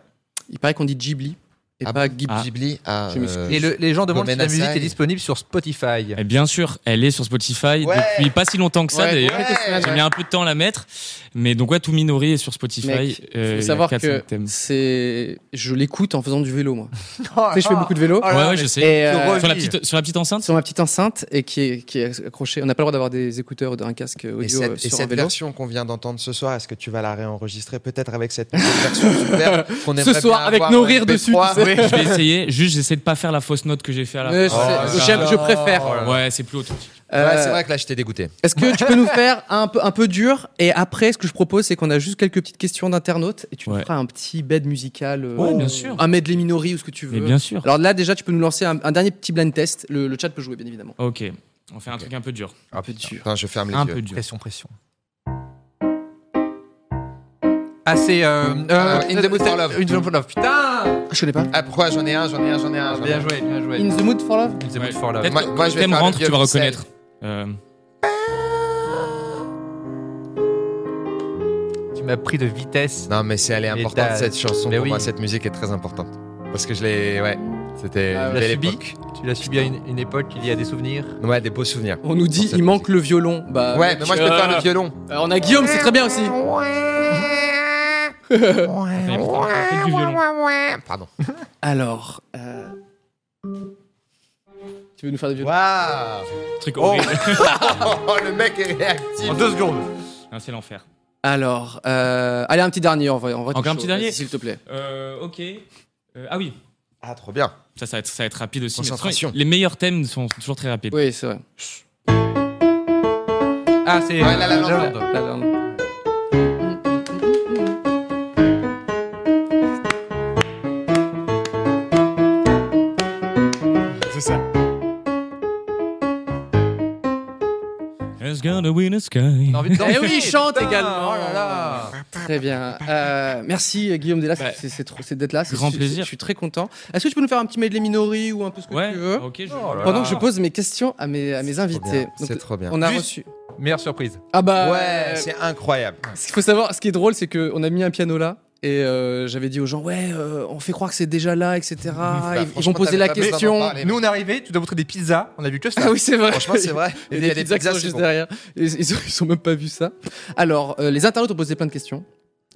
Il paraît qu'on dit Ghibli et
Ah
pas Ghibli.
Ah.
Ghibli a,
Je me suis-
euh,
Et le- les gens demandent si
Domaine
la musique
Asai.
est disponible sur Spotify.
Et bien sûr, elle est sur Spotify
Ouais.
depuis pas si longtemps que ça,
Ouais,
d'ailleurs.
quelques semaines,
J'ai
ouais.
mis un peu de temps à la mettre. Mais donc, ouais, tout Minori est sur Spotify.
Mec,
Euh,
faut
il y a
savoir
quatre,
que
cinq thèmes.
c'est, je l'écoute en faisant du vélo moi. tu sais, je fais beaucoup de vélo
Oh là
ouais,
là, mais-
ouais, je sais.
et euh,
heureux.
sur, la petite, sur la petite enceinte
sur ma petite enceinte et qui est qui est accrochée. On n'a pas le droit d'avoir des écouteurs ou un casque audio
Et
euh,
cette, et
sur un
cette
vélo.
version qu'on vient d'entendre ce soir, est-ce que tu vas la réenregistrer peut-être avec cette nouvelle version super qu'on
Ce
aimerait
soir,
bien
avec
avoir
nos
en
rires dessus,
MP3?
tu sais.
Je vais essayer. Juste, j'essaie de pas faire la fausse note que j'ai fait à la
Mais
fin.
c'est-
Ah, Ouais,
j'aime, je préfère.
Oh là là.
Ouais, c'est plus authentique.
Euh,
Ouais, c'est vrai que là, je t'ai dégoûté.
Est-ce que tu peux nous faire un peu un peu dur et après ce que je propose c'est qu'on a juste quelques petites questions d'internautes et tu nous
Ouais.
feras un petit bed musical. euh,
Ouais, bien sûr.
Un medley minori ou ce que tu veux.
Oh. Mais bien sûr.
Alors là déjà tu peux nous lancer un, un dernier petit blind test. Le, le chat peut jouer bien évidemment.
Ok, on fait un truc un peu dur.
Un peu dur. Attends, je ferme les
un
yeux.
peu dur.
Pression, pression. Ah, c'est. Euh, euh,
In the Mood for Love.
In the Mood for Love. Putain
Je connais pas.
Ah, pourquoi j'en ai un, j'en ai un, j'en ai un. j'en ai
Bien
un.
joué, bien joué.
In the mood for love.
In the Mood
Ouais.
for Love.
Peut-être
Moi-
que
moi, je vais
thème
faire le
rentre, tu vas
violoncelle.
reconnaître. Euh,
Tu m'as pris de vitesse.
Non, mais c'est elle est
Mais
importante
t'as-
cette chanson
mais
pour
oui.
moi. Cette musique est très importante parce que je l'ai. Ouais, c'était
Ah,
une
tu l'as
belle
subi
époque.
Tu l'as subi à une, une époque, il y a des souvenirs.
Ouais, des beaux souvenirs.
On nous
Dans
dit
cette
il manque le violon. Bah,
Ouais,
mec,
mais moi je peux
euh,
faire le violon.
euh, on a Guillaume, c'est très bien aussi.
putain, il faut faire du violon.
Pardon.
Alors, euh, tu veux nous faire des violons
Waouh
Truc horrible.
Oh, le mec est réactif.
En deux secondes.
Ah, c'est l'enfer.
Alors, euh, allez un petit dernier, on va, on va
Encore un petit dernier
s'il te plaît.
Euh, ok. Euh, ah oui,
Ah, trop bien.
ça, ça va être, ça va être rapide aussi. mais de toute façon,
Concentration.
les meilleurs thèmes sont toujours très rapides.
Oui, c'est vrai.
Ah, c'est.
Ouais, La La Land.
La La Land.
Là, là, on-
There's gonna be a sky.
J'ai envie de danser.
Eh oui, il chante
putain,
également.
Oh là là.
Très bien. Euh, merci euh, Guillaume Delas,
Bah,
c'est c'est trop- c'est d'être là. c'est-
grand
c'est-
plaisir.
Je suis très content. Est-ce que tu peux nous faire un petit medley minori ou un peu ce que
Ouais,
tu veux
ok. Je...
Oh là là.
Pendant que je pose mes questions à mes, à mes
Trop bien.
invités. Donc,
C'est trop bien.
on a
Juste-
reçu.
Meilleure surprise.
Ah bah.
Ouais, c'est incroyable.
Ce qu'il faut savoir, ce qui est drôle, c'est qu'on a mis un piano là. Et euh, j'avais dit aux gens, ouais, euh, on fait croire que c'est déjà là, etc. Ils- ils vont
Bah, franchement,
poser la
t'avais pas besoin d'en
question.
parler. Allez,
Nous, on est arrivés, tu dois montrer des pizzas, on a vu que ça.
Ah oui, c'est vrai.
Franchement, c'est vrai.
Et
Il y
des
a des
pizzas qui sont
pizzas, c'est
juste
bon.
derrière. Ils, ils, ont, ils ont même pas vu ça. Alors, euh, les internautes ont posé plein de questions.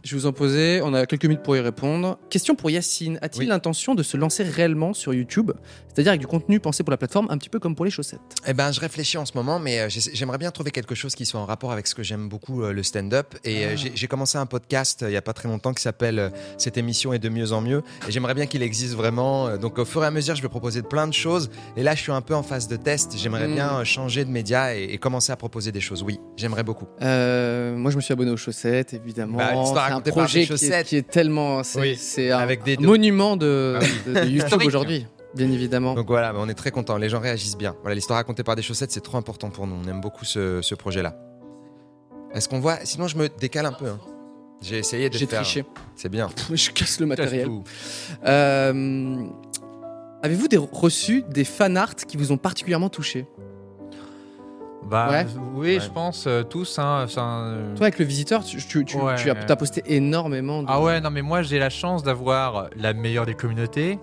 Je vous en posais, on a quelques minutes pour y répondre. Question pour Yacine. A-t-il
Oui.
l'intention de se lancer réellement sur YouTube C'est-à-dire avec du contenu pensé pour la plateforme, un petit peu comme pour les chaussettes.
Eh ben, je réfléchis en ce moment, mais euh, j'essa- j'aimerais bien trouver quelque chose qui soit en rapport avec ce que j'aime beaucoup, euh, le stand-up. Et euh, j'ai j'ai commencé un podcast euh, il y a pas très longtemps qui s'appelle euh, Cette émission est de mieux en mieux. Et j'aimerais bien qu'il existe vraiment. Euh, Donc, au fur et à mesure, je vais proposer plein de choses. Et là, je suis un peu en phase de test. J'aimerais
Mm.
bien euh, changer de média et, et commencer à proposer des choses. Oui, j'aimerais beaucoup.
Euh, moi, je me suis abonné aux chaussettes, évidemment.
Bah, l'histoire
c'est un
racontée par
projet
des
qui est,
chaussettes.
qui est tellement. C'est
Oui,
c'est un,
avec
un
des dos.
monument
Ah
de, de- de YouTube
Historique.
aujourd'hui, bien évidemment.
Donc voilà, on est très contents. Les gens réagissent bien. Voilà, l'histoire racontée par des chaussettes, c'est trop important pour nous. On aime beaucoup ce, ce projet-là. Est-ce qu'on voit Sinon, je me décale un peu. hein. J'ai essayé de
J'ai
faire.
triché.
C'est bien.
Je casse le matériel.
tout.
Euh, Avez-vous des- reçu des fanarts qui vous ont particulièrement touché
Bah,
euh, Ouais.
Oui,
Ouais.
je pense euh, tous. Hein, enfin, euh,
Toi, avec le visiteur, tu, tu, tu-
Ouais.
tu as t'as posté énormément de.
Ah ouais, non, mais moi j'ai la chance d'avoir la meilleure des communautés.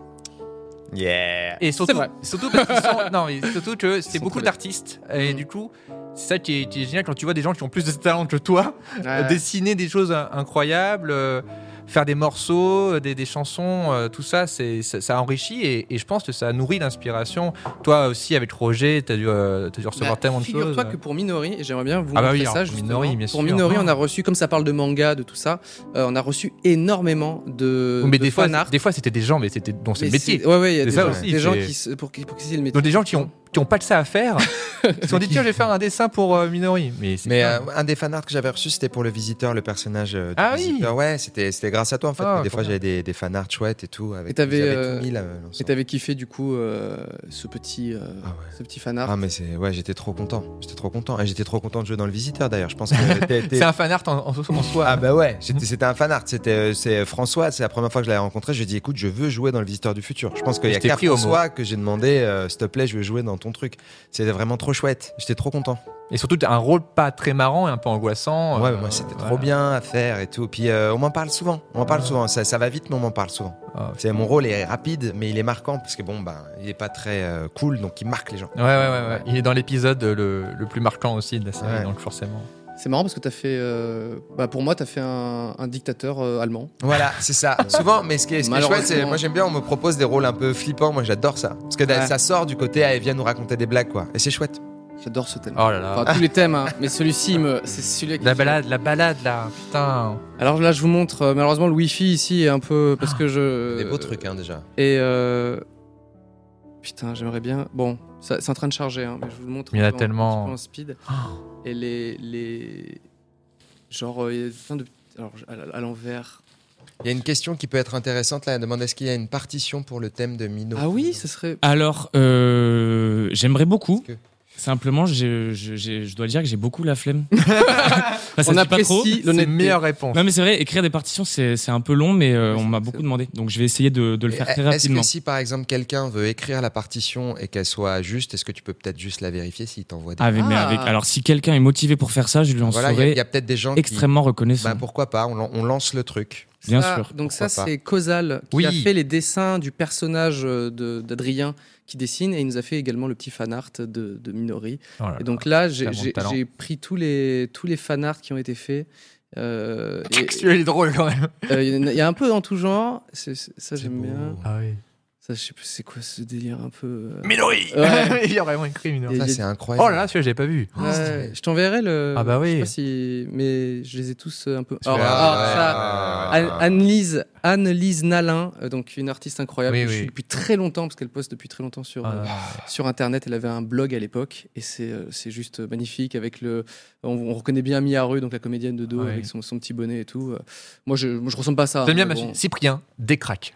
Yeah.
Et surtout,
vrai.
surtout parce qu'ils sont- non, mais surtout que
Ils
c'est
sont
beaucoup
trop
d'artistes. Et
Mm.
du coup, c'est ça qui est, qui est génial quand tu vois des gens qui ont plus de talent que toi euh,
Ouais.
dessiner des choses in- incroyables, euh, faire des morceaux, euh, des, des chansons, euh, tout ça, c'est ça, ça enrichit et, et je pense que ça nourrit l'inspiration. Toi aussi, avec Roger, t'as dû, euh, t'as dû recevoir
Bah,
tellement de choses.
Figure-toi que pour Minori, et j'aimerais bien vous
Ah bah
montrer
oui,
ça
alors,
justement,
Minori, bien
pour
sûr.
Minori, on a reçu, comme ça parle de manga, de tout ça, euh, on a reçu énormément de,
mais
de
des fois,
fanarts.
des fois, c'était des gens, mais c'était dont c'est
Mais
le métier.
c'est- Ouais, ouais, il y a
C'est
des
ça
gens,
aussi,
des
c'est-
gens qui, se- pour, qui- pour qui c'est le métier.
Donc des gens qui ont qui ont pas de ça à faire, qui se sont dit tiens, je vais faire un dessin pour euh, Minori. Mais, c'est
Mais
bien.
euh, un des fanarts que j'avais reçu, c'était pour le visiteur, le personnage euh, du
Ah oui.
visiteur. Ouais, c'était c'était grâce à toi en fait.
Ah,
que des
trop
fois,
bien.
j'avais des, des fanarts chouettes et tout. Avec,
Et t'avais,
ils avaient
euh,
tout mis, là,
Et
l'ensemble.
t'avais kiffé du coup euh, ce petit, euh,
Ah ouais.
ce petit fanart.
Ah mais c'est ouais j'étais trop content j'étais trop content et j'étais trop content de jouer dans le visiteur d'ailleurs je pense que t'as été-
c'est un fan art en, en- en soi.
euh, ah bah
Mmh.
ouais j'étais- c'était un fan art c'était euh, c'est François c'est la première fois que je l'ai rencontré je lui ai dit écoute je veux jouer dans le visiteur du futur je pense qu'il y
Je
a
t'ai
qu'à
pris au mot.
François que j'ai demandé euh, s'il te plaît je veux jouer dans ton truc c'était vraiment trop chouette j'étais trop content
Et surtout, t'as un rôle pas très marrant et un peu angoissant.
ouais
euh,
mais moi c'était
voilà.
trop bien à faire et tout puis euh, on m'en parle souvent on m'en parle souvent ça, ça va vite mais on m'en parle souvent
Ah,
c'est mon rôle est rapide mais il est marquant parce que bon ben il est pas très euh, cool donc il marque les gens
Ouais, ouais, ouais, ouais. Il est dans l'épisode euh, le, le plus marquant aussi de la série,
Ouais.
donc forcément.
C'est marrant parce que t'as fait, euh, bah, pour moi, t'as fait un, un dictateur euh, allemand.
Voilà, c'est ça. Souvent, mais ce qui est, ce qui est
Malheureusement.
chouette, c'est moi j'aime bien, on me propose des rôles un peu flippants. Moi j'adore ça. Parce que
Ouais.
ça sort du côté, ah, elle vient nous raconter des blagues quoi. Et c'est chouette.
J'adore ce thème.
Oh là là.
Enfin, tous les thèmes, hein, mais celui-ci, il me- c'est celui qui.
La balade, la balade là, putain.
Alors là, je vous montre. euh, malheureusement, le wifi ici est un peu
Ah.
parce que je.
hein déjà.
Et euh... putain, j'aimerais bien. Bon, ça- c'est en train de charger, hein, mais je vous le montre.
Il y en a
un peu
tellement. Oh.
un petit peu en speed. Et les les genre euh, il y a plein de alors je- à, à l'envers.
Il y a une question qui peut être intéressante là. Elle demande est-ce qu'il y a une partition pour le thème de Mino
ah oui, ce serait.
Alors, euh, j'aimerais beaucoup.
Parce que-
Simplement, j'ai- je j'ai- je dois dire que j'ai beaucoup la flemme. Enfin, ça
On
se dit pas trop.
apprécie
C'est la
l'honnêteté.
meilleure réponse.
Non mais c'est vrai, écrire des partitions c'est c'est un peu long, mais euh,
Oui,
on
c'est-
m'a
c'est-
beaucoup demandé, donc je vais essayer de, de le faire très
Et Est-ce que
rapidement.
si par exemple quelqu'un veut écrire la partition et qu'elle soit juste, est-ce que tu peux peut-être juste la vérifier s'il t'envoie des.
Ah, mais, mais
Ah.
avec. Alors si quelqu'un est motivé pour faire ça, je lui en
voilà, il y a- il
serai
y, a peut-être des gens
extrêmement
qui.
reconnaissant.
Ben pourquoi pas, on, lan- on lance le truc.
Bien
Ça,
sûr.
Donc ça,
pourquoi
c'est Causal qui
Oui.
a fait les dessins du personnage euh, de- d'Adrien qui dessine et il nous a fait également le petit fan art de, de Minori.
Oh là là.
Et donc là, j'ai
Tellement de
j'ai-
talent.
j'ai pris tous les tous les fanarts qui ont été faits. euh, et-
Celui-là, il est drôle quand même.
Euh, Il y en a- il y, a un peu en tout genre. C'est- c'est- ça,
C'est
j'aime
beau.
bien.
Ah oui.
Ça, je sais plus, c'est quoi ce délire un peu. euh,
Minori
Ouais.
Ah Il y a vraiment écrit Minori.
Et-
Ça
j'ai-
c'est incroyable.
Oh là là, celui-là, j'ai pas vu.
ouais, je t'enverrai le.
Ah bah oui.
Je sais pas si. Mais je les ai tous euh, un peu.
Ah,
Alors, ah,
ouais,
ça,
ouais, ouais,
Anne-
ouais.
Anne-Lise Anne-Lise Nalin, euh, donc une artiste incroyable
Oui,
que je
oui.
suis depuis très longtemps, parce qu'elle poste depuis très longtemps sur, euh,
Ah.
sur Internet. Elle avait un blog à l'époque, et c'est euh, c'est juste magnifique. Avec le, on, on reconnaît bien Mia Rue, donc la comédienne de dos,
Ouais.
avec son, son petit bonnet et tout. Euh, Moi, je, moi, je ressemble pas à ça.
J'aime bien
Ah, mais
ma
bon.
fille. Cyprien, décraque.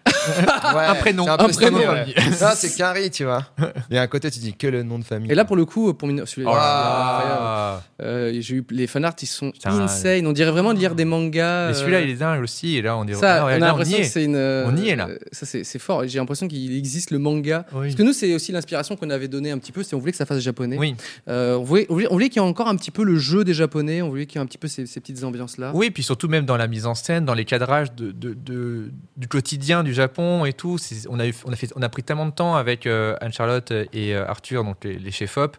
Ouais,
Un prénom.
c'est
Un
peu cette
prénom.
idée, ouais. Non, c'est qu'un riz, tu vois. Il y a un côté, tu dis que le nom de famille.
Et là, pour le coup, pour Mino- celui-là,
Oh là
il est incroyable.
là.
Euh, j'ai eu les fanarts, ils sont
Putain. euh,
insane. On dirait vraiment de lire des mangas.
Mais celui-là,
euh,
il est dingue aussi. Et là, on dirait.
Ça,
Ah
on
ouais,
a
là, on y
l'impression que
est.
c'est une. euh,
On y est, là.
euh, Ça, c'est c'est fort. J'ai l'impression qu'il existe le manga.
Oui.
Parce que nous, c'est aussi l'inspiration qu'on avait donnée un petit peu. C'est on voulait que ça fasse japonais.
Oui.
Euh, on voulait, on voulait, on voulait qu'il y ait encore un petit peu le jeu des japonais. On voulait qu'il y ait un petit peu ces, ces petites ambiances là.
Oui, puis surtout même dans la mise en scène, dans les cadrages de, de- de- du quotidien du Japon et tout. c'est- On a, eu- on, a fait, on a pris tellement de temps avec euh, Anne-Charlotte et euh, Arthur, donc les, les chefs op.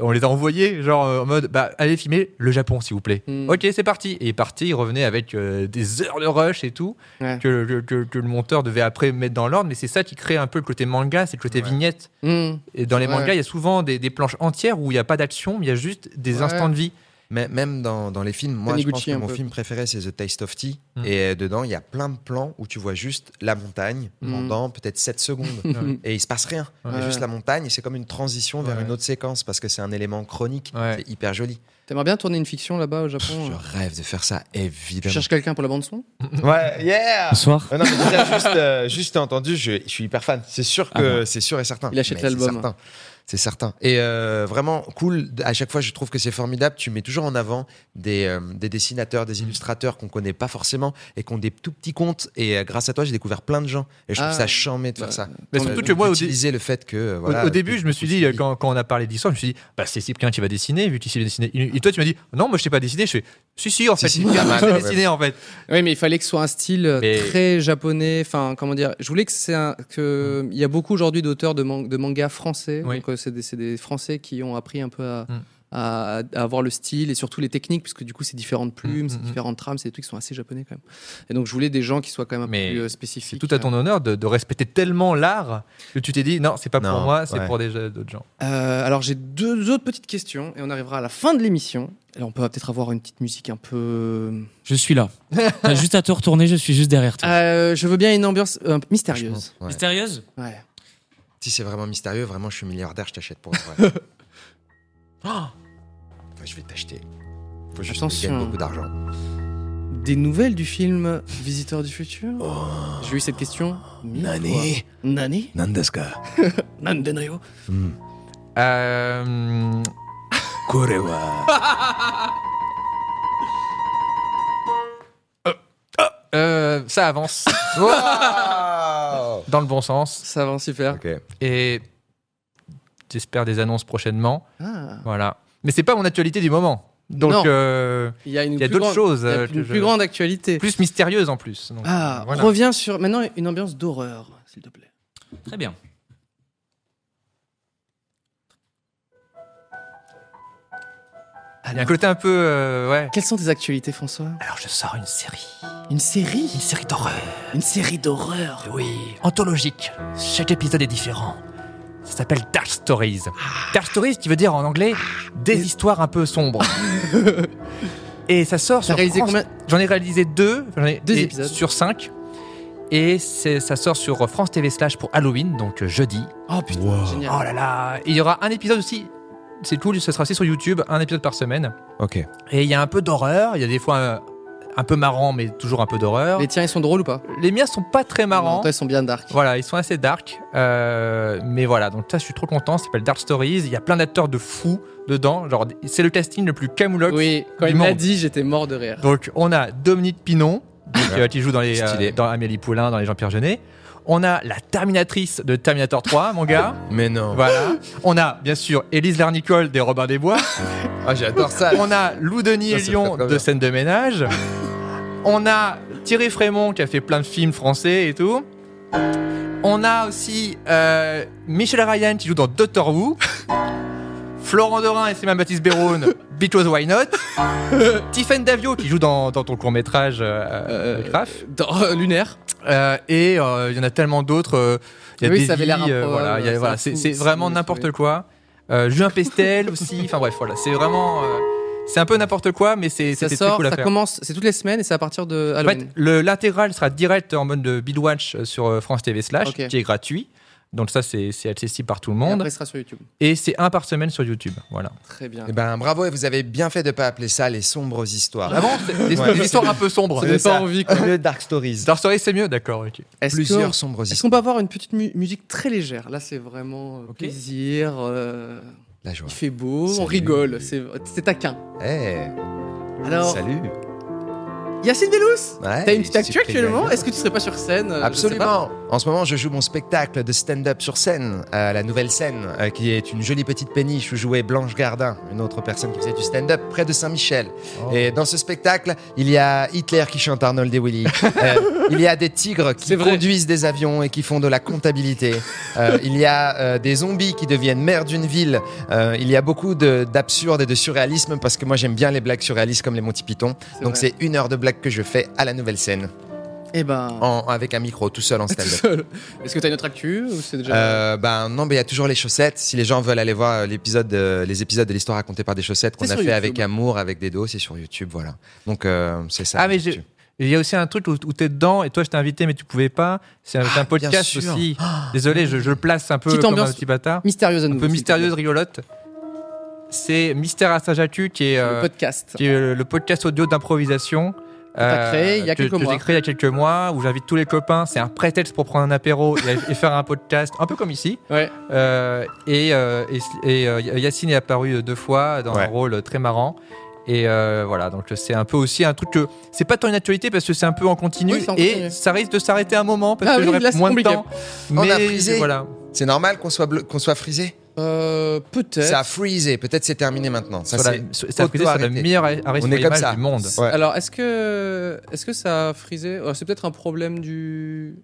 On les a envoyés, genre euh, en mode, bah, allez filmer le Japon, s'il vous plaît.
Mm.
Ok, c'est parti. Et il est parti, il revenait avec euh, des heures de rush et tout,
Ouais.
que, le- que- que le monteur devait après mettre dans l'ordre. Mais c'est ça qui crée un peu le côté manga, c'est le côté
Ouais.
vignette.
Mmh.
Et dans les
Ouais.
mangas, il y a souvent des, des planches entières où il n'y a pas d'action, mais il y a juste des
Ouais.
instants de vie.
Mais même dans, dans les films, moi je pense
Taniguchi,
que
un
mon
peu.
film préféré c'est The Taste of Tea.
Mm.
Et euh, dedans, il y a plein de plans où tu vois juste la montagne
Mm.
pendant peut-être 7 secondes.
Ouais.
et il se passe rien. Il y a
Ouais.
juste la montagne et c'est comme une transition vers
Ouais.
une autre séquence parce que c'est un élément chronique.
Ouais.
C'est hyper joli.
T'aimerais bien tourner une fiction là-bas au Japon
Je
euh
rêve de faire ça,
Tu
évidemment.
cherches quelqu'un pour la bande son
Ouais, yeah!
Bonsoir.
Ah non, mais déjà, juste, euh, juste entendu, je, je suis hyper fan. C'est sûr que
Ah
c'est sûr et certain.
Il achète
Mais c'est
l'album.
certain. c'est certain. Et euh, vraiment cool. À chaque fois, je trouve que c'est formidable. Tu mets toujours en avant des, euh, des dessinateurs, des illustrateurs qu'on connaît pas forcément et qui ont des tout petits comptes. Et euh, grâce à toi, j'ai découvert plein de gens. Et je trouve
Ah.
ça chambé de faire
Bah,
ça.
Mais
Euh,
surtout que moi, au dé-
d'utiliser le fait que euh,
Au-
voilà,
au début,
que-
je me suis dit, euh, quand, quand on a parlé d'histoire, je me suis dit, bah, c'est Cyprien qui va dessiner, vu qu'il sait dessiner. Et toi, tu m'as dit, non, moi, je sais pas dessiner. Je fais, si, si, en
Si,
fait,
si.
Cyprien,
Ah,
je sais
ouais.
dessiner, en fait.
Oui, mais il fallait que ce soit un style euh,
Mais-
très japonais. Enfin, comment dire Je voulais que c'est un- que il y a beaucoup aujourd'hui d'auteurs de, man- de mangas français.
Mm. Oui.
Donc euh, c'est des, c'est des français qui ont appris un peu à,
Mm.
à- à avoir le style et surtout les techniques, puisque du coup c'est différentes plumes,
Mm,
c'est
mm,
différentes trames, c'est des trucs qui sont assez japonais quand même. Et donc je voulais des gens qui soient quand même un
Mais
peu plus euh,
C'est
spécifiques.
tout à ton honneur de, de respecter tellement l'art que tu t'es dit, non, c'est pas pour
Non,
moi, c'est
ouais.
pour des- d'autres gens.
Euh, alors j'ai deux autres petites questions et on arrivera à la fin de l'émission. Alors on peut peut-être avoir une petite musique un peu.
Je suis là. T'as juste à te retourner, je suis juste derrière
Ah.
toi.
Euh, je veux bien une ambiance euh,
Je
mystérieuse.
pense, ouais.
Mystérieuse
Ouais.
Si c'est vraiment mystérieux, vraiment, je suis milliardaire, je t'achète pour vrai. Ah Ouais, je vais t'acheter. Faut juste que tu gagnes
Attention.
beaucoup d'argent.
Des nouvelles du film Visiteur du futur
Oh.
J'ai eu cette question. mille fois. Nani
Nandeska.
Nandenryo
Euh,
Korewa.
euh, ça avance. Dans le bon sens.
Ça va, super.
Ok.
Et j'espère des annonces prochainement.
Ah.
Voilà. Mais c'est pas mon actualité du moment. Donc,
Non.
euh,
Il y a, une
Il y a
plus
d'autres
grande-
choses,
il y a
euh,
une
que
plus
je-
grande actualité.
plus mystérieuse en plus. Donc, euh,
Ah,
voilà.
on revient sur maintenant une ambiance d'horreur, s'il te plaît.
Très bien.
Il y a un côté un peu. euh, ouais.
Quelles sont tes actualités, François
Alors je sors une série.
Une série
Une série d'horreur.
Une série d'horreur
Oui, anthologique. Chaque épisode est différent. Ça s'appelle Dark Stories. Dark Stories qui veut dire en anglais des histoires un peu sombres. et ça sort
T'as
sur
réalisé
France-
combien
J'en ai réalisé deux, j'en ai
Deux
et-
épisodes.
sur cinq. Et c'est- ça sort sur France TV slash pour Halloween, donc euh, jeudi.
Oh putain, génial.
Oh là là Et il y aura un épisode aussi, c'est cool, ça sera aussi sur YouTube, un épisode par semaine.
Ok.
Et il y a un peu d'horreur, il y a des fois euh, un peu marrant, mais toujours un peu d'horreur.
Les
Les,
tiens, ils sont drôles ou pas
miens sont pas très
Non,
marrants.
Toi, ils sont bien dark.
Voilà, ils sont assez dark. euh, mais voilà, donc ça, je suis trop content. Ça s'appelle Dark Stories. Il y a plein d'acteurs de fous dedans. Genre, c'est le casting le plus camoulox.
Oui, quand
du
il m'a
monde.
dit, j'étais mort de rire.
Donc, on a Dominique Pinon, donc,
Ouais.
euh, qui joue dans, les, euh,
Stylé.
dans Amélie Poulain, dans les Jean-Pierre Jeunet. On a la Terminatrice de Terminator 3, mon gars.
Mais non.
voilà. On a, bien sûr, Élise Larnicole des Robin des Bois.
Ah, j'adore ça.
On a Lou Denis
Ça,
et
c'est
Lyon
très, très
de
bien.
Scène de ménage. On a Thierry Frémont qui a fait plein de films français et tout. On a aussi euh, Michel Ryan qui joue dans Doctor Who. Florent Dorin et Simon Baptiste Béroun, Because Why Not. Tiffen Davio qui joue dans, dans ton court métrage
Euh,
Craft.
Dans- euh, lunaire.
et euh, il y en a tellement d'autres. euh, il y a
Oui,
des
ça avait l'air
vies, euh,
improbable,
voilà, il y a-
ça
voilà,
fout-
c'est c'est
ça
vraiment
fout-
n'importe
oui.
quoi. Euh, Juin Pestel aussi. Enfin bref, voilà, c'est vraiment. euh, c'est un peu n'importe quoi, mais c'est
Ça
c'était très
sort,
cool à
ça
faire.
commence, c'est toutes les semaines et c'est à partir de
En fait,
Halloween.
le- l'intégrale sera direct en mode de Bill Watch sur euh, France TV Slash,
Ok.
qui est gratuit. Donc ça, c'est c'est accessible par tout le
Et
monde.
après, il sera sur YouTube.
Et c'est un par semaine sur YouTube. Voilà.
Très bien.
Eh ben, bravo, et vous avez bien fait de pas appeler ça les sombres histoires.
Avant, c'est des,
Ouais.
des histoires un peu sombres.
Ça donne
C'est
Ah pas
ça.
envie. quoi.
Le Dark Stories.
Dark Story, c'est mieux, d'accord. ok.
Est-ce
Plusieurs
que-
sombres
Est-ce
histoires.
qu'on peut avoir une petite mu- musique très légère Là, c'est vraiment euh,
Ok.
plaisir. euh,
La joie.
Il fait beau, on
Salut.
rigole. C'est c'est taquin.
Eh,
Alors,
salut.
Yacine Bellous
Ouais,
T'as une petite actu
super
actuellement
bien.
Est-ce que tu serais pas sur scène euh, je sais pas.
Absolument. En ce moment, je joue mon spectacle de stand-up sur scène, à la nouvelle scène, euh, qui est une jolie petite péniche où jouait Blanche Gardin, une autre personne qui faisait du stand-up près de Saint-Michel.
Oh.
Et dans ce spectacle, il y a Hitler qui chante Arnold et Willy. Euh, il y a des tigres qui
C'est vrai.
conduisent des avions et qui font de la comptabilité. Euh, il y a euh, des zombies qui deviennent maires d'une ville. Euh, il y a beaucoup de- d'absurdes et de surréalisme parce que moi j'aime bien les blagues surréalistes comme les Monty Python.
C'est
Donc
vrai.
c'est une heure de blagues que je fais à la nouvelle scène,
Eh ben,
en- avec un micro, tout seul en
tout
stand-up.
seul. Est-ce que t'as une autre actu ou c'est déjà
Euh, ben non, mais il y a toujours les chaussettes. Si les gens veulent aller voir euh, l'épisode, de- les épisodes de l'histoire racontée par des chaussettes qu'on
C'est
a fait
sur YouTube.
avec amour, avec des dos, c'est sur YouTube, voilà. Donc euh, c'est ça.
Ah, mais
YouTube.
j'ai- Il y a aussi un truc où, où t'es dedans et toi je t'ai invité mais tu pouvais pas. C'est
Ah,
un, c'est un podcast
sûr.
aussi. Désolé, je, je le place un peu
Petite
comme un
ambiance Mmh,
petit bâtard.
mystérieuse à nous
Un peu mystérieuse, rigolote. C'est Mystère à Sajatu qui est, euh,
Le podcast.
qui est le podcast audio d'improvisation euh,
t'as créé il y a
que-
quelques
que j'ai
mois.
créé il y a quelques mois, où j'invite tous les copains. C'est un prétexte pour prendre un apéro et, et faire un podcast, un peu comme ici.
Ouais.
Euh, et euh, et, et, euh, Yacine est apparu deux fois dans
Ouais.
un rôle très marrant. Et euh, voilà, donc c'est un peu aussi un truc que c'est pas tant une actualité parce que c'est un peu en continu
Oui, c'est en
et
continu.
ça risque de s'arrêter un moment parce
Ah
que
oui,
j'aurai
là, c'est
moins de
compliqué.
temps.
On
Mais
a frisé.
voilà.
C'est normal qu'on soit, bleu- qu'on soit frisé
Euh, peut-être.
Ça a freezé. Peut-être c'est terminé maintenant. Ça,
Sur la-
c'est
sur- c'est la frisée, c'est la
auto-arrêté.
meilleure arrêt
On
sur
est comme
l'image
ça.
du monde.
Ouais.
Alors, est-ce que, est-ce que ça a frisé Oh, C'est peut-être un problème du.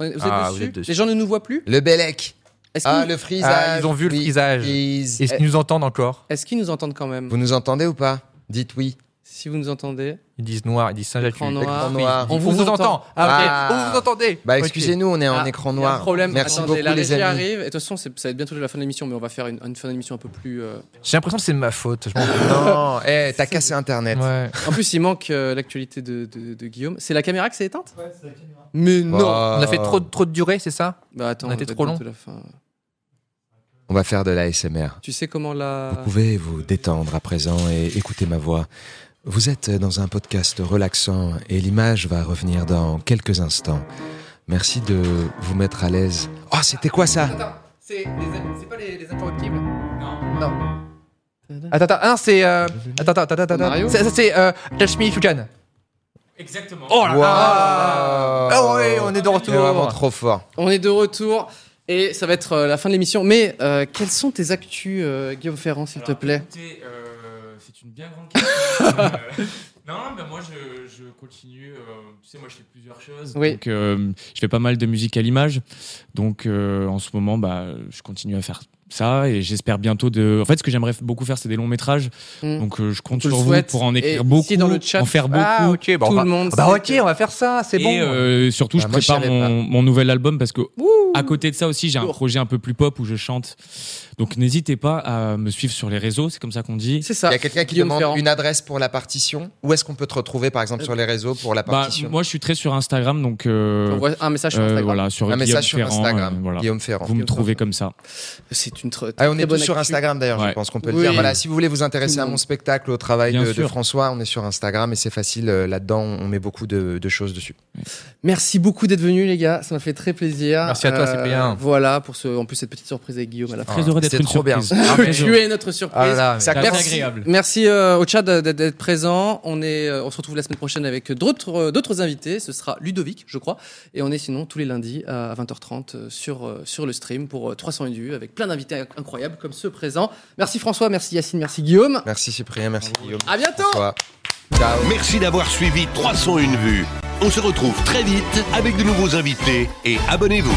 Vous êtes,
Ah,
dessus
vous êtes dessus.
Les gens ne nous voient plus
Le Bellec.
Est-ce
Ah,
qu'ils
le frisage.
Ah, ils ont vu le
Oui,
frisage.
frise.
Et ils
Eh.
nous entendent encore.
est-ce qu'ils nous entendent quand même
Vous nous entendez ou pas Dites oui.
Si vous nous entendez.
Ils disent noir, ils disent Saint-Jacques.
Écran
Ils
noir.
Écran
disent-
noir.
On, vous entend. Ah, ok.
Ah.
On vous entendez.
Bah,
Ok.
excusez-nous, on est en
Ah,
écran
il y a
noir.
Un problème.
Merci
Attendez, la
beaucoup, les
régie
amis.
arrive. Et de toute façon, c'est- ça va être bientôt la fin de l'émission, mais on va faire une, une fin d'émission un peu plus. euh,
J'ai l'impression que c'est de ma faute. Je m'en fous.
Non, eh, t'as cassé Internet.
Ouais.
En plus, il manque euh, l'actualité de, de- de Guillaume. C'est la caméra qui s'est éteinte Ouais, c'est la caméra. Mais non.
Bah. On a fait trop, trop de durée, c'est ça
Bah attends,
On a été
va
trop
être
long.
bientôt la fin.
On va faire de l'ASMR.
Tu sais comment la.
Vous pouvez vous détendre à présent et écouter ma voix. Vous êtes dans un podcast relaxant et l'image va revenir dans quelques instants. Merci de vous mettre à l'aise. Oh, c'était quoi ça
C'est pas les, interruptibles Non. Non. Attends, attends, ah non, c'est. euh, Attends, attends, attends, attends.
Mario
C'est, ça, c'est euh, Touch Me If You Can.
Exactement.
Oh là
Wow.
là Ah ouais, on est de
C'est vraiment
retour.
Oh, trop fort.
On est de retour et ça va être euh, la fin de l'émission. Mais euh, quelles sont tes actus, euh, Guillaume Ferrand, s'il te
Alors,
plaît
écoutez, euh, c'est une bien grande question. Euh, non, ben moi, je, je continue. euh, tu sais, moi, je fais plusieurs choses.
Oui.
Donc, euh, je fais pas mal de musique à l'image. Donc, euh, en ce moment, bah, je continue à faire ça et j'espère bientôt de. En fait, ce que j'aimerais beaucoup faire, c'est des longs métrages.
Mm.
Donc, euh, je compte
te le
sur vous
souhaite.
pour en
Et
écrire
ici,
beaucoup,
dans le chat,
en faire beaucoup.
Ah, ok, bah, on
Tout
va-
le monde.
Bah,
sait
ok, on va faire ça, c'est
et
bon.
euh, surtout,
Bah,
je
moi, je
prépare
savais
mon, mon nouvel album parce que à côté de ça aussi, j'ai un
Lourd.
projet un peu plus pop où je chante. Donc, n'hésitez pas à me suivre sur les réseaux. C'est comme ça qu'on dit.
C'est
Il
ça.
y a quelqu'un qui
Guillaume
demande
Ferrand.
une adresse pour la partition. Où est-ce qu'on peut te retrouver, par exemple, sur les réseaux pour la
Bah,
partition
moi, je suis très sur Instagram, donc euh,
Envoie un message sur
euh,
Instagram.
voilà, sur
Un
Guillaume
message sur
Ferrand,
Instagram.
euh, voilà.
Guillaume Ferrand.
Vous me
Guillaume
trouvez
Ferrand.
comme ça.
C'est une tr-
Ah, on
très
est tous
bonne
sur
actu.
Instagram d'ailleurs,
Ouais.
je pense qu'on peut le
Oui.
dire. Voilà, si vous voulez vous intéresser
Tout
à
le monde.
mon spectacle, au travail
Bien
de, de
sûr.
François, on est sur Instagram et c'est facile. euh, Là-dedans, on met beaucoup de, de choses dessus.
Merci beaucoup d'être venus, les gars. Ça m'a fait très plaisir. Euh,
Merci à toi, c'est bien.
Voilà, pour ce, en plus, cette petite surprise avec Guillaume à la fin.
Très heureux d'être
c'était
une
trop bien.
surprise. Très
Tu
heureux.
es notre surprise.
Ah là là, mais-
Ça
Très
commence.
agréable.
Merci euh, au Tchad d'être- d'être présent. On, est, euh, on se retrouve la semaine prochaine avec d'autres euh, d'autres invités. Ce sera Ludovic, je crois. Et on est sinon tous les lundis à 20h30 euh, sur, euh, sur le stream pour euh, 301 vues avec plein d'invités inc- incroyables comme ceux présents. Merci François, merci Yacine, merci Guillaume.
Merci Cyprien, merci Guillaume.
À bientôt
François. Ciao.
Merci d'avoir suivi 301 vues. On se retrouve très vite avec de nouveaux invités et abonnez-vous.